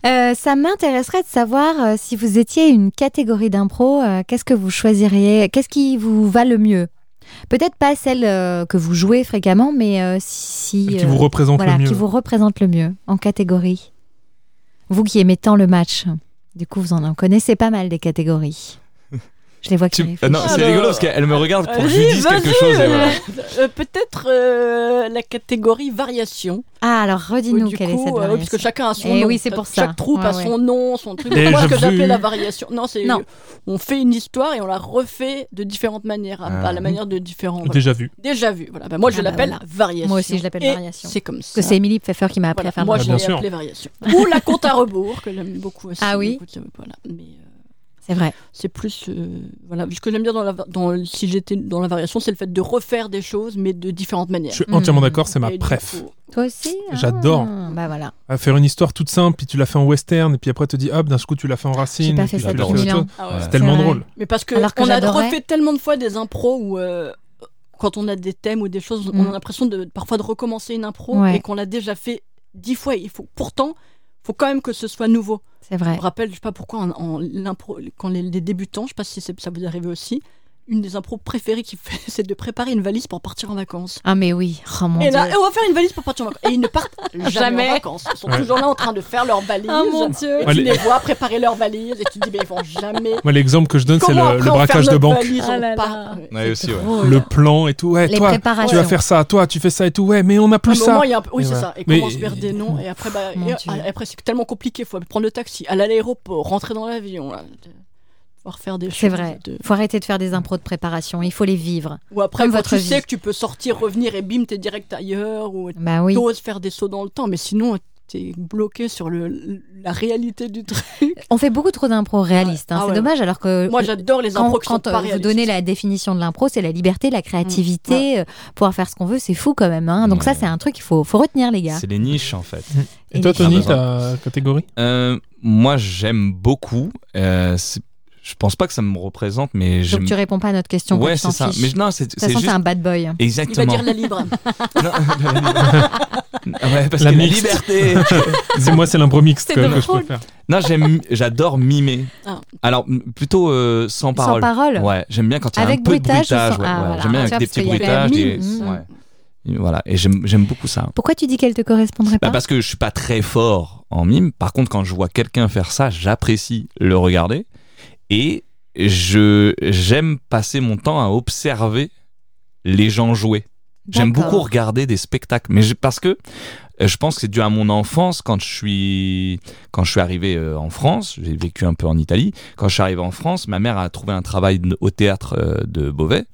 Euh, ça m'intéresserait de savoir euh, si vous étiez une catégorie d'impro, euh, qu'est-ce que vous choisiriez Qu'est-ce qui vous va le mieux Peut-être pas celle euh, que vous jouez fréquemment, mais euh, si. Celle qui euh, vous représente voilà, le mieux. qui vous représente le mieux en catégorie. Vous qui aimez tant le match, du coup, vous en connaissez pas mal des catégories. Je les vois qui Tu- Ah ah réfléchissent. non, c'est Alors- rigolo parce qu'elle me regarde Ah, pour que je lui Vas-y, dise quelque Euh, vas-y, chose. et euh, voilà. euh, Peut-être euh, la catégorie variation. Ah, alors redis-nous Ou du quelle coup, est cette euh, variation. parce que chacun a son Eh nom. oui, c'est pour ça. Chaque troupe a Ouais, son nom, son truc. Déjà Moi, ce que vu. j'appelais la variation. Non, c'est Non. on fait une histoire et on la refait de différentes manières, à, Ah. à la manière de différents. voilà. Déjà vu. Déjà vu. Voilà. Bah, moi, je Ah, bah, l'appelle voilà. variation. Moi aussi, je l'appelle Et variation. C'est comme Parce ça. que c'est Émilie Pfeffer qui m'a appris Voilà. à faire Moi, le je bien l'ai match. sûr. appelé variation. Ou la compte à rebours, que j'aime beaucoup aussi. Ah oui. Écoute, euh, voilà. Mais, euh, C'est vrai. C'est plus. euh, voilà. Ce que j'aime bien dans la, va- dans, si j'étais dans la variation, c'est le fait de refaire des choses, mais de différentes Je manières. suis entièrement Mm. d'accord, c'est ma Et du préf. coup, Toi aussi ah, J'adore. Bah voilà. À faire une histoire toute simple, puis tu l'as fait en western, et puis après tu dis hop, d'un coup tu l'as fait en racine. J'ai pas puis fait tu ça l'as depuis fait autre mille ans. chose. ah ouais. Voilà. C'est tellement vrai. drôle. Mais parce que, Alors que on a j'adorais. refait tellement de fois des impros où, euh, quand on a des thèmes ou des choses, Mm. on a l'impression de parfois de recommencer une impro Ouais. et qu'on l'a déjà fait dix fois. Il faut pourtant, faut quand même que ce soit nouveau. C'est Je vrai. me rappelle, je sais pas pourquoi, en, en- l'impro- quand les, les débutants, je sais pas si c'est- ça vous est arrivé aussi, une des impros préférées qu'il fait, c'est de préparer une valise pour partir en vacances. Ah mais oui. Oh mon Et dieu. là, on va faire une valise pour partir en vacances. Et ils ne partent jamais, Jamais. en vacances. Ils sont Ouais. toujours là en train de faire leur valise. Oh mon dieu. Et Ouais, tu les- les vois préparer leur valise et tu te dis, mais ils vont jamais. Moi, l'exemple que je donne, c'est le, Comment après le on braquage ferme de notre banque. valise, Ah on là part. là. Ouais. Ouais, aussi, ouais. Le plan et tout. Ouais, Les toi, préparations. tu vas faire ça. Toi, tu fais ça et tout. Ouais, mais on n'a À un plus ça. moment, il y a un peu- Oui, Mais c'est ouais. ça. Et Mais- commence à perdre des noms. Et après, bah, Mon et- Dieu. après c'est tellement compliqué. Il faut prendre le taxi, aller à l'aéroport, rentrer dans l'avion. Là, de- pouvoir faire des choses. C'est vrai. de- Faut arrêter de faire des impros de préparation. Il faut les vivre. Ou après, Comme quand votre tu vie. sais que tu peux sortir, revenir et bim, t'es direct ailleurs. Ou Bah oui. t'oses faire des sauts dans le temps. Mais sinon, t'es bloqué sur le, la réalité du truc. On fait beaucoup trop d'impro réalistes. hein. Ah c'est ouais. dommage alors que Moi, j'adore les euh, quand, impros qui sont quand, pas euh, vous réalistes. Mm. donnez la définition de l'impro, c'est la liberté, la créativité, euh, pouvoir faire ce qu'on veut, c'est fou quand même. hein. Donc ça, Ouais. c'est un truc qu'il faut, faut retenir, les gars. C'est les niches en fait. Et toi, les- Tony, Ah, ta catégorie Euh, moi, j'aime beaucoup. Euh, c'est- je pense pas que ça me représente, mais j'aime. Donc tu réponds pas à notre question. ouais, quand tu t'en c'est ça. fiches. Mais non, c'est De toute c'est façon, juste t'es un bad boy. Il va exactement. dire la libre. Non, ouais, parce que la La mixte. liberté. C'est moi, c'est l'impro mixte C'est que, que je drôle. préfère. non, j'aime, j'adore mimer. Ah. Alors m- plutôt euh, sans Sans parole. parole. Ouais, j'aime bien quand il y a Avec un peu de bruitage ou bruitage. sans- ouais, Ah, ouais. voilà. J'aime bien Tu vois, avec des parce qu'il petits y a la bruitages. des- mime. ouais. Et Voilà, et j'aime j'aime beaucoup ça. Pourquoi tu dis qu'elle te correspondrait Bah, pas parce que je suis pas très fort en mime. Par contre, quand je vois quelqu'un faire ça, j'apprécie le regarder et je j'aime passer mon temps à observer les gens jouer. J'aime D'accord. beaucoup regarder des spectacles, mais je- parce que euh, je pense que c'est dû à mon enfance quand je suis quand je suis arrivé euh, en France. J'ai vécu un peu en Italie. Quand je suis arrivé en France, ma mère a trouvé un travail de- au théâtre euh, de Beauvais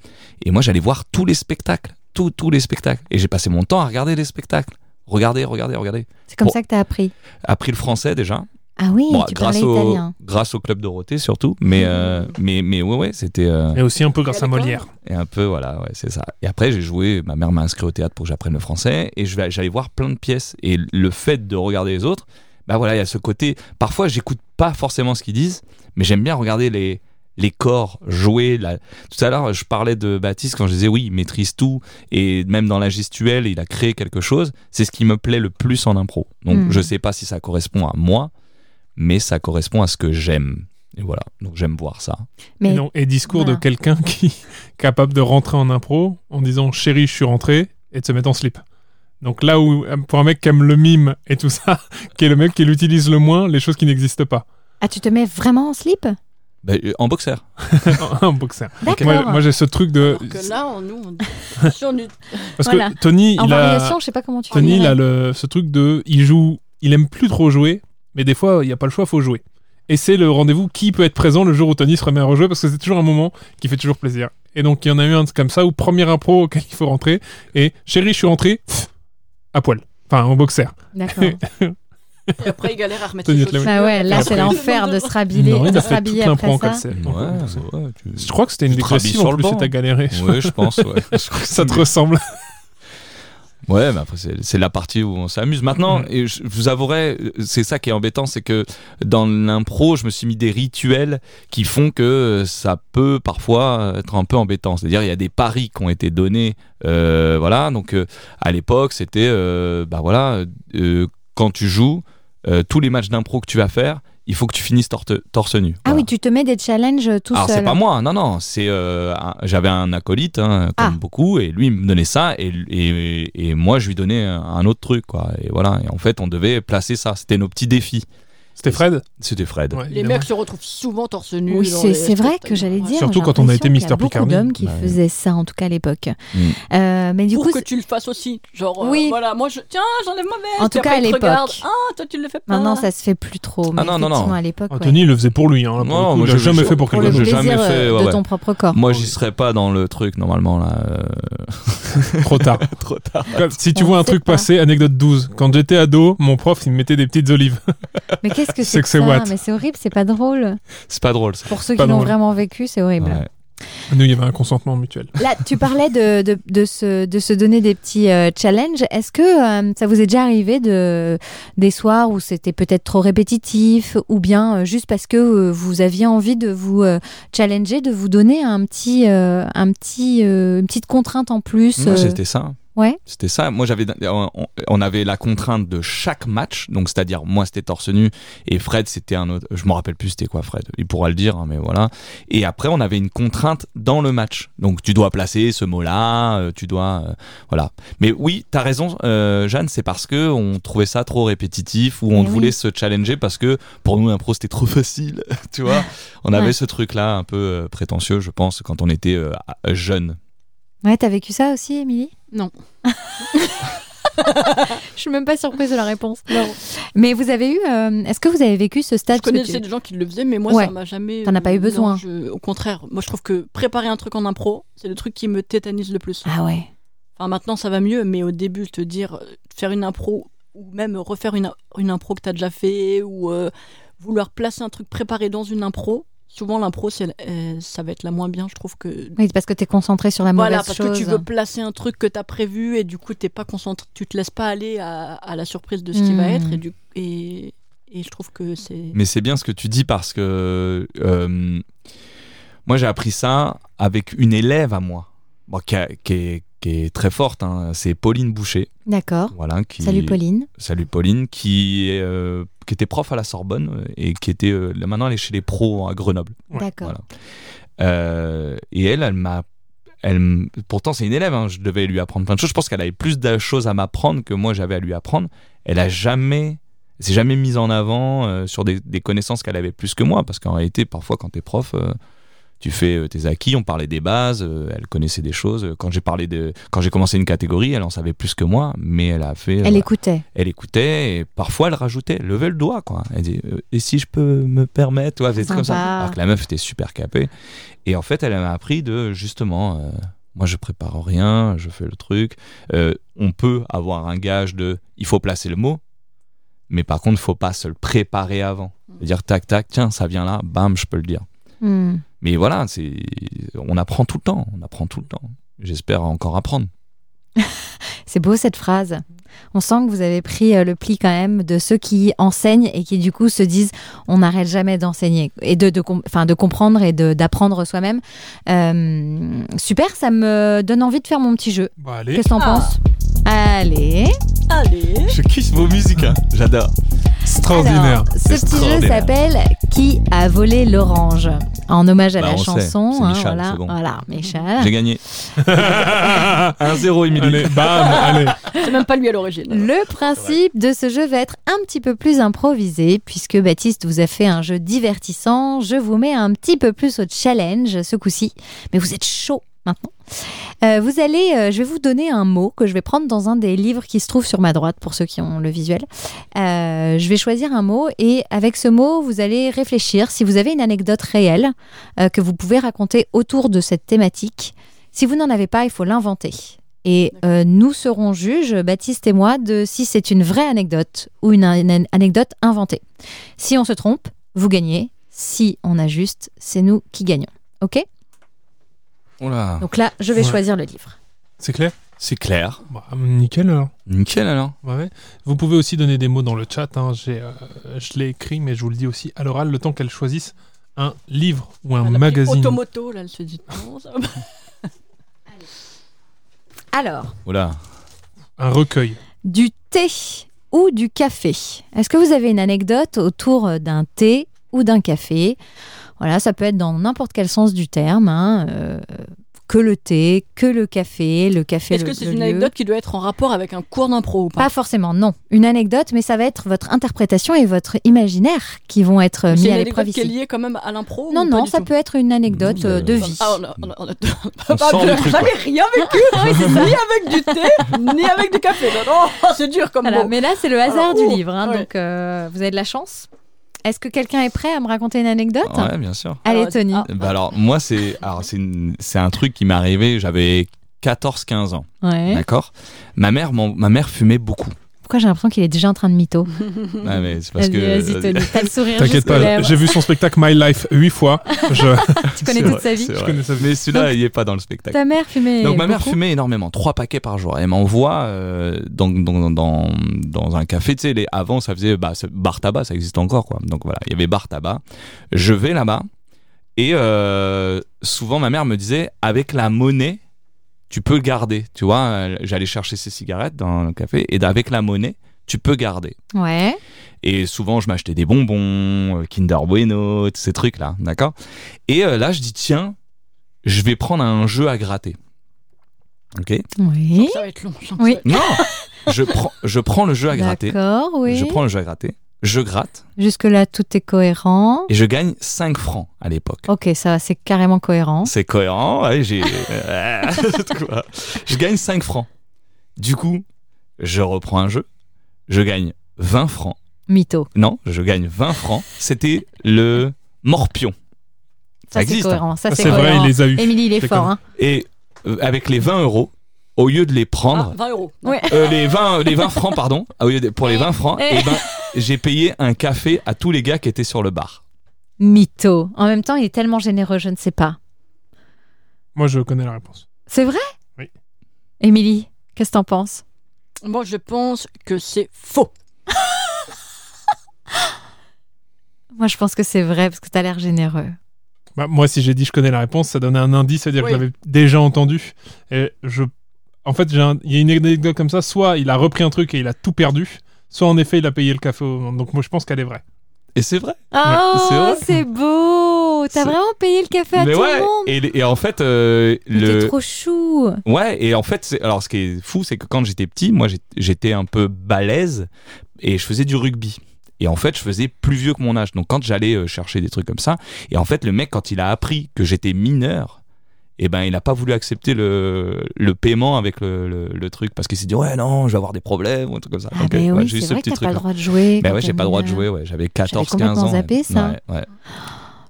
et moi j'allais voir tous les spectacles, tous tous les spectacles et j'ai passé mon temps à regarder les spectacles. Regardez, regardez, regardez. C'est comme Bon. ça que t'as appris. Appris le français déjà. Ah oui, Bon, tu grâce parlais au italien. grâce au club Dorothée surtout, mais euh, mais mais ouais ouais c'était euh, Et aussi un peu grâce à Molière. et un peu, voilà, ouais, c'est ça. Et après, j'ai joué, ma mère m'a inscrit au théâtre pour que j'apprenne le français, et je vais- j'allais voir plein de pièces. Et le fait de regarder les autres, bah voilà, il y a ce côté. Parfois, j'écoute pas forcément ce qu'ils disent, mais j'aime bien regarder les, les corps jouer. La... Tout à l'heure, je parlais de Baptiste quand je disais, oui, il maîtrise tout, et même dans la gestuelle, il a créé quelque chose. C'est ce qui me plaît le plus en impro. Donc, Mhm. je sais pas si ça correspond à moi, mais ça correspond à ce que j'aime. Et voilà, donc j'aime voir ça. Mais Et, non, et discours voilà. de quelqu'un qui est capable de rentrer en impro en disant chérie, je suis rentré et de se mettre en slip. Donc là où, pour un mec qui aime le mime et tout ça, qui est le mec qui l'utilise le moins, les choses qui n'existent pas. ah, tu te mets vraiment en slip Bah, euh, en boxeur. un boxeur. D'accord. Moi, moi, j'ai ce truc de. Alors que là, on, nous, on, si on est- Parce voilà. que Tony, en il a, variation, je sais pas comment tu. Tony, il dirais. a le, ce truc de. Il joue. Il aime plus trop jouer, mais des fois, il n'y a pas le choix, faut jouer. Et c'est le rendez-vous qui peut être présent le jour où Tony se remet à rejouer parce que c'est toujours un moment qui fait toujours plaisir. Et donc, il y en a eu un comme ça où premier impro auquel il faut rentrer. Et chérie, je suis rentré pff, à poil. Enfin, en boxeur. D'accord. et après, ils galèrent à remettre Tenez, les choses. là, oui. bah ouais, là c'est Après- l'enfer de se rhabiller, Non, il de a fait se tout rhabiller l'impro en après ça. concert. Ouais, ouais, tu- Je crois que c'était une Tu te rhabilles dégressive sur en le plus banc. et t'as galéré. Ouais, je pense. Ouais. Je crois que Ça c'est- te ressemble. Ouais, mais après c'est c'est la partie où on s'amuse. Mm. Maintenant, et je vous avouerai, euh, c'est ça qui est embêtant, c'est que dans l'impro, je me suis mis des rituels qui font que euh, ça peut parfois être un peu embêtant. C'est-à-dire, il y a des paris qui ont été donnés. euh, voilà, donc euh, à l'époque, c'était, euh, bah voilà, euh, quand tu joues, euh, tous les matchs d'impro que tu vas faire, il faut que tu finisses torte- torse nu. Ah Voilà. oui, tu te mets des challenges euh, tout Alors c'est seul. pas moi, hein. non non, c'est euh, un- j'avais un acolyte hein, comme Ah. beaucoup et lui il me donnait ça et, et, et moi je lui donnais un- un autre truc quoi et voilà et en fait on devait placer ça, c'était nos petits défis. C'était Fred C'était Fred. Ouais, Les évidemment. mecs se retrouvent souvent torse nu. Oui, dans c'est les c'est vrai que spectacles. j'allais Ouais. dire. Surtout j'ai quand on a l'impression été qu'il y a Mr. beaucoup Picardy. d'hommes qui Bah oui. faisaient ça, en tout cas à l'époque. Mm. Euh, mais du pour coup, que c'est- tu le fasses aussi. Genre, euh, Oui. voilà, moi, je, tiens, j'enlève ma veste. En Et tout après, cas, à ils te regardent. l'époque. Ah, toi, tu le fais pas. maintenant ça se fait plus trop. Mais Ah non, non, non. effectivement, à l'époque, Ah, ouais. Tony, il le faisait pour lui. Hein, là, pour Non, le coup, moi, il l'a je- jamais je- fait pour pour quelqu'un le j'ai d'autre. jamais plaisir euh, fait, ouais, de ouais. ton propre corps. Moi j'y serais pas dans le truc normalement là. euh, Trop tard. Trop tard. Comme- Si tu On vois un sait truc pas. passer, anecdote 12. Quand j'étais ado, mon prof, il me mettait des petites olives. Mais qu'est-ce Qu'est-ce que C'est c'est que que c'est ça what Mais c'est horrible, c'est pas drôle. C'est pas drôle ça. Pour ceux Pas qui l'ont drôle. vraiment vécu, c'est horrible. Ouais. Nous, il y avait un consentement mutuel. Là, tu parlais de, de, de se, de se donner des petits euh, challenges. Est-ce que euh, ça vous est déjà arrivé de, des soirs où c'était peut-être trop répétitif ou bien euh, juste parce que euh, vous aviez envie de vous euh, challenger, de vous donner un petit, euh, un petit, euh, une petite contrainte en plus Moi, euh, c'était ça. ouais. C'était ça. Moi, j'avais, on, on avait la contrainte de chaque match. Donc, c'est-à-dire, moi, c'était torse nu et Fred, c'était un autre. Je me rappelle plus c'était quoi, Fred. Il pourra le dire, hein, mais voilà. Et après, on avait une contrainte dans le match. Donc, tu dois placer ce mot-là, euh, tu dois, euh, voilà. Mais oui, t'as raison, euh, Jeanne. C'est parce que on trouvait ça trop répétitif ou on Eh oui. voulait se challenger parce que pour nous, l'impro, c'était trop facile. tu vois, on Ouais. avait ce truc-là un peu euh, prétentieux, je pense, quand on était euh, jeune. Ouais, t'as vécu ça aussi, Émilie Non. Je suis même pas surprise de la réponse. Mais vous avez eu. euh, Est-ce que vous avez vécu ce stade Je connaissais des gens qui le faisaient, mais moi, Ouais. ça m'a jamais. euh, T'en as pas eu non, besoin. je- Au contraire, moi, je trouve que préparer un truc en impro, c'est le truc qui me tétanise le plus. Ah ouais. Enfin, maintenant, ça va mieux, mais au début, te dire euh, faire une impro ou même refaire une, une impro que t'as déjà fait ou euh, vouloir placer un truc préparé dans une impro. Souvent, l'impro, c'est- euh, ça va être la moins bien, je trouve que. Oui, parce que t'es concentré sur la mauvaise Voilà, parce chose. que tu veux placer un truc que t'as prévu et du coup, t'es pas concentré, tu te laisses pas aller à, à la surprise de ce qui Hmm. va être et du et, et je trouve que c'est. Mais c'est bien ce que tu dis parce que euh, moi j'ai appris ça avec une élève à moi, bon, qui, a- qui est, qui est très forte. hein. C'est Pauline Boucher, D'accord. voilà. Qui, Salut Pauline. Salut Pauline, qui est, euh, qui était prof à la Sorbonne et qui était euh, là, maintenant elle est chez les pros à Grenoble. Ouais, D'accord. Voilà. Euh, et elle, elle m'a elle, m- pourtant, c'est une élève, hein, je devais lui apprendre plein de choses. Je pense qu'elle avait plus de choses à m'apprendre que moi j'avais à lui apprendre. Elle a jamais, elle s'est jamais mise en avant euh, sur des, des connaissances qu'elle avait plus que moi, parce qu'en réalité, parfois, quand t'es prof, euh, tu fais euh, tes acquis. On parlait des bases, euh, elle connaissait des choses. Quand j'ai parlé de, quand j'ai commencé une catégorie, elle en savait plus que moi, mais elle a fait, euh, Elle écoutait. elle écoutait et parfois elle rajoutait, elle levait le doigt quoi. Elle dit euh, et si je peux me permettre, ouais, des trucs comme Sympa. ça. Alors que la meuf était super capée et en fait elle m'a appris de justement euh, moi je prépare rien, je fais le truc. Euh, on peut avoir un gage de il faut placer le mot, mais par contre faut pas se le préparer avant. Mm. Dire tac tac tiens ça vient là, bam je peux le dire. Hmm. Mais voilà c'est on apprend tout le temps, on apprend tout le temps. J'espère encore apprendre. C'est beau cette phrase. On sent que vous avez pris euh, le pli quand même de ceux qui enseignent et qui du coup se disent on n'arrête jamais d'enseigner et de, de, com- enfin, de comprendre et de- d'apprendre soi-même. Euh, super, ça me donne envie de faire mon petit jeu. Bah, allez. Qu'est-ce que t'en Ah. penses Allez. Allez. Je kiffe vos musiques, hein. j'adore. Extraordinaire. Alors, ce petit jeu Extraordinaire. s'appelle Qui a volé l'orange En hommage à Bah, la on sait, chanson. hein, c'est Michel, voilà, c'est bon. voilà, Michel. J'ai gagné. 1-0, Émilie. allez, bam, allez. C'est même pas lui à l'origine. Le principe de ce jeu va être un petit peu plus improvisé, puisque Baptiste vous a fait un jeu divertissant. Je vous mets un petit peu plus au challenge ce coup-ci, mais vous êtes chaud maintenant. Euh, vous allez, euh, je vais vous donner un mot que je vais prendre dans un des livres qui se trouve sur ma droite pour ceux qui ont le visuel. Euh, je vais choisir un mot et avec ce mot, vous allez réfléchir si vous avez une anecdote réelle euh, que vous pouvez raconter autour de cette thématique. Si vous n'en avez pas, il faut l'inventer. Et euh, nous serons juges, Baptiste et moi, de si c'est une vraie anecdote ou une, an- anecdote inventée. Si on se trompe, vous gagnez. Si on a juste, c'est nous qui gagnons. Ok Oula. Donc là, je vais Ouais. choisir le livre. C'est clair C'est clair. Bah, Nickel alors. Nickel alors. Ouais. Vous pouvez aussi donner des mots dans le chat. hein. J'ai, euh, je l'ai écrit, mais je vous le dis aussi à l'oral, le temps qu'elle choisisse un livre ou un Elle a pris magazine. Automoto, là, elle se dit. non, ça va pas. Alors, Oula. Un recueil. du thé ou du café Est-ce que vous avez une anecdote autour euh, d'un thé ou d'un café Voilà, ça peut être dans n'importe quel sens du terme. hein, euh, que le thé, que le café, le café. Est-ce le- que c'est le une lieu. anecdote qui doit être en rapport avec un cours d'impro ou pas Pas forcément, non. Une anecdote, mais ça va être votre interprétation et votre imaginaire qui vont être C'est euh, mis une à anecdote l'épreuve qui est ici. liée quand même à l'impro Non, ou non, pas du ça tout peut être une anecdote Non, euh, de euh, vie. Ah, on a- on a- on a- On pas- sent le j'avais truc, quoi. rien vécu, ni avec du thé, ni avec du café. Non, non, c'est dur comme Voilà, mot. mais là, c'est le hasard Alors, du ouh, livre, hein, ouais. donc euh, vous avez de la chance. Est-ce que quelqu'un est prêt à me raconter une anecdote Ouais, bien sûr. Allez, Alors, Tony. ah. Bah alors, moi, c'est alors c'est une- c'est un truc qui m'est arrivé. J'avais 14-15 ans. Ouais. D'accord Ma mère, m'en- ma mère fumait beaucoup. Pourquoi j'ai l'impression qu'il est déjà en train de mytho Ah, mais c'est parce Vas-y, que. Vas-y, Tony, t'as le sourire. T'inquiète jusqu'aux pas, lèvres. j'ai vu son spectacle My Life huit fois. Je... Tu connais C'est toute vrai, sa vie. c'est Je vrai. connais sa vie. Mais celui-là, il n'est pas dans le spectacle. Ta mère fumait. Donc ma mère beaucoup. fumait énormément, trois paquets par jour. Elle m'envoie euh, dans, dans, dans, dans un café, tu sais, les- avant ça faisait bah, ce- bar tabac, ça existe encore quoi. Donc voilà, il y avait bar tabac. Je vais là-bas et euh, souvent ma mère me disait avec la monnaie, tu peux garder. Tu vois, euh, j'allais chercher ses cigarettes dans le café et avec la monnaie, tu peux garder. Ouais. Et souvent, je m'achetais des bonbons, euh, Kinder Bueno, tous ces trucs-là, d'accord Et euh, là, je dis, tiens, je vais prendre un jeu à gratter. Ok Oui. Ça va être long. ça. Oui. Non je, prends, je prends le jeu à gratter. D'accord, Je oui. prends le jeu à gratter. Je gratte Jusque-là, tout est cohérent. et je gagne 5 francs à l'époque. Ok, ça, c'est carrément cohérent. C'est cohérent, ouais, j'ai. Euh, quoi. je gagne 5 francs. Du coup, je reprends un jeu, je gagne 20 francs. Mytho. Non, je gagne 20 francs. C'était le morpion. Ça Ça, c'est existe, hein. cohérent. Ça, Ah, c'est Ah, C'est vrai, cohérent. il les a eu. Émilie, il est C'est fort. connu. hein. Et euh, avec les 20 euros, au lieu de les Ah, prendre, 20 euros. Ouais. euh, les, 20, les 20 francs, pardon, au lieu de- pour les 20 francs, Ah. Eh. eh ben, j'ai payé un café à tous les gars qui étaient sur le bar. Mytho. En même temps, il est tellement généreux, je ne sais pas. Moi, je connais la réponse. C'est vrai Oui. Émilie, qu'est-ce que t'en penses Moi, je pense que c'est faux. Moi, je pense que c'est vrai parce que t'as l'air généreux. Bah, moi, si j'ai dit je connais la réponse, ça donnait un indice, c'est-à-dire Oui. que j'avais déjà entendu. Et je, en fait, j'ai un- il y a une anecdote comme ça. Soit il a repris un truc et il a tout perdu, soit en effet il a payé le café. au- Donc moi, je pense qu'elle est vraie. Et c'est vrai. Ah, c'est Oh, vrai. c'est beau T'as C'est- vraiment payé le café à Mais tout ouais, le monde et, les- et en fait, euh, Mais T'es le. trop chou Ouais, et en fait, c'est- alors ce qui est fou, c'est que quand j'étais petit, moi j'ai- j'étais un peu balèze et je faisais du rugby. Et en fait, je faisais plus vieux que mon âge. Donc quand j'allais euh, chercher des trucs comme ça, et en fait, le mec, quand il a appris que j'étais mineur, eh ben, il n'a pas voulu accepter le, le paiement avec le, le- le truc parce qu'il s'est dit, ouais, non, je vais avoir des problèmes ou un truc comme ça. Ah, Donc, ben euh, ouais, oui, j'ai eu c'est ce vrai que petit t'as pas truc. le droit de jouer. Mais quand ouais, t'es j'ai pas le droit de mineur. jouer, ouais. J'avais 14, 15 complètement ans. ouais. zappé, ça. Ouais, ouais.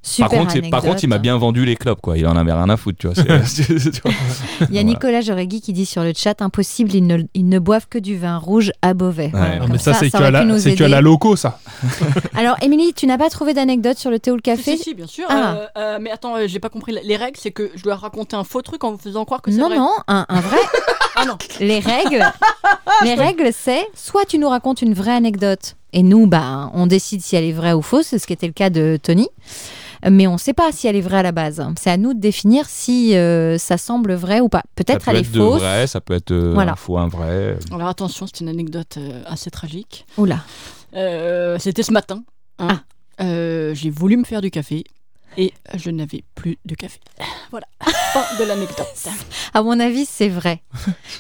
Super Par, contre, il- par anecdote. hein. contre, il m'a bien vendu les clubs, quoi. Il en avait rien à foutre, tu vois. c'est- tu vois. Il y a Voilà. Nicolas Joregui qui dit sur le chat impossible, ils ne, ils ne boivent que du vin rouge à Beauvais. Voilà, Ah, comme mais ça, c'est que, aurait à pu la- nous c'est que à aider. la loco, ça. Alors, Émilie, tu n'as pas trouvé d'anecdote sur le thé ou le Si, café si, si, bien sûr. Ah. Euh, euh, mais attends, euh, j'ai pas compris. Les règles, c'est que je dois raconter un faux truc en vous faisant croire que c'est Non, vrai. Ah, non, un, un vrai. Les règles, les règles, c'est soit tu nous racontes une vraie anecdote et nous, bah, on décide si elle est vraie ou fausse, c'est ce qui était le cas de Tony. Mais on ne sait pas si elle est vraie à la base. C'est à nous de définir si euh, ça semble vrai ou pas. Ça Peut-être peut elle est être de fausse. vrai, ça peut être euh, Voilà. un faux, un vrai. Alors attention, c'est une anecdote euh, assez tragique. Oula. Euh, C'était ce matin. hein. Ah. Euh, j'ai voulu me faire du café et je n'avais plus de café. Voilà. Fin de l'anecdote. À mon avis, c'est vrai.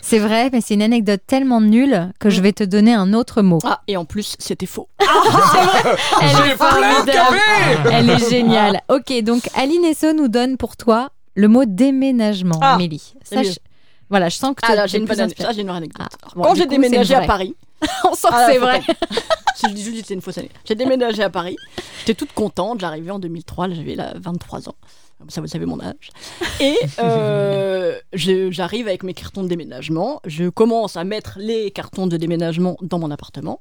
C'est vrai, mais c'est une anecdote tellement nulle que je vais te donner un autre mot. Ah, et en plus, c'était faux. Elle est formidable. Elle est géniale. Ok, donc Aline Esso nous donne pour toi le mot déménagement, Ah, Amélie. c'est Ça, mieux. je- Voilà, je sens que Ah, t'es- là, t'es j'ai une, plus bonne anecdote. inspirée. Ah, j'ai une vraie anecdote. Ah, bon, Quand du j'ai coup, c'est une déménagé à vraie. Paris, On sent Ah, que c'est faut vrai. pas. Si je dis juste c'est une fausse année. J'ai déménagé à Paris. J'étais toute contente. J'arrivais en 2003. là, J'avais là 23 ans. Comme ça, vous savez mon âge. Et euh, je- j'arrive avec mes cartons de déménagement. Je commence à mettre les cartons de déménagement dans mon appartement.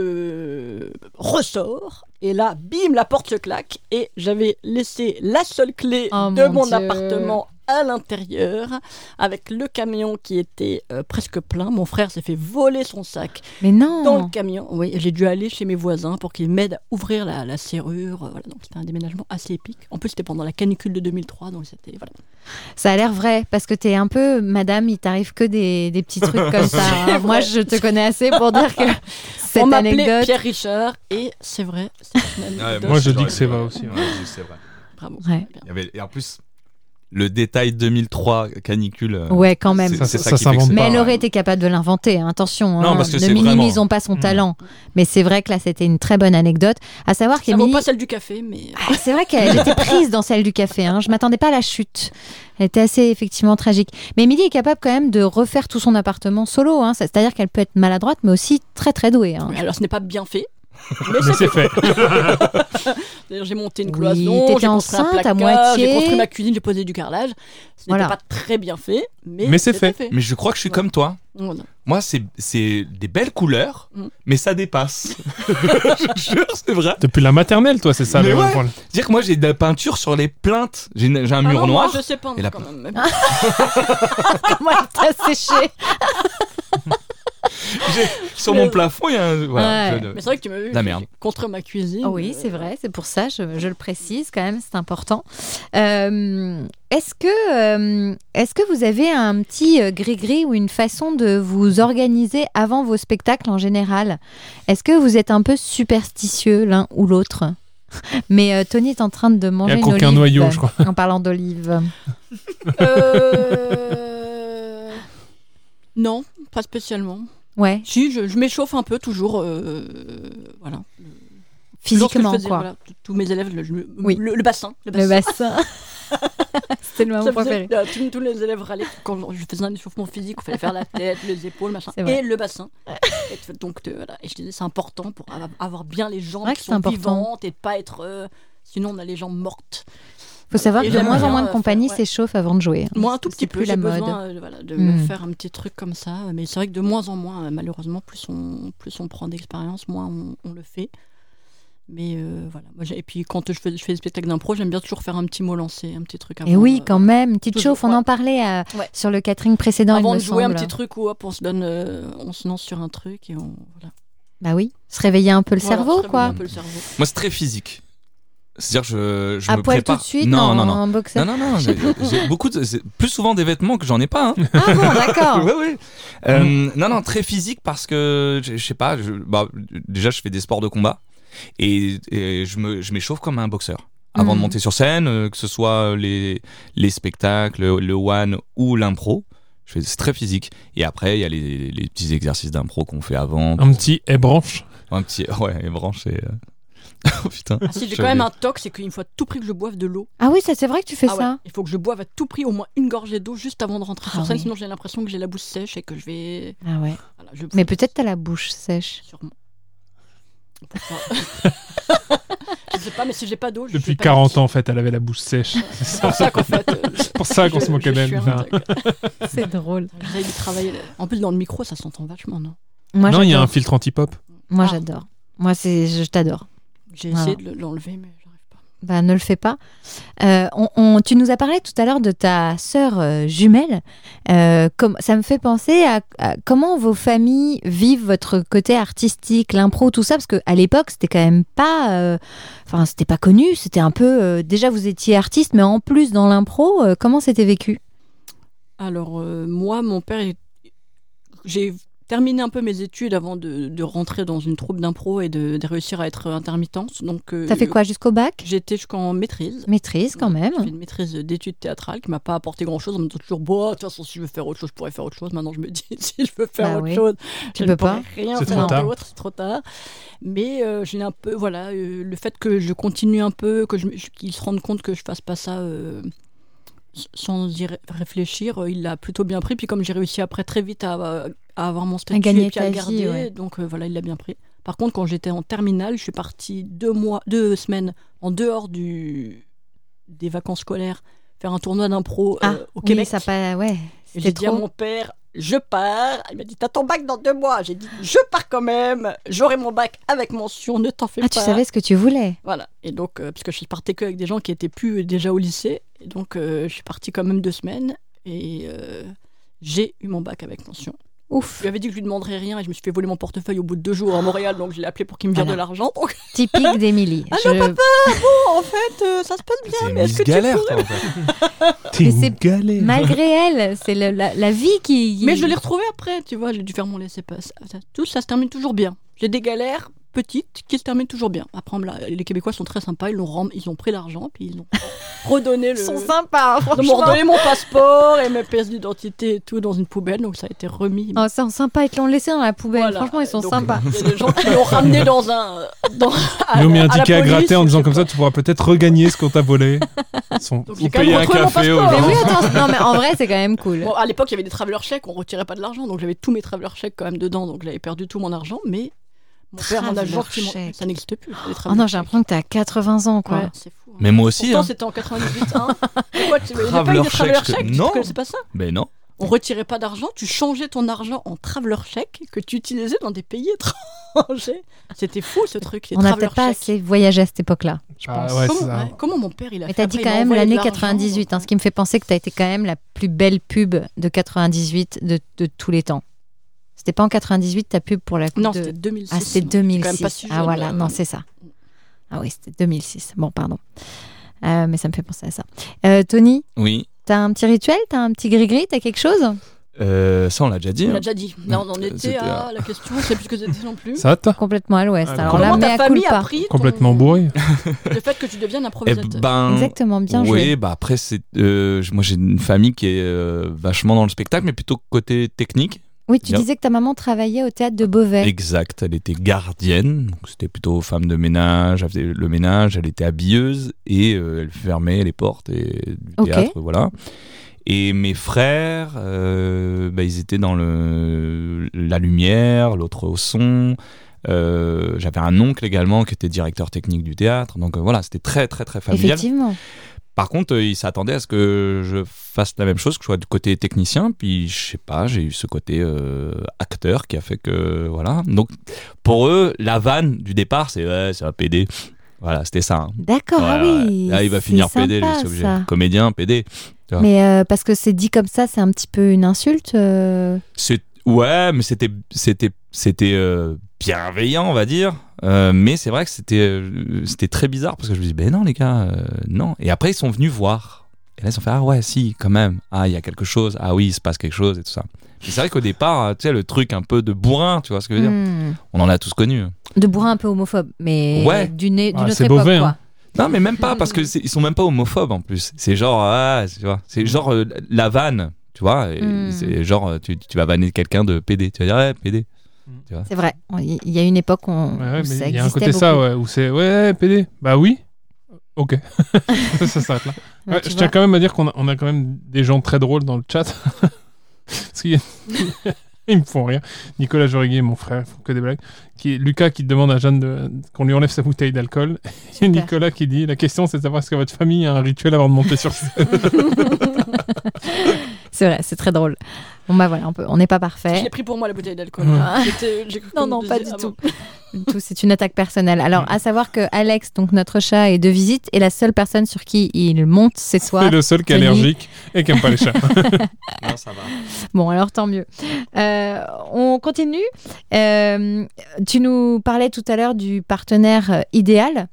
Je ressors. Et là, bim, la porte se claque. Et j'avais laissé la seule clé Oh de mon mon Dieu. appartement à l'intérieur avec le camion qui était euh, presque plein. Mon frère s'est fait voler son sac Mais non. dans le camion. Oui, j'ai dû aller chez mes voisins pour qu'ils m'aident à ouvrir la, la serrure. Euh, Voilà, donc c'était un déménagement assez épique. En plus, c'était pendant la canicule de 2003, donc c'était voilà. Ça a l'air vrai parce que t'es un peu madame, il t'arrive que des, des petits trucs comme ça. hein. vrai. Moi, je te connais assez pour dire que On cette m'appelait anecdote. Pierre Richard et c'est vrai. c'est une anecdote. moi, je dis que c'est vrai aussi, ouais. Ouais, je dis que c'est vrai. Bravo. Ouais. Il y avait- Et en plus, le détail 2003 canicule. euh, Ouais, quand même. C'est c'est ça, Ça qui fait que s'invente c'est Mais pas elle vrai. aurait été capable de l'inventer, hein, attention. Non, hein. parce que ne c'est minimisons vraiment- pas son Mm. talent. Mais c'est vrai que là, c'était une très bonne anecdote. À savoir Ça vaut qu'Émilie. pas celle du café, mais euh, Ah, C'est vrai qu'elle était prise dans celle du café. Hein. Je m'attendais pas à la chute. Elle était assez effectivement tragique. Mais Émilie est capable quand même de refaire tout son appartement solo. Hein. Ça- C'est-à-dire qu'elle peut être maladroite, mais aussi très très douée. hein. alors ce n'est pas bien fait. Mais c'est fait. Et c'est-à-dire j'ai monté une Oui, cloison, t'étais j'ai construit un enceinte à placard, moitié. j'ai construit ma cuisine, j'ai posé du carrelage. Ce n'était Voilà. pas très bien fait, mais, Mais c'est c'était Mais je crois que je suis comme toi. Voilà. Moi, c'est c'est des belles couleurs, Mm. mais ça dépasse. je jure, c'est vrai. Depuis la maternelle, toi, c'est ça Mais le ouais. problème. Dire que moi, j'ai de la peinture sur les plaintes. J'ai une- j'ai un Ah mur non, moi, noir. je sais pas et la quand même. Comment elle t'a séché J'ai- Sur mon plafond, il y a un. Voilà, Ouais. je- Mais c'est vrai que tu m'as vu. La merde. Contre ma cuisine. Ah Oui, euh, c'est vrai, c'est pour ça, je, je le précise quand même, c'est important. Euh, est-ce, que, euh, est-ce que vous avez un petit euh, gris-gris ou une façon de vous organiser avant vos spectacles en général Est-ce que vous êtes un peu superstitieux l'un ou l'autre mais euh, Tony est en train de Il manger n'y a une qu'aucun olive, noyau, je crois. En parlant d'olive. Euh... non, pas spécialement. Ouais, Si, je, je m'échauffe un peu toujours. euh, voilà. Lorsque je physiquement faisais, quoi. voilà, t- tous mes élèves, le, je me- Oui. le, le bassin. Le bassin. Le bassin. c'est le Ça moment faisait- préféré. euh, tous, tous les élèves râlaient quand je faisais un échauffement physique, il fallait faire la tête, les épaules, machin, C'est vrai. et le bassin. Et tu- donc euh, voilà. Et je disais, c'est important pour avoir- avoir bien les jambes Ouais, qui c'est sont important. vivantes et de pas être. euh, sinon, on a les jambes mortes. faut savoir Et que de j'aime moins en bien, moins de euh, compagnies faire- ouais. s'échauffent avant de jouer. hein. Moi, un tout C'est petit peu, plus la j'ai mode. besoin euh, voilà, de Hmm. me faire un petit truc comme ça. Mais c'est vrai que de moins en moins, euh, malheureusement, plus on, plus on prend d'expérience, moins on, on le fait. Mais euh, voilà. Moi, j'ai- et puis quand je fais, je fais des spectacles d'impro, j'aime bien toujours faire un petit mot lancé, un petit truc avant. Et oui, euh, quand même, petite toujours, chauffe, on ouais. en parlait euh, Ouais. sur le catering précédent, avant il me de jouer semble. un petit truc où hop, on se donne, euh, on se lance sur un truc et on voilà. Bah oui, se réveiller un peu le Voilà, cerveau, se réveiller quoi. un peu le cerveau. Moi, c'est très physique. C'est-à-dire, je, je À me poil prépare. tout de suite, non, en, non, non. en boxeur. Non, non, non, j'ai- j'ai beaucoup de, c'est plus souvent des vêtements que j'en ai pas. hein. Ah bon, d'accord. Ouais, ouais. Euh, Mm. Non, non, très physique parce que je je sais pas. je- bah, déjà, je fais des sports de combat et, et je me- je m'échauffe comme un boxeur. Avant Mm. de Mhm. monter sur scène, euh, que ce soit les, les spectacles, le one ou l'impro, je fais- c'est très physique. Et après, il y a les, les petits exercices d'impro qu'on fait avant. Un petit ébranche. Oh. Un petit. Ouais, et branche et. euh, oh putain. Ah, si j'ai Je quand même l'ai. un toc, c'est qu'il me faut à tout prix que je boive de l'eau. Ah oui, ça c'est vrai que tu fais Ah ouais, ça. Il faut que je boive à tout prix au moins une gorgée d'eau juste avant de rentrer Ah sur scène, oui. sinon j'ai l'impression que j'ai la bouche sèche et que je vais. Ah ouais. voilà, je- Mais peut-être t'as la bouche sèche. Sûrement. Pourquoi Je sais pas, mais si j'ai pas d'eau, je Depuis vais pas 40 dire- ans, en fait, elle avait la bouche sèche. C'est C'est ça, pour ça qu'en fait. euh, c'est pour ça qu'on je- se moquait je d'elle. suis un enfin. dingue. C'est drôle. J'essaye de travailler. là. En plus, dans le micro, ça s'entend vachement, non Moi, Non, il y a un j'adore. filtre anti-pop. Moi, Ah. j'adore. Moi, c'est, je t'adore. J'ai Voilà. essayé de le- l'enlever, mais j'arrive pas. Bah, ne le fais pas. Euh, on, on- tu nous as parlé tout à l'heure de ta sœur euh, jumelle. Euh, comme, ça me fait penser à, à comment vos familles vivent votre côté artistique, l'impro, tout ça, parce qu'à l'époque, c'était quand même pas. euh, Enfin, c'était pas connu. C'était un peu. euh, déjà, vous étiez artiste, mais en plus, dans l'impro, euh, comment c'était vécu Alors, euh, moi, mon père, est- j'ai terminé un peu mes études avant de, de rentrer dans une troupe d'impro et de, de réussir à être intermittente. Donc, euh, T'as fait quoi jusqu'au bac J'étais jusqu'en maîtrise. Maîtrise, quand même. J'ai fait une maîtrise d'études théâtrales qui m'a pas apporté grand chose. On me dit toujours, bon, de toute façon, si je veux faire autre chose, je pourrais faire autre chose. Maintenant, je me dis, si je veux faire Bah autre oui. chose, Tu je peux ne pourrais pas. rien C'est faire trop tard. d'autre, c'est trop tard. Mais euh, j'ai un peu, voilà, euh, le fait que je continue un peu, que je, me- qu'ils se rendent compte que je fasse pas ça euh, s- sans y ré- réfléchir, euh, il l'a plutôt bien pris. Puis comme j'ai réussi après très vite à, euh, à avoir mon statut gagner et puis à ta le vie, garder, ouais. donc euh, voilà, il l'a bien pris. Par contre, quand j'étais en terminale, je suis partie deux mois, deux semaines en dehors du des vacances scolaires faire un tournoi d'impro euh, au Ah, oui, Québec. ça pas. Ouais. Et J'ai C'était dit à trop. mon père, je pars. Il m'a dit, t'as ton bac dans deux mois. J'ai dit, je pars quand même. J'aurai mon bac avec mention, ne t'en fais Ah, pas. tu savais ce que tu voulais. Voilà. Et donc, euh, parce que je partais que avec des gens qui étaient plus euh, déjà au lycée. Et donc, euh, je suis partie quand même deux semaines. Et euh, j'ai eu mon bac avec mention. Je Ouf. lui avais dit que je lui demanderais rien et je me suis fait voler mon portefeuille au bout de deux jours à Montréal. Donc, je l'ai appelé pour qu'il me vire Ah. Voilà. de l'argent. Donc, Typique d'Émilie. Ah, Je- oh, en fait, euh, ça se passe bien. C'est Mais est-ce Miss que tu Galère, pourrais- toi, en fait. Mais c'est- galère. Malgré elle, c'est le- la, la vie qui. Mais je l'ai retrouvé après, tu vois, j'ai dû faire mon laissez-passer. Tout ça se termine toujours bien. J'ai des galères petites qui se terminent toujours bien. Après, on me l'a- les Québécois sont très sympas, ils, l'ont rem- ils ont pris l'argent, puis ils ont redonné le... Ils sont sympas, Ils m'ont franchement. redonné mon passeport et mes pièces d'identité et tout dans une poubelle, donc ça a été remis. Oh, ils sont sympas, ils te l'ont laissé dans la poubelle. Voilà. Franchement, ils sont Donc, euh, sympas. Il y a des gens qui l'ont ramené dans un... Dans, à Ils ont mis la- un la ticket à police, gratter en je disant sais comme pas. ça, tu pourras peut-être regagner ce qu'on t'a volé. Ils sont- Donc, Ou j'ai quand même payer un retrouvé mon café passeport. aux Mais gens. oui, attends, non, mais en vrai, c'est quand même cool. Bon, à l'époque, il y avait des travelers chèques, on retirait pas de l'argent, donc j'avais tous mes travelers chèques quand même dedans, donc j'avais perdu tout mon argent, mais Mon père en a Traveler toujours qui m'ont- Check. Ça n'existe plus. les Oh Traveler non, j'ai l'impression que t'as 80 ans, Check. quoi. Ouais, c'est fou. hein. Mais moi aussi, Pourtant, hein. c'était en 98. Hein. Pourquoi tu n'avais pas eu Traveler de Traveler Check, Check non. Tu connaissais pas ça Mais Ben non. On retirait pas d'argent, tu changeais ton argent en Traveler Check que tu utilisais dans des pays étrangers. C'était fou ce truc. les On n'a Traveler peut-être pas Check. assez voyagé à cette époque-là. Ah ouais, c'est comment, ça. ouais, comment mon père il a Mais fait t'as dit après, il quand m'a même envoyé de l'année l'argent. 98, hein, ce qui me fait penser que t'as été quand même la plus belle pub de 98 de, de tous les temps. C'était pas en 98 ta pub pour la Coupe Non, de- c'était 2006. Ah, c'était moi. quand même 2006. pas si ah, jeune, voilà, euh, non, c'est ça. Ah oui, c'était 2006. Bon, pardon. Euh, mais ça me fait penser à ça. Euh, Tony, Oui. t'as un petit rituel T'as un petit gris-gris T'as quelque chose Euh, ça, on l'a déjà dit. On l'a hein. déjà dit. Là, on en était C'était à à- la question, je sais plus ce que c'était non plus. Ça te Complètement à l'ouest. Ah, Alors comment là, Comment mais ta à famille a pas. pris ton- euh, Complètement bourré. le fait que tu deviennes Eh improvisateur ben, Exactement, bien joué. Oui, bah après, c'est, euh, je- moi j'ai une famille qui est euh, vachement dans le spectacle, mais plutôt côté technique. Oui, tu Bien. disais que ta maman travaillait au théâtre de Beauvais. Exact, elle était gardienne, donc c'était plutôt femme de ménage, elle faisait le ménage, elle était habilleuse et euh, elle fermait les portes et, du Ok. théâtre, voilà. Et mes frères, euh, bah, ils étaient dans le, la lumière, l'autre au son. Euh, J'avais un oncle également qui était directeur technique du théâtre, donc euh, voilà, c'était très très très familial. Effectivement. Par contre, euh, il s'attendait à ce que je fasse la même chose, que je sois du côté technicien. Puis, je sais pas, j'ai eu ce côté euh, acteur qui a fait que. Voilà. Donc, pour eux, la vanne du départ, c'est ouais, c'est un PD. Voilà, c'était ça. hein. D'accord, ah Ouais, ouais. oui. Là, il va c'est finir sympa, PD, je suis obligé. ça. Comédien, PD. Mais euh, parce que c'est dit comme ça, c'est un petit peu une insulte. euh, C'est- Ouais, mais c'était c'était c'était euh, bienveillant, on va dire. Euh, mais c'est vrai que c'était euh, c'était très bizarre parce que je me dis ben non les gars, euh, non. Et après ils sont venus voir. Et là ils ont fait ah ouais si quand même ah il y a quelque chose ah oui il se passe quelque chose et tout ça. Mais c'est vrai qu'au départ euh, tu sais le truc un peu de bourrin tu vois ce que je veux dire. hmm, On en a tous connu. De bourrin un peu homophobe, mais Ouais. d'une d'une Ah, autre c'est époque. Beauvais, quoi. hein. Non mais même pas parce que c'est- ils sont même pas homophobes en plus. C'est genre ah tu vois c'est genre euh, la vanne tu vois. Et Mm. C'est genre euh, tu, tu vas vanner quelqu'un de PD tu vas dire eh, ouais PD. C'est vrai. On- Il y a une époque où, on- Ouais, ouais, où mais ça il y a un existait côté beaucoup. ça, ouais, où c'est ouais, PD. Bah oui. Ok. ça s'arrête là. Ouais, Ouais, tu je vois. tiens quand même à dire qu'on a, on a quand même des gens très drôles dans le chat. Parce qu'il y a- Ils me font rire. Nicolas Jorigui et mon frère font que des blagues. Qui, Lucas qui demande à Jeanne de- qu'on lui enlève sa bouteille d'alcool. Et Nicolas qui dit La question c'est de savoir est-ce que votre famille a un rituel avant de monter sur scène. C'est vrai, c'est très drôle. Bon bah voilà, on peut- on n'est pas Je parfait. l'ai pris pour moi la bouteille d'alcool. Ouais. J'étais- j'ai cru Non, qu'on non, me pas disait ah du avant. tout. Tout, c'est une attaque personnelle. Alors, à savoir que Alex, donc notre chat, est de visite et la seule personne sur qui il monte, c'est toi. C'est le seul qui est Tony. allergique et qui aime pas les chats. Non, ça va. Bon, alors tant mieux. Euh, on continue. Euh, tu nous parlais tout à l'heure du partenaire euh, idéal.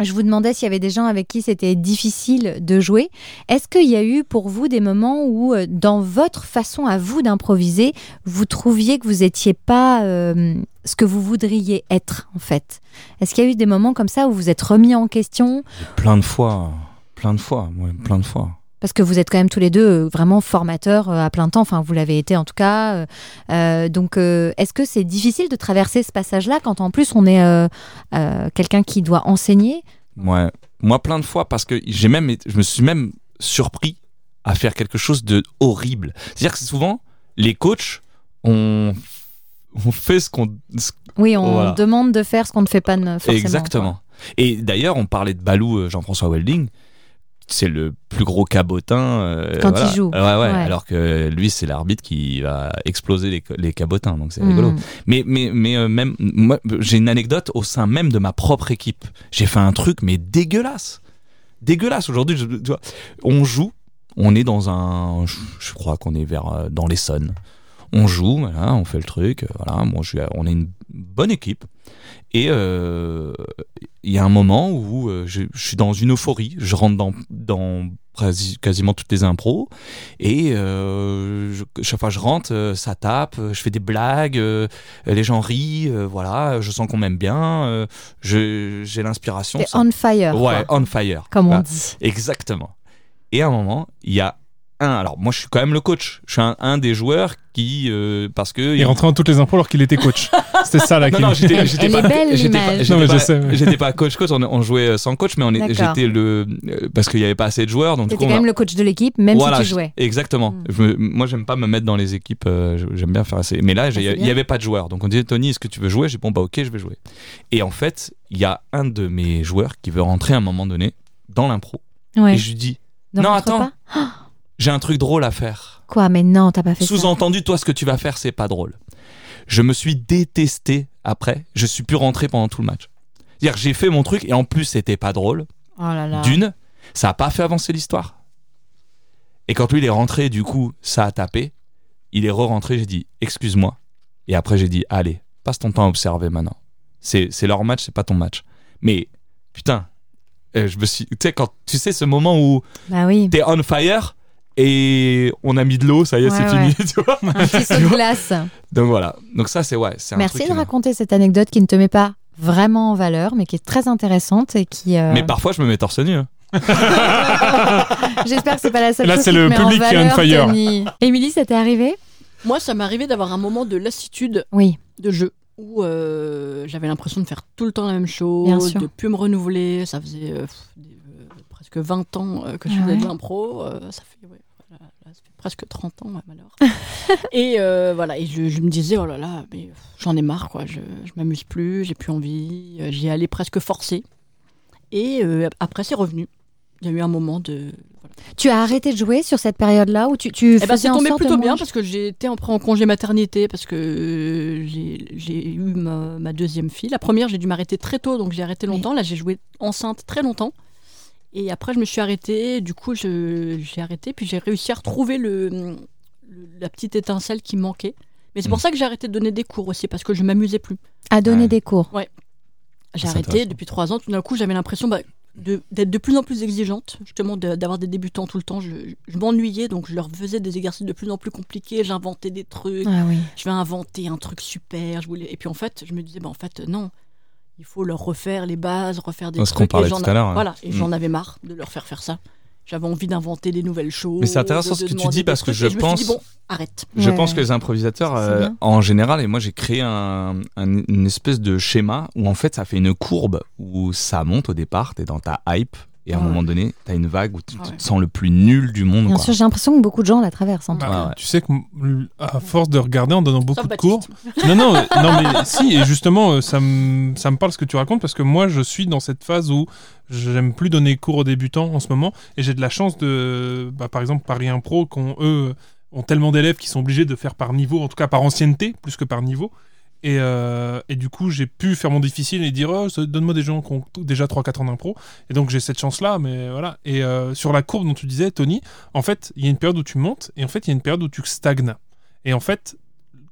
Je vous demandais s'il y avait des gens avec qui c'était difficile de jouer. Est-ce qu'il y a eu pour vous des moments où, euh, dans votre façon à vous d'improviser, vous trouviez que vous n'étiez pas euh, ce que vous voudriez être, en fait Est-ce qu'il y a eu des moments comme ça où vous êtes remis en question Plein de fois, plein de fois, ouais, plein de fois. Parce que vous êtes quand même tous les deux euh, vraiment formateurs euh, à plein temps, enfin vous l'avez été en tout cas. Euh, euh, donc euh, est-ce que c'est difficile de traverser ce passage-là quand en plus on est euh, euh, quelqu'un qui doit enseigner Ouais. Moi, plein de fois, parce que j'ai même, été- je me suis même surpris à faire quelque chose de horrible. C'est-à-dire que souvent, les coachs, on, on fait ce qu'on. ce- Oui, on Voilà. demande de faire ce qu'on ne fait pas ne- forcément. exactement. Et d'ailleurs, on parlait de Balou, euh, Jean-François Welding. C'est le plus gros cabotin. euh, Quand il voilà. joue. Ouais, ouais, Ouais. Alors que lui, c'est l'arbitre qui va exploser les, les cabotins. Donc c'est quoi. rigolo. Mm. Mais, mais, mais euh, même, moi, j'ai une anecdote au sein même de ma propre équipe. J'ai fait un truc, mais dégueulasse. Dégueulasse. Aujourd'hui, je- tu vois, on joue, on est dans un. Je, je crois qu'on est vers. euh, dans l'Essonne. On joue, voilà, on fait le truc. euh, Voilà, moi, je suis, à- on est une bonne équipe. Et euh, il y a un moment où euh, je, je suis dans une euphorie. Je rentre dans, dans quasi- quasiment toutes les impros. Et euh, je- chaque fois que je rentre, euh, ça tape. euh, Je fais des blagues. euh, les gens rient, euh, voilà, je sens qu'on m'aime bien, euh, je- j'ai l'inspiration. T'es ça- on fire, ouais, Bah, quoi, on fire. comme on Voilà. dit. Exactement. Et à un moment, il y a un. Alors, moi, je suis quand même le coach. Je suis un, un des joueurs qui euh, parce que Il rentrait en toutes les impôts alors qu'il était coach. C'était ça la non, clé. non, j'étais, j'étais Elle pas, est belle, j'étais pas- l'image. j'étais Non, mais je pas- sais, ouais. j'étais pas coach coach, on, on jouait sans coach, mais on est- D'accord. j'étais le euh, parce qu'il n'y avait pas assez de joueurs, donc du T'étais coup, quand on a- même le coach de l'équipe, même Voilà, si tu je- jouais. Exactement. Mm. Je me- moi, j'aime pas me mettre dans les équipes. euh, je- j'aime bien faire assez. Mais là, j'ai- Ah, c'est il y bien. avait pas de joueur. Donc on disait Tony, est-ce que tu veux jouer J'ai dit, bon bah ok, je vais jouer. Et en fait, il y a un de mes joueurs qui veut rentrer à un moment donné dans l'impro. Ouais. Et je lui dis, Donc, non, on se attends. repas j'ai un truc drôle à faire. Quoi, mais non, t'as pas fait ça. Sous-entendu, toi, ce que tu vas faire, c'est pas drôle. Je me suis détesté après. Je suis plus rentré pendant tout le match. C'est-à-dire, que j'ai fait mon truc et en plus, c'était pas drôle. Oh là là. D'une, ça a pas fait avancer l'histoire. Et quand lui il est rentré, du coup, ça a tapé. Il est re-rentré, j'ai dit excuse-moi. Et après j'ai dit allez, passe ton temps à observer maintenant. C'est c'est leur match, c'est pas ton match. Mais putain, euh, je me suis, tu sais quand tu sais ce moment où Bah oui. t'es on fire et on a mis de l'eau, ça y est, Ouais, c'est ouais. fini, tu vois. Un petit saut Tu de vois glace. Donc voilà. Donc ça c'est ouais, c'est un Merci truc de qui- raconter cette anecdote qui ne te met pas vraiment en valeur, mais qui est très intéressante et qui. euh, Mais parfois je me mets torse nu. hein. J'espère que c'est pas la seule Là, chose c'est qui te le met en public qui est on valeur, fire. Tony. Émilie, ça t'est arrivé Moi, ça m'est arrivé d'avoir un moment de lassitude Oui. de jeu où euh, j'avais l'impression de faire tout le temps la même Bien chose, sûr. de plus me renouveler. Ça faisait euh, pff, des- euh, presque 20 ans euh, que je Ah faisais de ouais. l'impro. euh, ça, fait, ouais, voilà, là, ça fait presque 30 ans, ouais, malheur. et euh, voilà, et je, je me disais, oh là là, mais pff, j'en ai marre, quoi. Je, je m'amuse plus, j'ai plus envie. euh, J'y allais presque forcé. Et euh, après, c'est revenu. Il y a eu un moment de. voilà. Tu as arrêté de jouer sur cette période-là où tu, Eh tu faisais ben, c'est en tombé sorte au plutôt moins- bien parce que j'ai été en, pré- en congé maternité parce que euh, j'ai j'ai eu ma, ma deuxième fille. La première, j'ai dû m'arrêter très tôt, donc j'ai arrêté longtemps. Là, j'ai joué enceinte très longtemps. Et après, je me suis arrêtée. Du coup, je- j'ai arrêté. Puis j'ai réussi à retrouver le, le- la petite étincelle qui manquait. Mais c'est pour Mm. ça que j'ai arrêté de donner des cours aussi parce que je m'amusais plus. à donner Ouais. des cours. J'ai C'est arrêté intéressant. depuis trois ans. Tout d'un coup, j'avais l'impression bah, de- d'être de plus en plus exigeante, justement, de- d'avoir des débutants tout le temps. Je, je m'ennuyais, donc je leur faisais des exercices de plus en plus compliqués. J'inventais des trucs. Ah oui. Je vais inventer un truc super. Je voulais... Et puis en fait, je me disais, bah, en fait, non. Il faut leur refaire les bases, refaire des Ce trucs. qu'on et parlait j'en- tout à l'heure, hein. Voilà, et Mm. j'en avais marre de leur faire faire ça. J'avais envie d'inventer des nouvelles choses. Mais c'est intéressant de- ce de que tu demander dis des parce que trucs. je Et me suis dit, pense- bon, arrête. Je Ouais, pense ouais. que les improvisateurs, C'est euh, bien. en général, et moi j'ai créé un, un- une espèce de schéma où en fait ça fait une courbe où ça monte au départ, t'es dans ta hype, et à un Ouais. moment donné, t'as une vague où tu Ah tu ouais. te sens le plus nul du monde. Bien quoi. sûr, j'ai l'impression que beaucoup de gens la traversent. hein. en tout Bah, Ouais, ouais. Tu sais que m- à force de regarder en donnant beaucoup Sauf de Baptiste. cours, non non euh, non mais si et justement euh, ça me ça me parle ce que tu racontes parce que moi je suis dans cette phase où j'aime plus donner cours aux débutants en ce moment et j'ai de la chance de bah, par exemple Paris Impro qu'on eux euh, ont tellement d'élèves qui sont obligés de faire par niveau en tout cas par ancienneté plus que par niveau et, euh, et du coup j'ai pu faire mon difficile et dire oh, ça- donne-moi des gens qui ont t- déjà 3-4 ans d'impro et donc j'ai cette chance là mais voilà et euh, sur la courbe dont tu disais Tony en fait il y a une période où tu montes et en fait il y a une période où tu stagnes et en fait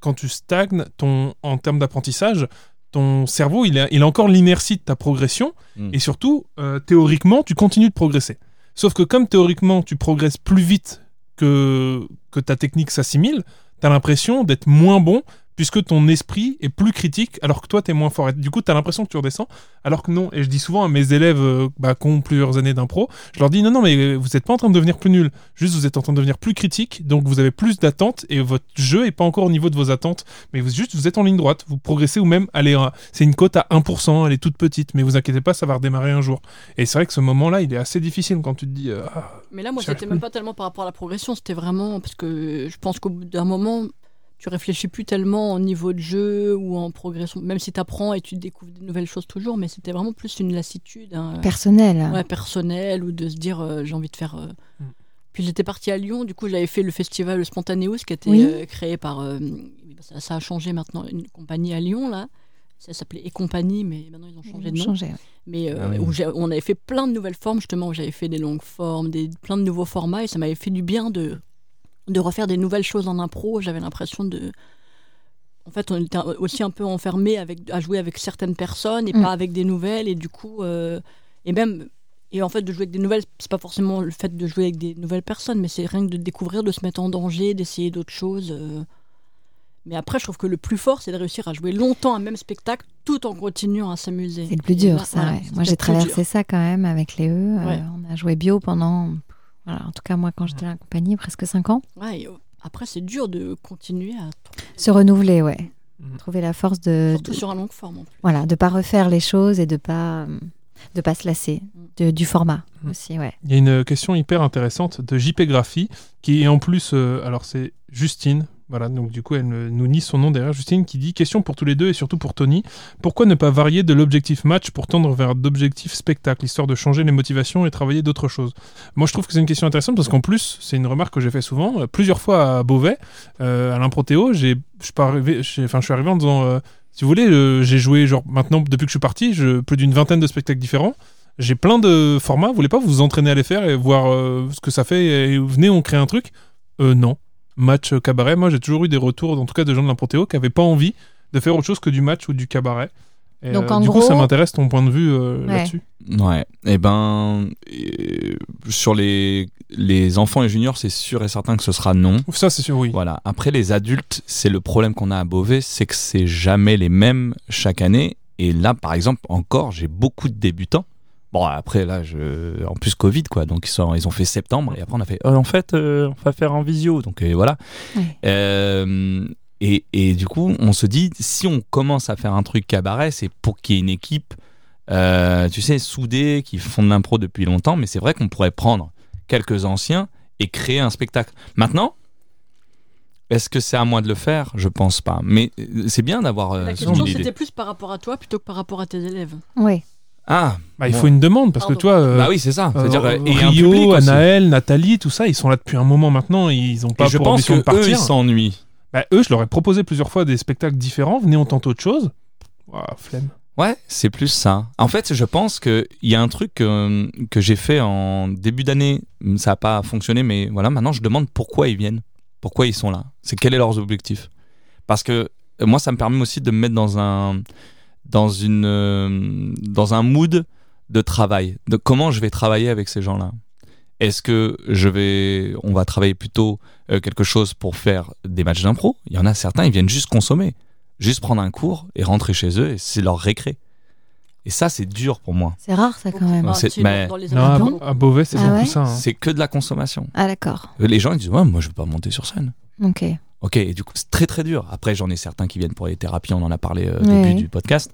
quand tu stagnes, ton, en termes d'apprentissage, ton cerveau, il a, il a encore l'inertie de ta progression. Mm. Et surtout, euh, théoriquement, tu continues de progresser. Sauf que comme théoriquement, tu progresses plus vite que, que ta technique s'assimile, tu as l'impression d'être moins bon puisque ton esprit est plus critique alors que toi, tu es moins fort. Et du coup, tu as l'impression que tu redescends alors que non. Et je dis souvent à mes élèves euh, bah, qui ont plusieurs années d'impro, je leur dis non, non, mais euh, vous n'êtes pas en train de devenir plus nul. Juste, vous êtes en train de devenir plus critique, donc vous avez plus d'attentes et votre jeu n'est pas encore au niveau de vos attentes. Mais vous, juste, vous êtes en ligne droite, vous progressez ou même, allez, euh, c'est une cote à 1%, elle est toute petite, mais vous inquiétez pas, ça va redémarrer un jour. Et c'est vrai que ce moment-là, il est assez difficile quand tu te dis. euh, ah, Mais là, moi, Sur la c'était même pas tellement par rapport à la progression, c'était vraiment parce que je pense qu'au bout d'un moment, tu réfléchis plus tellement en niveau de jeu ou en progression, même si tu apprends et tu découvres des nouvelles choses toujours, mais c'était vraiment plus une lassitude hein, Personnel. ouais, personnelle ou de se dire euh, j'ai envie de faire. euh. Mm. Puis j'étais partie à Lyon, du coup, j'avais fait le festival Spontaneous qui a été Oui. euh, créé par. euh, ça, ça a changé maintenant, une compagnie à Lyon, là. Ça s'appelait Et Compagnie, mais maintenant ils ont changé de nom Changer, ouais. mais euh, Ah oui. où j'ai- on avait fait plein de nouvelles formes justement où j'avais fait des longues formes des plein de nouveaux formats et ça m'avait fait du bien de de refaire des nouvelles choses en impro j'avais l'impression de en fait on était aussi un peu enfermé avec à jouer avec certaines personnes et Mm. pas avec des nouvelles et du coup euh, et même et en fait de jouer avec des nouvelles c'est pas forcément le fait de jouer avec des nouvelles personnes mais c'est rien que de découvrir de se mettre en danger d'essayer d'autres choses euh. mais après, je trouve que le plus fort, c'est de réussir à jouer longtemps un même spectacle tout en continuant à s'amuser. C'est le plus Et dur, là, ça. voilà, ouais. c'est peut-être Moi, j'ai le plus dur. traversé ça quand même avec les E. Euh, Ouais. on a joué bio pendant, voilà, en tout cas, moi, quand j'étais à la compagnie, presque 5 ans. Ouais, et, euh, Après, c'est dur de continuer à. Se renouveler, ouais. Mhm. Trouver la force de, Surtout Euh, de- sur un longue forme en plus. voilà, de pas refaire les choses et de pas euh, de pas se lasser Mm. de- du format Mhm. aussi, ouais. Il y a une question hyper intéressante de JP Graphie, qui est en plus, euh, alors c'est Justine, voilà, donc du coup elle euh, nous nie son nom derrière, Justine qui dit question pour tous les deux et surtout pour Tony, pourquoi ne pas varier de l'objectif match pour tendre vers d'objectifs spectacle, histoire de changer les motivations et travailler d'autres choses Moi je trouve que c'est une question intéressante parce qu'en plus, c'est une remarque que j'ai fait souvent, euh, plusieurs fois à Beauvais, euh, à l'improtéo, j'ai- je suis pas arrivé- j'ai- enfin, je suis arrivé en disant... euh, si vous voulez, euh, j'ai joué, genre maintenant, depuis que je suis parti, je, plus d'une vingtaine de spectacles différents. J'ai plein de formats. Vous voulez pas vous entraîner à les faire et voir euh, ce que ça fait et venez, on crée un truc Euh, Non. Match euh, cabaret, moi j'ai toujours eu des retours, en tout cas de gens de l'improtéo, qui n'avaient pas envie de faire autre chose que du match ou du cabaret. Et, Donc, euh, en du coup, gros- ça m'intéresse ton point de vue euh, Ouais. là-dessus. Ouais. Eh ben, euh, sur les, les enfants et juniors, c'est sûr et certain que ce sera non. Ça, c'est sûr, oui. Voilà. Après, les adultes, c'est le problème qu'on a à Beauvais, c'est que c'est jamais les mêmes chaque année. Et là, par exemple, encore, j'ai beaucoup de débutants. Bon, après, là, je... en plus, Covid, quoi. Donc, ils, sont... ils ont fait septembre. Et après, on a fait, Oh, en fait, euh, on va faire en visio. Donc, euh, voilà. Ouais. Euh, et, et du coup, on se dit, si on commence à faire un truc cabaret, c'est pour qu'il y ait une équipe, euh, tu sais, soudée, qui font de l'impro depuis longtemps. Mais c'est vrai qu'on pourrait prendre quelques anciens et créer un spectacle. Maintenant, est-ce que c'est à moi de le faire Je pense pas. Mais euh, c'est bien d'avoir euh, La ce question, genre d'idée. c'était plus par rapport à toi plutôt que par rapport à tes élèves. Ouais. Ah, Bah, il Bon. faut une demande parce que Pardon. toi. euh, bah oui, c'est ça. euh, C'est-à-dire, euh, et un public Rio, aussi. Anaël, Nathalie, tout ça, ils sont là depuis un moment maintenant. Ils n'ont pas Et je pour pense que ambition de eux, partir. ils s'ennuient. Bah, eux, je leur ai proposé plusieurs fois des spectacles différents. Venez, on tente autre chose. Ouah, flemme. Ouais, c'est plus ça. En fait, je pense qu'il y a un truc euh, que j'ai fait en début d'année. Ça n'a pas fonctionné, mais voilà, maintenant je demande pourquoi ils viennent. Pourquoi ils sont là. C'est quel est leurs objectifs. Parce que euh, moi, ça me permet aussi de me mettre dans un, dans une, euh, dans un mood de travail. De comment je vais travailler avec ces gens-là. Est-ce que je vais, on va travailler plutôt euh, quelque chose pour faire des matchs d'impro Il y en a certains, ils viennent juste consommer juste prendre un cours et rentrer chez eux et c'est leur récré. Et ça, c'est dur pour moi. C'est rare ça quand même. Ouais. Ah, c'est- c'est mais- dans les Non, à, adultes, à Beauvais, c'est Ah beaucoup ouais ça. hein. C'est que de la consommation. Euh, Ah d'accord. Les gens, ils disent, ouais, moi, je veux pas monter sur scène. Ok. Ok, et du coup, c'est très très dur. Après, j'en ai certains qui viennent pour les thérapies, on en a parlé euh, au Ouais. début du podcast.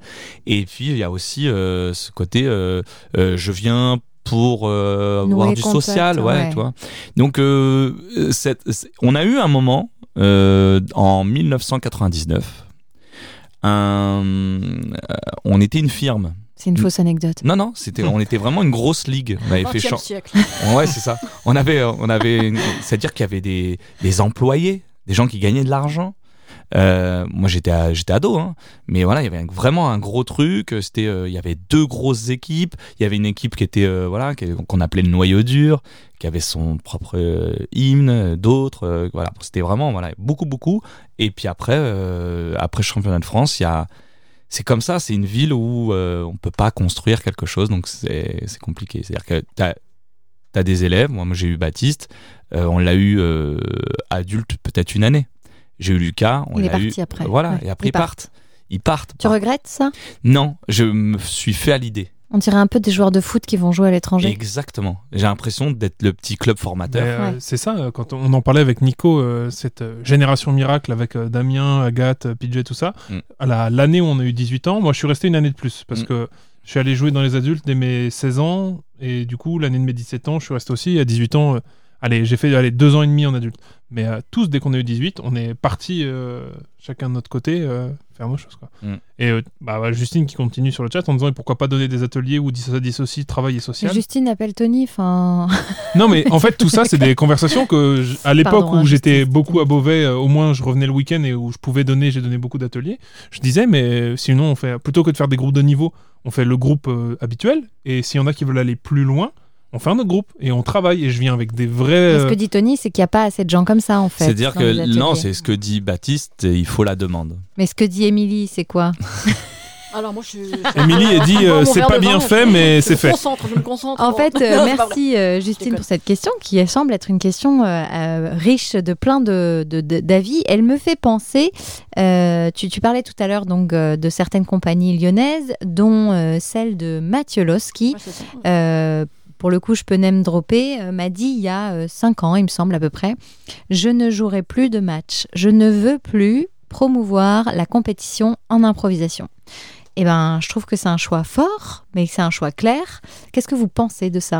Et puis, il y a aussi euh, ce côté, euh, euh, je viens pour euh, Nouer avoir du contact, social, ouais, ouais. tu vois. Donc, euh, euh, cette- c'est- on a eu un moment euh, en 1999. un- euh, on était une firme. C'est une fausse anecdote. Non, non, c'était, on était vraiment une grosse ligue. On avait fait 20e chan- siècle. Ouais, c'est ça. On avait, euh, on avait, une- c'est-à-dire qu'il y avait des, des employés, des gens qui gagnaient de l'argent. Euh, moi, j'étais, à- j'étais ado, hein. mais voilà, il y avait un- vraiment un gros truc. C'était, euh, il y avait deux grosses équipes. Il y avait une équipe qui était, euh, voilà, qui- qu'on appelait le noyau dur, qui avait son propre euh, hymne, euh, d'autres, euh, voilà. C'était vraiment, voilà, beaucoup, beaucoup. Et puis après, euh, après championnat de France, il y a c'est comme ça, c'est une ville où euh, on peut pas construire quelque chose, donc c'est c'est compliqué. C'est-à-dire que tu as, des élèves, moi, moi, j'ai eu Baptiste, euh, on l'a eu euh, adulte peut-être une année. J'ai eu Lucas, on Il est l'a eu. parti après. Voilà, Ouais, et après il ils partent. Ils partent. Tu regrettes ça Non, je me suis fait à l'idée. On dirait un peu des joueurs de foot qui vont jouer à l'étranger. Exactement. J'ai l'impression d'être le petit club formateur. Mais, euh, Ouais. C'est ça, euh, quand on en parlait avec Nico, euh, cette euh, génération miracle avec euh, Damien, Agathe, euh, PJ, tout ça, Mm. à la- l'année où on a eu 18 ans, moi je suis resté une année de plus parce Mm. que je suis allé jouer dans les adultes dès mes 16 ans et du coup l'année de mes 17 ans, je suis resté aussi à 18 ans. euh, allez, j'ai fait allez, deux ans et demi en adulte. Mais euh, tous, dès qu'on a eu 18, on est partis euh, chacun de notre côté euh, faire nos choses. Quoi. Mm. Et euh, bah, bah, Justine qui continue sur le chat en disant et pourquoi pas donner des ateliers où ça dissocie travail et social. Justine appelle Tony. Enfin, Non, mais en fait, tout ça, c'est des conversations que, je- à l'époque Pardon, hein, où j'étais justice. beaucoup à Beauvais, euh, au moins je revenais le week-end et où je pouvais donner, j'ai donné beaucoup d'ateliers. Je disais, mais euh, sinon, on fait, plutôt que de faire des groupes de niveau, on fait le groupe euh, habituel. Et s'il y en a qui veulent aller plus loin, on fait un autre groupe et on travaille. Et je viens avec des vrais. ce que dit Tony, c'est qu'il n'y a pas assez de gens comme ça en fait. C'est-à-dire dans les Euh. que non, ateliers. c'est ce que dit Baptiste, et il faut la demande. Mais ce que dit Émilie, c'est quoi Alors moi, je. Émilie a dit, euh, c'est pas bien fait, mais c'est fait. Je me concentre, je me concentre. En fait, euh, Oh, Non, c'est pas vrai. merci euh, Justine déconne. pour cette question qui semble être une question euh, euh, riche de plein de de- de- d'avis. Elle me fait penser. euh, tu, tu parlais tout à l'heure donc euh, de certaines compagnies lyonnaises, dont euh, celle de Mathieu Loski. Ouais, c'est ça. euh, pour le coup je peux même dropper, euh, m'a dit il y a euh, cinq ans, il me semble à peu près, je ne jouerai plus de match, je ne veux plus promouvoir la compétition en improvisation. Eh ben, je trouve que c'est un choix fort, mais c'est un choix clair. Qu'est-ce que vous pensez de ça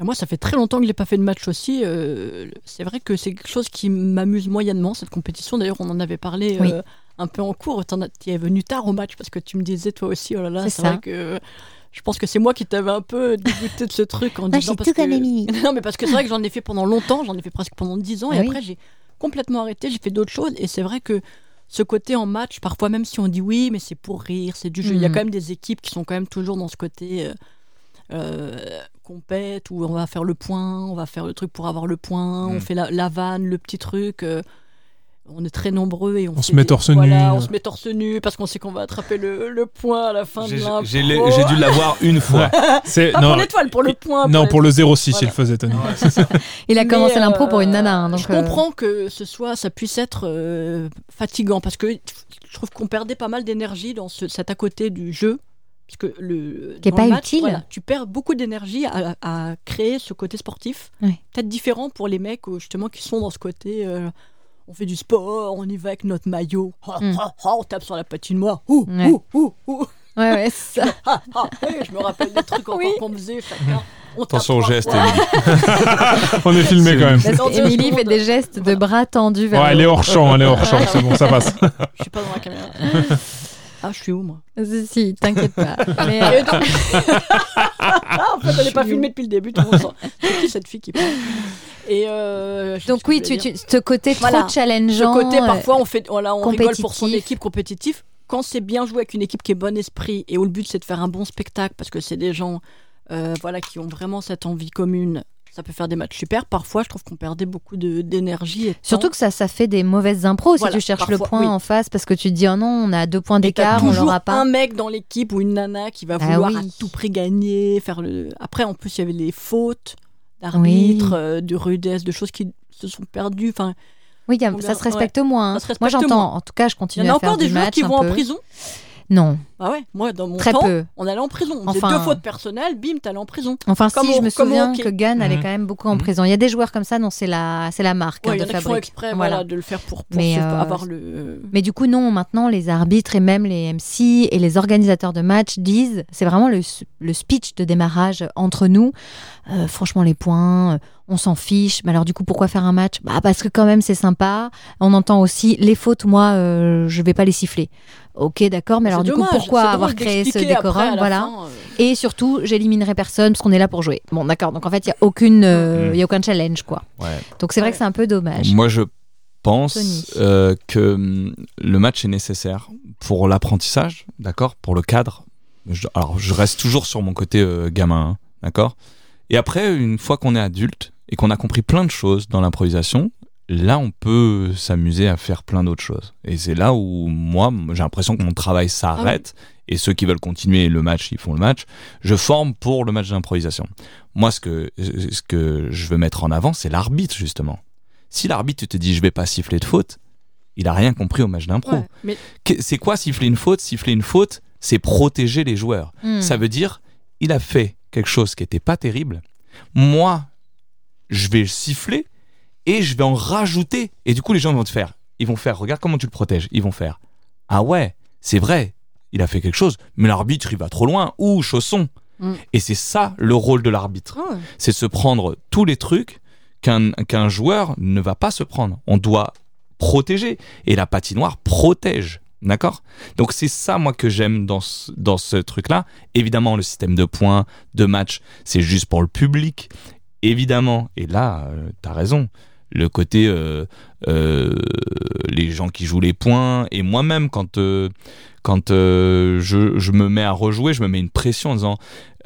Euh, Moi, ça fait très longtemps que je n'ai pas fait de match aussi. euh, c'est vrai que c'est quelque chose qui m'amuse moyennement, cette compétition. D'ailleurs, on en avait parlé Oui. euh, un peu en cours. T'en as- Tu es venu tard au match parce que tu me disais, toi aussi, oh là là, C'est c'est ça. vrai que. Je pense que c'est moi qui t'avais un peu dégoûté de ce truc en disant parce que... Non, mais parce que c'est vrai que j'en ai fait pendant longtemps, j'en ai fait presque pendant 10 ans, et Ah oui. après j'ai complètement arrêté, j'ai fait d'autres choses, et c'est vrai que ce côté en match, parfois même si on dit oui, mais c'est pour rire, c'est du jeu, il y a Mhm. quand même des équipes qui sont quand même toujours dans ce côté euh, euh, compète, où on va faire le point, on va faire le truc pour avoir le point, on Mhm. fait la, la vanne, le petit truc. euh, on est très nombreux et on, On fait se met des- torse voilà, nu. on se met torse nu parce qu'on sait qu'on va attraper le, le point à la fin J'ai de l'impro. j'ai l'ai- j'ai dû l'avoir une fois. C'est Pas non, pour l'étoile, pour le point. non pour pour le 06 il Voilà. le faisait Tony. Il a Mais, commencé l'impro euh, pour une nana. hein, donc, je euh, comprends que ce soit, ça puisse être euh, fatigant parce que je trouve qu'on perdait pas mal d'énergie dans ce- cet à côté du jeu. Parce que le, Qui est dans le pas match, utile. voilà, tu perds beaucoup d'énergie à, à créer ce côté sportif. Ouais. Peut-être différent pour les mecs euh, justement qui sont dans ce côté. euh, on fait du sport, on y va avec notre maillot, Ah, Mm. ah, ah, on tape sur la patinoire. Ouh, Ouais. ouh, ouh, ouh. Ouais, ouais, c'est ça. Ah, ah, hey, je me rappelle des trucs encore qu'on faisait chacun. On tape Attention au trois geste, fois. Émilie. On est filmé quand même. Parce Dans que deux Émilie fait secondes. des gestes de bras tendus vers Ouais, le elle est hors champ, elle est hors champ, c'est bon, ça passe. Je suis pas dans la caméra. ah, je suis où moi Si, si, t'inquiète pas. Mais, euh, Et donc- Ah, en fait, elle n'est pas filmée depuis le début, tout le monde sent. C'est qui cette fille qui parle Et euh, je sais donc plus oui, ce que je tu, voulais dire. tu- ce côté Voilà. trop challengeant. Ce côté, euh, parfois, on, fait, voilà, on rigole pour son compétitif. équipe compétitif. Quand c'est bien joué avec une équipe qui est bon esprit et où le but c'est de faire un bon spectacle parce que c'est des gens euh, voilà, qui ont vraiment cette envie commune, ça peut faire des matchs super. Parfois, je trouve qu'on perdait beaucoup de- d'énergie. et de Surtout temps. que ça, ça fait des mauvaises impros Voilà, si tu cherches le parfois, point oui. en face parce que tu te dis oh non, on a deux points Et t'as d'écart, on toujours l'aura pas. un mec dans l'équipe ou une nana qui va Ah vouloir oui. à tout prix gagner, faire le. Après, en plus, il y avait les fautes d'arbitre, Oui. euh, de rudesse, de choses qui se sont perdues. Enfin, Oui, y a- on ça leur- se respecte moins. hein. Ça se respecte Moi j'entends. En tout cas, je il continue y en a à faire encore des du joueurs match qui un vont peu. en prison. Non, Bah ouais, moi, dans mon très temps, peu. on allait en prison. On Enfin- faisait deux fautes personnelles, bim, t'allais en prison. Enfin, Comme si, au- je me comme au souviens hockey. Mmh. que Gann allait Mhm. quand même beaucoup en Mhm. prison. Il y a des joueurs comme ça, non, c'est la, c'est la marque Ouais, hein, il de y en a qui font fabrique. exprès Voilà. voilà. de le faire pour, pour Mais, se- euh, avoir le. Mais du coup, non, maintenant, les arbitres et même les MC et les organisateurs de matchs disent, c'est vraiment le, s- le speech de démarrage entre nous. Euh, franchement, les points, euh, on s'en fiche. Mais alors, du coup, pourquoi faire un match bah, Parce que quand même, c'est sympa. On entend aussi les fautes, moi, euh, je vais pas les siffler. Ok, d'accord, mais alors, C'est du coup, dommage, pourquoi c'est drôle avoir créé ce d'expliquer après, à décorum la Voilà. fin, euh, Et surtout, j'éliminerai personne parce qu'on est là pour jouer. Bon, d'accord. Donc, en fait, il n'y a, aucune, euh, Mm. y a aucun challenge, quoi. Ouais. Donc, c'est vrai Ouais. que c'est un peu dommage. Moi, je Tony. pense euh, que hum, le match est nécessaire pour l'apprentissage, d'accord, pour le cadre. Je- alors, je reste toujours sur mon côté euh, gamin, hein, d'accord. Et après, une fois qu'on est adulte et qu'on a compris plein de choses dans l'improvisation, là, on peut s'amuser à faire plein d'autres choses. Et c'est là où moi, j'ai l'impression que mon travail Ah s'arrête. Et ceux qui veulent continuer le match, ils font le match. Je forme pour le match d'improvisation. Moi, ce que, ce que je veux mettre en avant, c'est l'arbitre, justement. Si l'arbitre te dit je vais pas siffler de faute, il a rien compris au match d'impro. ouais. Mais Que- C'est quoi siffler une faute Siffler une faute, c'est protéger les joueurs. Mm. Ça veut dire il a fait quelque chose qui était pas terrible. Moi, je vais siffler et je vais en rajouter. Et du coup, les gens vont te faire. Ils vont faire. Regarde comment tu le protèges. Ils vont faire. Ah ouais, c'est vrai. Il a fait quelque chose, mais l'arbitre il va trop loin. Ou chausson. Mm. Et c'est ça le rôle de l'arbitre ah, c'est de se prendre tous les trucs qu'un qu'un joueur ne va pas se prendre. On doit protéger. Et la patinoire protège. D'accord Donc c'est ça, moi, que j'aime dans ce, dans ce truc-là. Évidemment, le système de points, de match, c'est juste pour le public. Évidemment, et là, euh, t'as raison, le côté euh, euh, les gens qui jouent les points, et moi-même, quand, euh, quand euh, je, je me mets à rejouer, je me mets une pression en disant,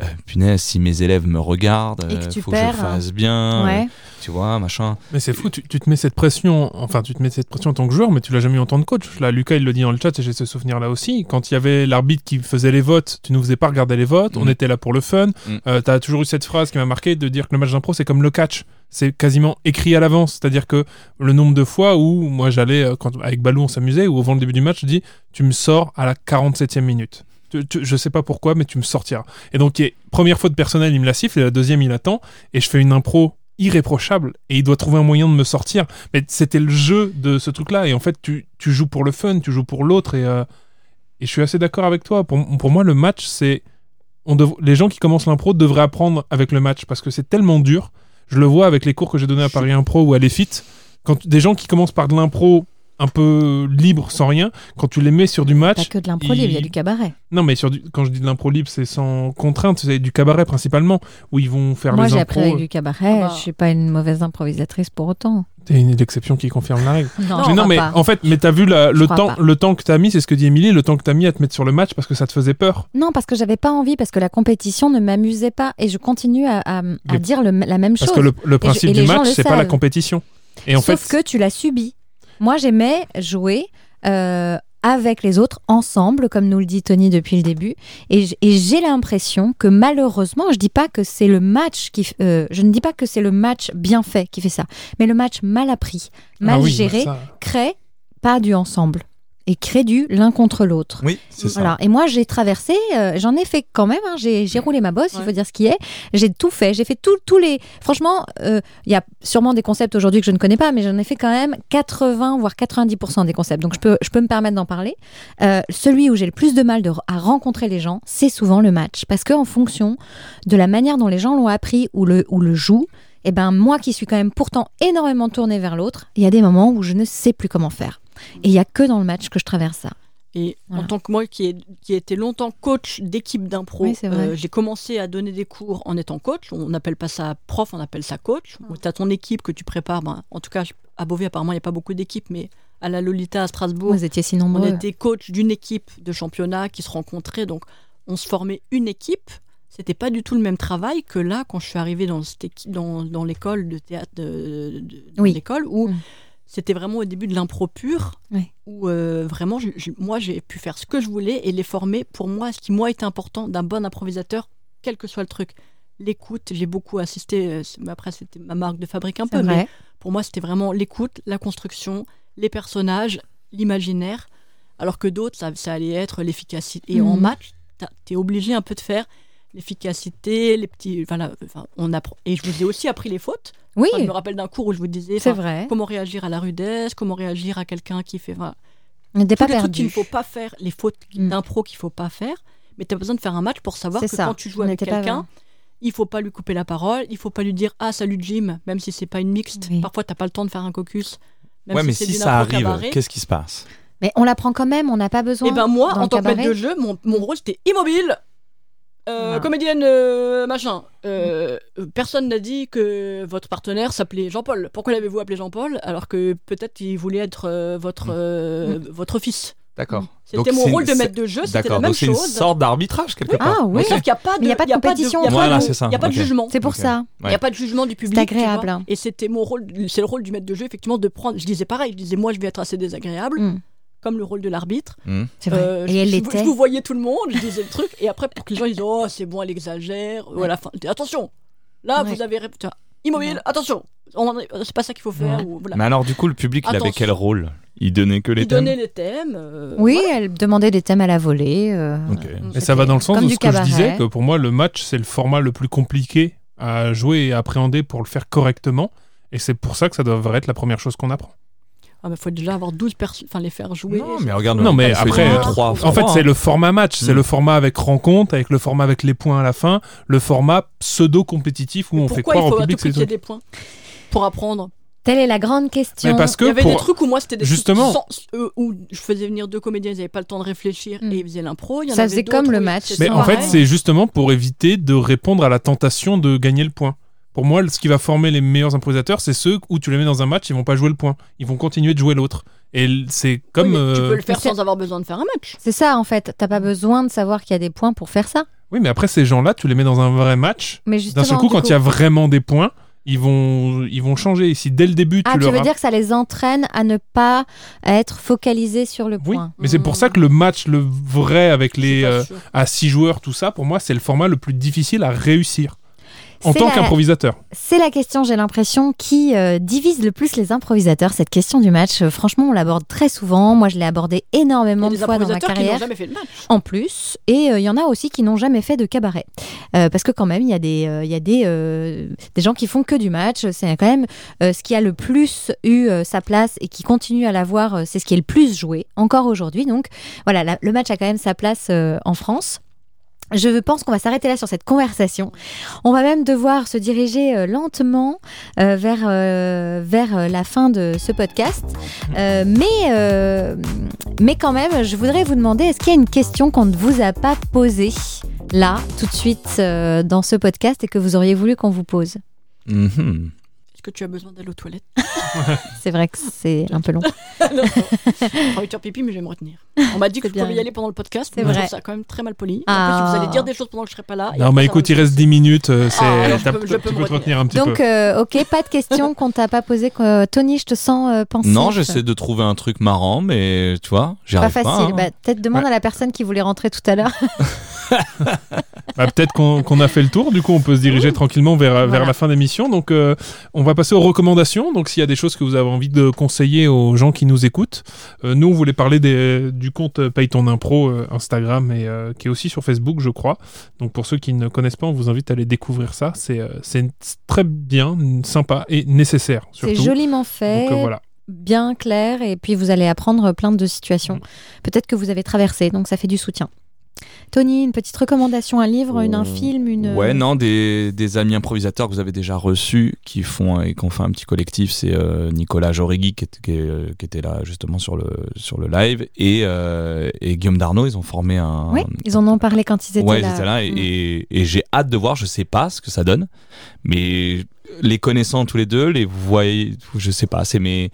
euh, punaise, si mes élèves me regardent, Et que euh, tu faut perds, hein. que je fasse bien, euh, Ouais. tu vois, machin. Mais c'est fou, tu, tu te mets cette pression, enfin tu te mets cette pression en tant que joueur, mais tu l'as jamais eu en tant que coach. Là, Lucas, il le dit dans le chat, et j'ai ce souvenir-là aussi. Quand il y avait l'arbitre qui faisait les votes, tu nous faisais pas regarder les votes, on Mm. était là pour le fun. Mm. Euh, T'as toujours eu cette phrase qui m'a marqué de dire que le match d'impro, c'est comme le catch. C'est quasiment écrit à l'avance. C'est-à-dire que le nombre de fois où moi j'allais, euh, quand avec Balou on s'amusait, ou avant le début du match, je dis, tu me sors à la 47e minute. tu- tu- je sais pas pourquoi, mais tu me sortiras. Et donc, il est- première fois de personnel, il me la siffle, et la deuxième, il attend, et je fais une impro irréprochable, et il doit trouver un moyen de me sortir. Mais c'était le jeu de ce truc-là, et en fait, tu, tu joues pour le fun, tu joues pour l'autre, et, euh, et je suis assez d'accord avec toi. Pour, pour moi, le match, c'est. on dev- Les gens qui commencent l'impro devraient apprendre avec le match, parce que c'est tellement dur. Je le vois avec les cours que j'ai donnés à Paris Impro ou à l'EFIT. Quand des gens qui commencent par de l'impro un peu libre, sans rien, quand tu les mets sur du Pas match, que de l'impro libre, il y a du cabaret. non, mais sur du- quand je dis de l'impro libre, c'est sans contrainte, c'est du cabaret principalement, où ils vont faire Moi, les j'ai appris avec impros. euh. du cabaret. Ah bah. Je suis pas une mauvaise improvisatrice pour autant. T'es une exception qui confirme la règle. Non, mais non, mais en fait, mais t'as vu la- Je le, crois temps, pas. le temps que t'as mis, c'est ce que dit Émilie, le temps que t'as mis à te mettre sur le match parce que ça te faisait peur. Non, parce que j'avais pas envie, parce que la compétition ne m'amusait pas. Et je continue à, à- à Mais- dire le- la même chose. Parce que le, le principe et du les gens match, le c'est pas la savent. compétition. Et en Sauf fait, que tu l'as subi. Moi, j'aimais jouer euh, avec les autres, ensemble, comme nous le dit Tony depuis le début. Et j- et j'ai l'impression que malheureusement, je dis pas que c'est le match qui, f- euh, je ne dis pas que c'est le match bien fait qui fait ça, mais le match mal appris, mal Ah oui, géré, ça- crée pas du ensemble et crée du l'un contre l'autre. Oui, c'est ça. Voilà. Et moi, j'ai traversé, euh, j'en ai fait quand même, hein, j'ai j'ai roulé ma bosse, il faut Ouais. dire ce qui est. J'ai tout fait, j'ai fait tout- tous les. Franchement, euh, il y a sûrement des concepts aujourd'hui que je ne connais pas, mais j'en ai fait quand même 80, voire 90% des concepts. Donc, je peux, je peux me permettre d'en parler. Euh, celui où j'ai le plus de mal de, à rencontrer les gens, c'est souvent le match. Parce qu'en fonction de la manière dont les gens l'ont appris ou le, ou le jouent, eh ben, moi qui suis quand même pourtant énormément tournée vers l'autre, il y a des moments où je ne sais plus comment faire. Et il y a que dans le match que je traverse ça. Et Voilà. en tant que moi qui ai, qui ai été longtemps coach d'équipe d'impro, euh, Oui, c'est vrai. j'ai commencé à donner des cours en étant coach. On n'appelle pas ça prof, on appelle ça Ah coach. Tu as ton équipe que tu prépares. Ben, en tout cas, je- à Beauvais, apparemment, il n'y a pas beaucoup d'équipes, mais à la Lolita à Strasbourg, Vous étiez si on nombreux. était coach d'une équipe de championnat qui se rencontrait. Donc, on se formait une équipe. C'était pas du tout le même travail que là, quand je suis arrivée dans, cette équipe, dans, dans l'école de théâtre, de, de- dans Oui. l'école, où Mm. c'était vraiment au début de l'impro pur, Oui. où euh, vraiment, je- je- moi, j'ai pu faire ce que je voulais et les former pour moi, ce qui, moi, était important d'un bon improvisateur, quel que soit le truc. L'écoute, j'ai beaucoup assisté, euh, c'est- mais après, c'était ma marque de fabrique un C'est peu, mais vrai. pour moi, c'était vraiment l'écoute, la construction, les personnages, l'imaginaire, alors que d'autres, ça, ça allait être l'efficacité. Et en Mhm. match, t'as- t'es obligé un peu de faire l'efficacité, les petits. Voilà, enfin, on apprend. Et je vous ai aussi appris les fautes. Oui, Enfin, je me rappelle d'un cours où je vous disais c'est enfin, vrai. comment réagir à la rudesse, comment réagir à quelqu'un qui fait. Enfin, On n'était pas tous les trucs qu'il perdu. ne faut pas faire, les fautes Mm. d'impro qu'il ne faut pas faire, mais tu as besoin de faire un match pour savoir C'est que ça, quand tu joues on avec n'était pas quelqu'un, vraiment. il faut pas lui couper la parole, il faut pas lui dire ah salut Jim, même si c'est pas une mixte, Oui. parfois t'as pas le temps de faire un caucus. Même Ouais, mais c'est si du ça n'importe arrive, cabaret. qu'est-ce qui se passe Mais on l'apprend quand même, on n'a pas besoin. Et ben moi, dans en le tant que maître cabaret de jeu, mon, mon rôle c'était immobile. Euh, Ah. Comédienne, euh, machin. Euh, euh, Personne n'a dit que votre partenaire s'appelait Jean-Paul. Pourquoi l'avez-vous appelé Jean-Paul alors que peut-être il voulait être euh, Mm. votre, euh, votre fils D'accord. C'était mon rôle de maître de jeu, c'était la D'accord, même donc c'est une chose. sorte d'arbitrage quelque Ah, part. oui. Ok. Sauf qu'il n'y a pas de Mais il y a pas de il y compétition. il y a pas Voilà, de- c'est ça. Il n'y a pas de Ok. jugement. C'est pour Ok. ça. Il n'y a pas de jugement du public. tu agréable, vois. hein. Et c'était mon rôle, c'est le rôle du maître de jeu, effectivement, de prendre. Je disais pareil, je disais moi je vais être assez désagréable, Mm. comme le rôle de l'arbitre. C'est vrai. Euh, Et je- elle je, l'était. Je vous voyais tout le monde, je disais le truc, et après pour que les gens ils disent oh c'est bon, elle exagère. Ou à la fin, je dis, attention, là Ouais. vous avez ré- tu vois, immobile, attention, on en est- c'est pas ça qu'il faut faire. ou voilà. Mais alors, du coup, le public, il avait Attention. quel rôle Il donnait que les Ils thèmes donnaient les thèmes. euh, Oui, elle demandait des thèmes à la volée. euh, Ok. Et ça va dans le sens Comme de du ce que je cabaret. disais, que pour moi, le match, c'est le format le plus compliqué à jouer et à appréhender pour le faire correctement. Et c'est pour ça que ça devrait être la première chose qu'on apprend. Ah, mais faut déjà avoir 12 personnes, enfin les faire jouer. Non, mais regarde, Non, mais après, euh, trois, En fait, hein. c'est le format match, c'est Mm. le format avec rencontre, avec le format avec les points à la fin, le format pseudo-compétitif où on fait Pourquoi croire il au faut à tout public prix c'est qu'il y ait des points pour apprendre Telle est la grande question. Mais parce Il y que avait pour... des trucs où moi c'était des Justement. trucs sans- euh, où je faisais venir deux comédiens, ils n'avaient pas le temps de réfléchir Mm. et ils faisaient l'impro. il y en Ça avait faisait d'autres comme le où match, c'était Mais en fait, pareil. c'est justement pour éviter de répondre à la tentation de gagner le point. Pour moi, ce qui va former les meilleurs improvisateurs, c'est ceux où tu les mets dans un match, ils vont pas jouer le point, ils vont continuer de jouer l'autre. Et l- c'est Oui, comme mais tu euh, peux le faire Mais c'est- sans avoir besoin de faire un match. C'est ça, en fait. T'as pas besoin de savoir qu'il y a des points pour faire ça. Oui, mais après, ces gens-là, tu les mets dans un vrai match. Mais justement. D'un seul coup, du quand il y a vraiment des points, ils vont, ils vont changer. Et si dès le début, tu Ah, tu leur veux as- dire que ça les entraîne à ne pas être focalisés sur le Oui, point. mais c'est pour ça que le match, le vrai avec les Hmm. C'est pas euh, sûr. à 6 joueurs, tout ça, pour moi, c'est le format le plus difficile à réussir. en C'est tant la- qu'improvisateur. C'est la question, j'ai l'impression, qui euh, divise le plus les improvisateurs, cette question du match. Euh, Franchement, on l'aborde très souvent. Moi, je l'ai abordée Il y énormément a de des fois dans ma improvisateurs qui n'ont carrière. jamais fait de match. En plus, et euh, il y en a aussi qui n'ont jamais fait de cabaret. Euh, parce que quand même, il y a, des, euh, il y a des, euh, des gens qui font que du match. C'est quand même euh, ce qui a le plus eu euh, sa place et qui continue à l'avoir. euh, c'est ce qui est le plus joué encore aujourd'hui. Donc voilà, la- le match a quand même sa place euh, en France. Je pense qu'on va s'arrêter là sur cette conversation. On va même devoir se diriger euh, lentement euh, vers, euh, vers euh, la fin de ce podcast. Euh, mais euh, mais quand même, je voudrais vous demander, est-ce qu'il y a une question qu'on ne vous a pas posée là, tout de suite, euh, dans ce podcast et que vous auriez voulu qu'on vous pose Mhm. Est-ce que tu as besoin d'aller aux toilettes C'est vrai que c'est un peu long. Non, J'ai envie de faire pipi, mais je vais me retenir. On m'a dit que C'est je pouvais bien. y aller pendant le podcast. C'est mais je vrai. trouve ça quand même très mal poli. En Ah. plus, vous allez dire des choses pendant que je serai Ah, pas là. et Non, mais après, ça va écoute, me- il reste 10 minutes. euh, c'est- Ah, alors je t'as- peux- je tu peux me peux te retenir retenir. un petit Donc, peu. euh, ok, pas de question qu'on t'a pas posée. quoi. Tony, je te sens euh, pensif. Non, j'essaie de trouver un truc marrant, mais tu vois, j'y Pas arrive pas. facile. hein. Bah, Peut-être demande à la personne qui voulait rentrer tout à l'heure. Bah, Peut-être qu'on qu'on a fait le tour, du coup on peut se diriger tranquillement vers, euh, vers Voilà. la fin d'émission. Donc euh, on va passer aux recommandations. Donc s'il y a des choses que vous avez envie de conseiller aux gens qui nous écoutent, euh, nous on voulait parler des- du compte euh, Paye ton impro euh, Instagram et euh, qui est aussi sur Facebook je crois. Donc pour ceux qui ne connaissent pas, on vous invite à aller découvrir ça. C'est euh, c'est très bien, sympa et nécessaire C'est surtout. joliment fait. Donc euh, voilà. bien clair et puis vous allez apprendre plein de situations. Peut-être que vous avez traversé, donc ça fait du soutien. Tony, une petite recommandation, un livre, une, un Euh, film, une... Ouais, non, des, des amis improvisateurs que vous avez déjà reçus qui font euh, et qu'on fait un petit collectif, c'est euh, Nicolas Jorigui qui, est- qui est, euh, qui était là justement sur le, sur le live et, euh, et Guillaume Darnaud, ils ont formé un. Ouais, ils en ont parlé quand ils étaient Euh, Ouais, là. Mm. ils étaient là et, et- et j'ai hâte de voir, je sais pas ce que ça donne, mais les connaissant tous les deux, les voyez, je sais pas, c'est mes.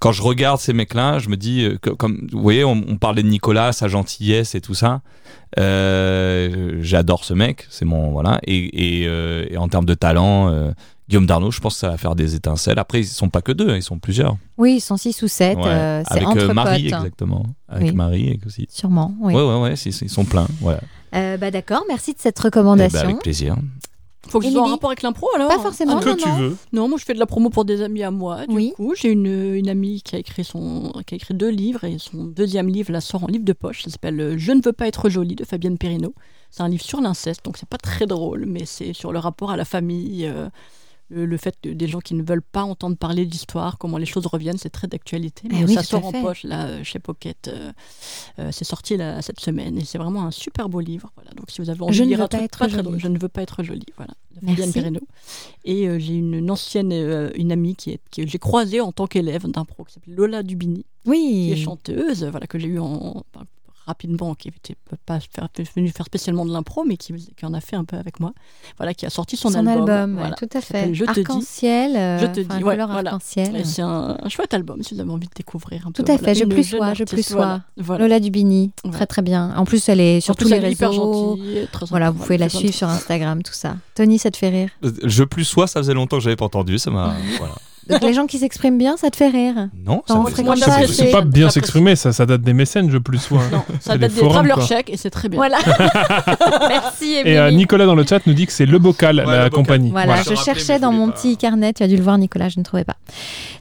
Quand je regarde ces mecs-là, je me dis, euh, que- comme, vous voyez, on, on parlait de Nicolas, sa gentillesse et tout ça. Euh, J'adore ce mec, c'est mon. Voilà. Et, et, euh, et en termes de talent, euh, Guillaume Darnaud, je pense que ça va faire des étincelles. Après, ils sont pas que deux, hein, ils sont plusieurs. Oui, ils sont 6 ou 7, Ouais. c'est Avec entre euh, Marie, potes. hein. exactement. Avec Oui. Marie aussi. Sûrement, oui. Ouais, ouais, ouais, c'est- c'est- ils sont pleins. Voilà. Euh, bah D'accord, merci de cette Eh ben, avec recommandation. plaisir. Faut que je sois en Émilie rapport avec l'impro alors. Ah, Pas forcément, que non, tu non. veux. Non, moi je fais de la promo pour des amis à moi. Du Oui. coup, j'ai une, une amie qui a écrit son qui a écrit deux livres et son deuxième livre la sort en livre de poche. Ça s'appelle euh, Je ne veux pas être jolie de Fabienne Perrineau. C'est un livre sur l'inceste, donc c'est pas très drôle, mais c'est sur le rapport à la famille, euh, le, le fait de- des gens qui ne veulent pas entendre parler d'histoire, comment les choses reviennent, c'est très d'actualité. Eh Mais oui, ça tout sort à en fait. poche là euh, chez Pocket. euh, euh, c'est sorti là, cette semaine et c'est vraiment un super beau livre. Voilà. Donc si vous avez envie Je de ne lire veux un pas truc être pas très jolie. drôle, je ne veux pas être jolie. Voilà. De Merci. Fabienne Perrineau. Et euh, j'ai une, une ancienne, euh, une amie qui est, que j'ai croisée en tant qu'élève d'impro, qui s'appelle Lola Dubini, qui est Oui, chanteuse, euh, voilà, que j'ai eue en, enfin, rapidement, qui n'était pas faire- venue faire spécialement de l'impro, mais qui, qui en a fait un peu avec moi, voilà, qui a sorti son, album. voilà. tout à fait. s'appelle Je te dis. Arc-en-ciel, euh, Je te enfin, dis, ouais, couleur voilà. arc-en-ciel. Et C'est un, un chouette album, si vous avez envie de découvrir un Tout peu. à voilà, fait, je une plus jeune sois, je artiste, plus sois. Voilà. voilà. Lola Dubini, Ouais. très très bien. En plus, elle est sur En plus, tous les elle est réseaux. hyper gentille, très Voilà, sympa, vous pouvez la très suivre sur Instagram, tout ça. Tony, ça te fait rire. Je plus soi, ça faisait longtemps que j'avais pas entendu, ça m'a. voilà. Donc les gens qui s'expriment bien, ça te fait rire. Non, Non, ça me c'est fait- comme ça ça, me fait- c'est- C'est pas bien Après- s'exprimer, ça, ça date des mécènes je plus hein. sois. Non, ça C'est date des des forums, Traveler quoi. Check et c'est très bien. Voilà. Merci, Et euh, Nicolas dans le chat nous dit que c'est Le Bocal, Ouais, la Le Bocal. compagnie. Voilà, Voilà. je Je rappelais, cherchais mais je dans voulais mon pas. petit carnet, tu as dû le voir Nicolas, je ne trouvais pas.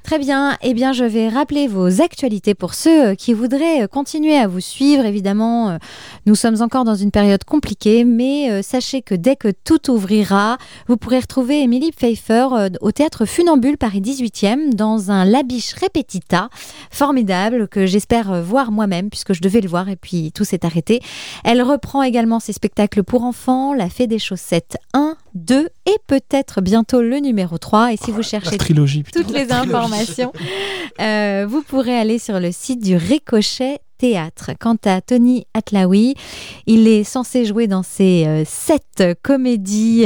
Très bien, eh bien je vais rappeler vos actualités pour ceux euh, qui voudraient euh, continuer à vous suivre. Évidemment, euh, nous sommes encore dans une période compliquée, mais euh, sachez que dès que tout ouvrira, vous pourrez retrouver Émilie Pfeiffer euh, au théâtre Funambule Paris 18e dans un labiche repetita formidable que j'espère euh, voir moi-même puisque je devais le voir et puis tout s'est arrêté. Elle reprend également ses spectacles pour enfants, La Fée des Chaussettes 1, 2 et peut-être bientôt le numéro 3. Et si vous La cherchez trilogie, putain. toutes les informations, euh, vous pourrez aller sur le site du Ricochet Théâtre. Quant à Tony Atlaoui, il est censé jouer dans ses euh, sept comédies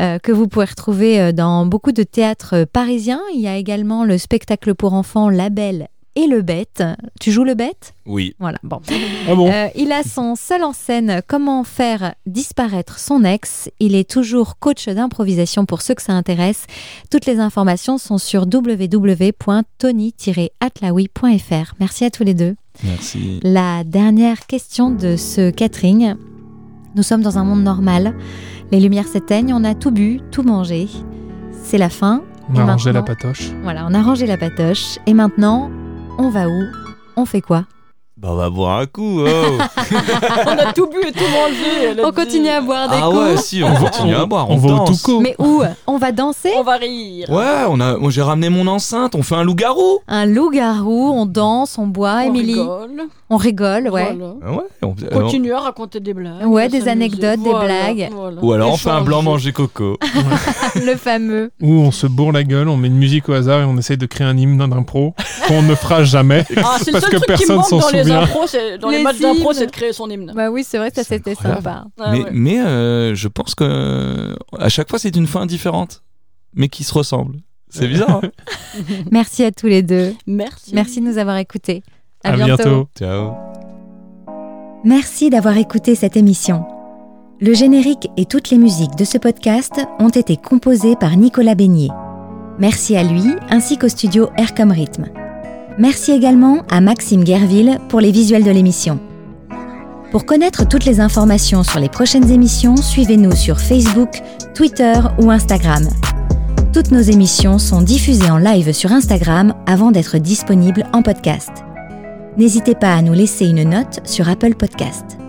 euh, que vous pouvez retrouver euh, dans beaucoup de théâtres euh, parisiens. Il y a également le spectacle pour enfants La Belle et le Bête. Tu joues le Bête Oui. Voilà, bon. Ah bon Euh, il a son seul en scène Comment faire disparaître son ex. Il est toujours coach d'improvisation pour ceux que ça intéresse. Toutes les informations sont sur www.tony-atlaoui.fr. Merci à tous les deux. Merci. La dernière question de ce catering. Nous sommes dans un monde normal. Les lumières s'éteignent, on a tout bu, tout mangé. C'est la fin. On Et a rangé maintenant- la patoche. Voilà, on a rangé la patoche. Et maintenant, on va où On fait quoi Bah, on va boire un coup. oh. Ah, On a tout bu et tout mangé. elle a On dit. continue à boire des ah coups. ouais, si, on continue à boire. On, va au danse. Touco. Mais où On va danser On va rire. Ouais, on a, moi j'ai ramené mon enceinte, on fait un loup-garou. Un loup-garou, on danse, on boit, On Ah, Émilie. rigole. On rigole, ouais. Voilà. Ah Ouais, on- alors- Continuer à raconter des blagues. Ouais, à des s'amuser. anecdotes, des blagues. voilà. ou alors on fait un Échanger. blanc manger coco. Le fameux. Où on se bourre la gueule, on met une musique au hasard et on essaye de créer un hymne d'impro qu'on ne fera jamais. Ah, c'est le Parce seul que truc qui personne me manque s'en dans les souvient. impros, c'est- dans les, Les matchs d'impro, hymnes. c'est de créer son hymne. Bah oui, c'est vrai, ça C'est c'était incroyable. sympa. Ah mais ouais. mais, euh, je pense que à chaque fois c'est une fin différente, mais qui se ressemble. C'est bizarre. hein Merci à tous les deux. Merci. Merci de nous avoir écoutés. À bientôt. Ciao. Merci d'avoir écouté cette émission. Le générique et toutes les musiques de ce podcast ont été composées par Nicolas Beignet. Merci à lui ainsi qu'au studio Air comme Rythme. Merci également à Maxime Guerville pour les visuels de l'émission. Pour connaître toutes les informations sur les prochaines émissions, suivez-nous sur Facebook, Twitter ou Instagram. Toutes nos émissions sont diffusées en live sur Instagram avant d'être disponibles en podcast. N'hésitez pas à nous laisser une note sur Apple Podcast.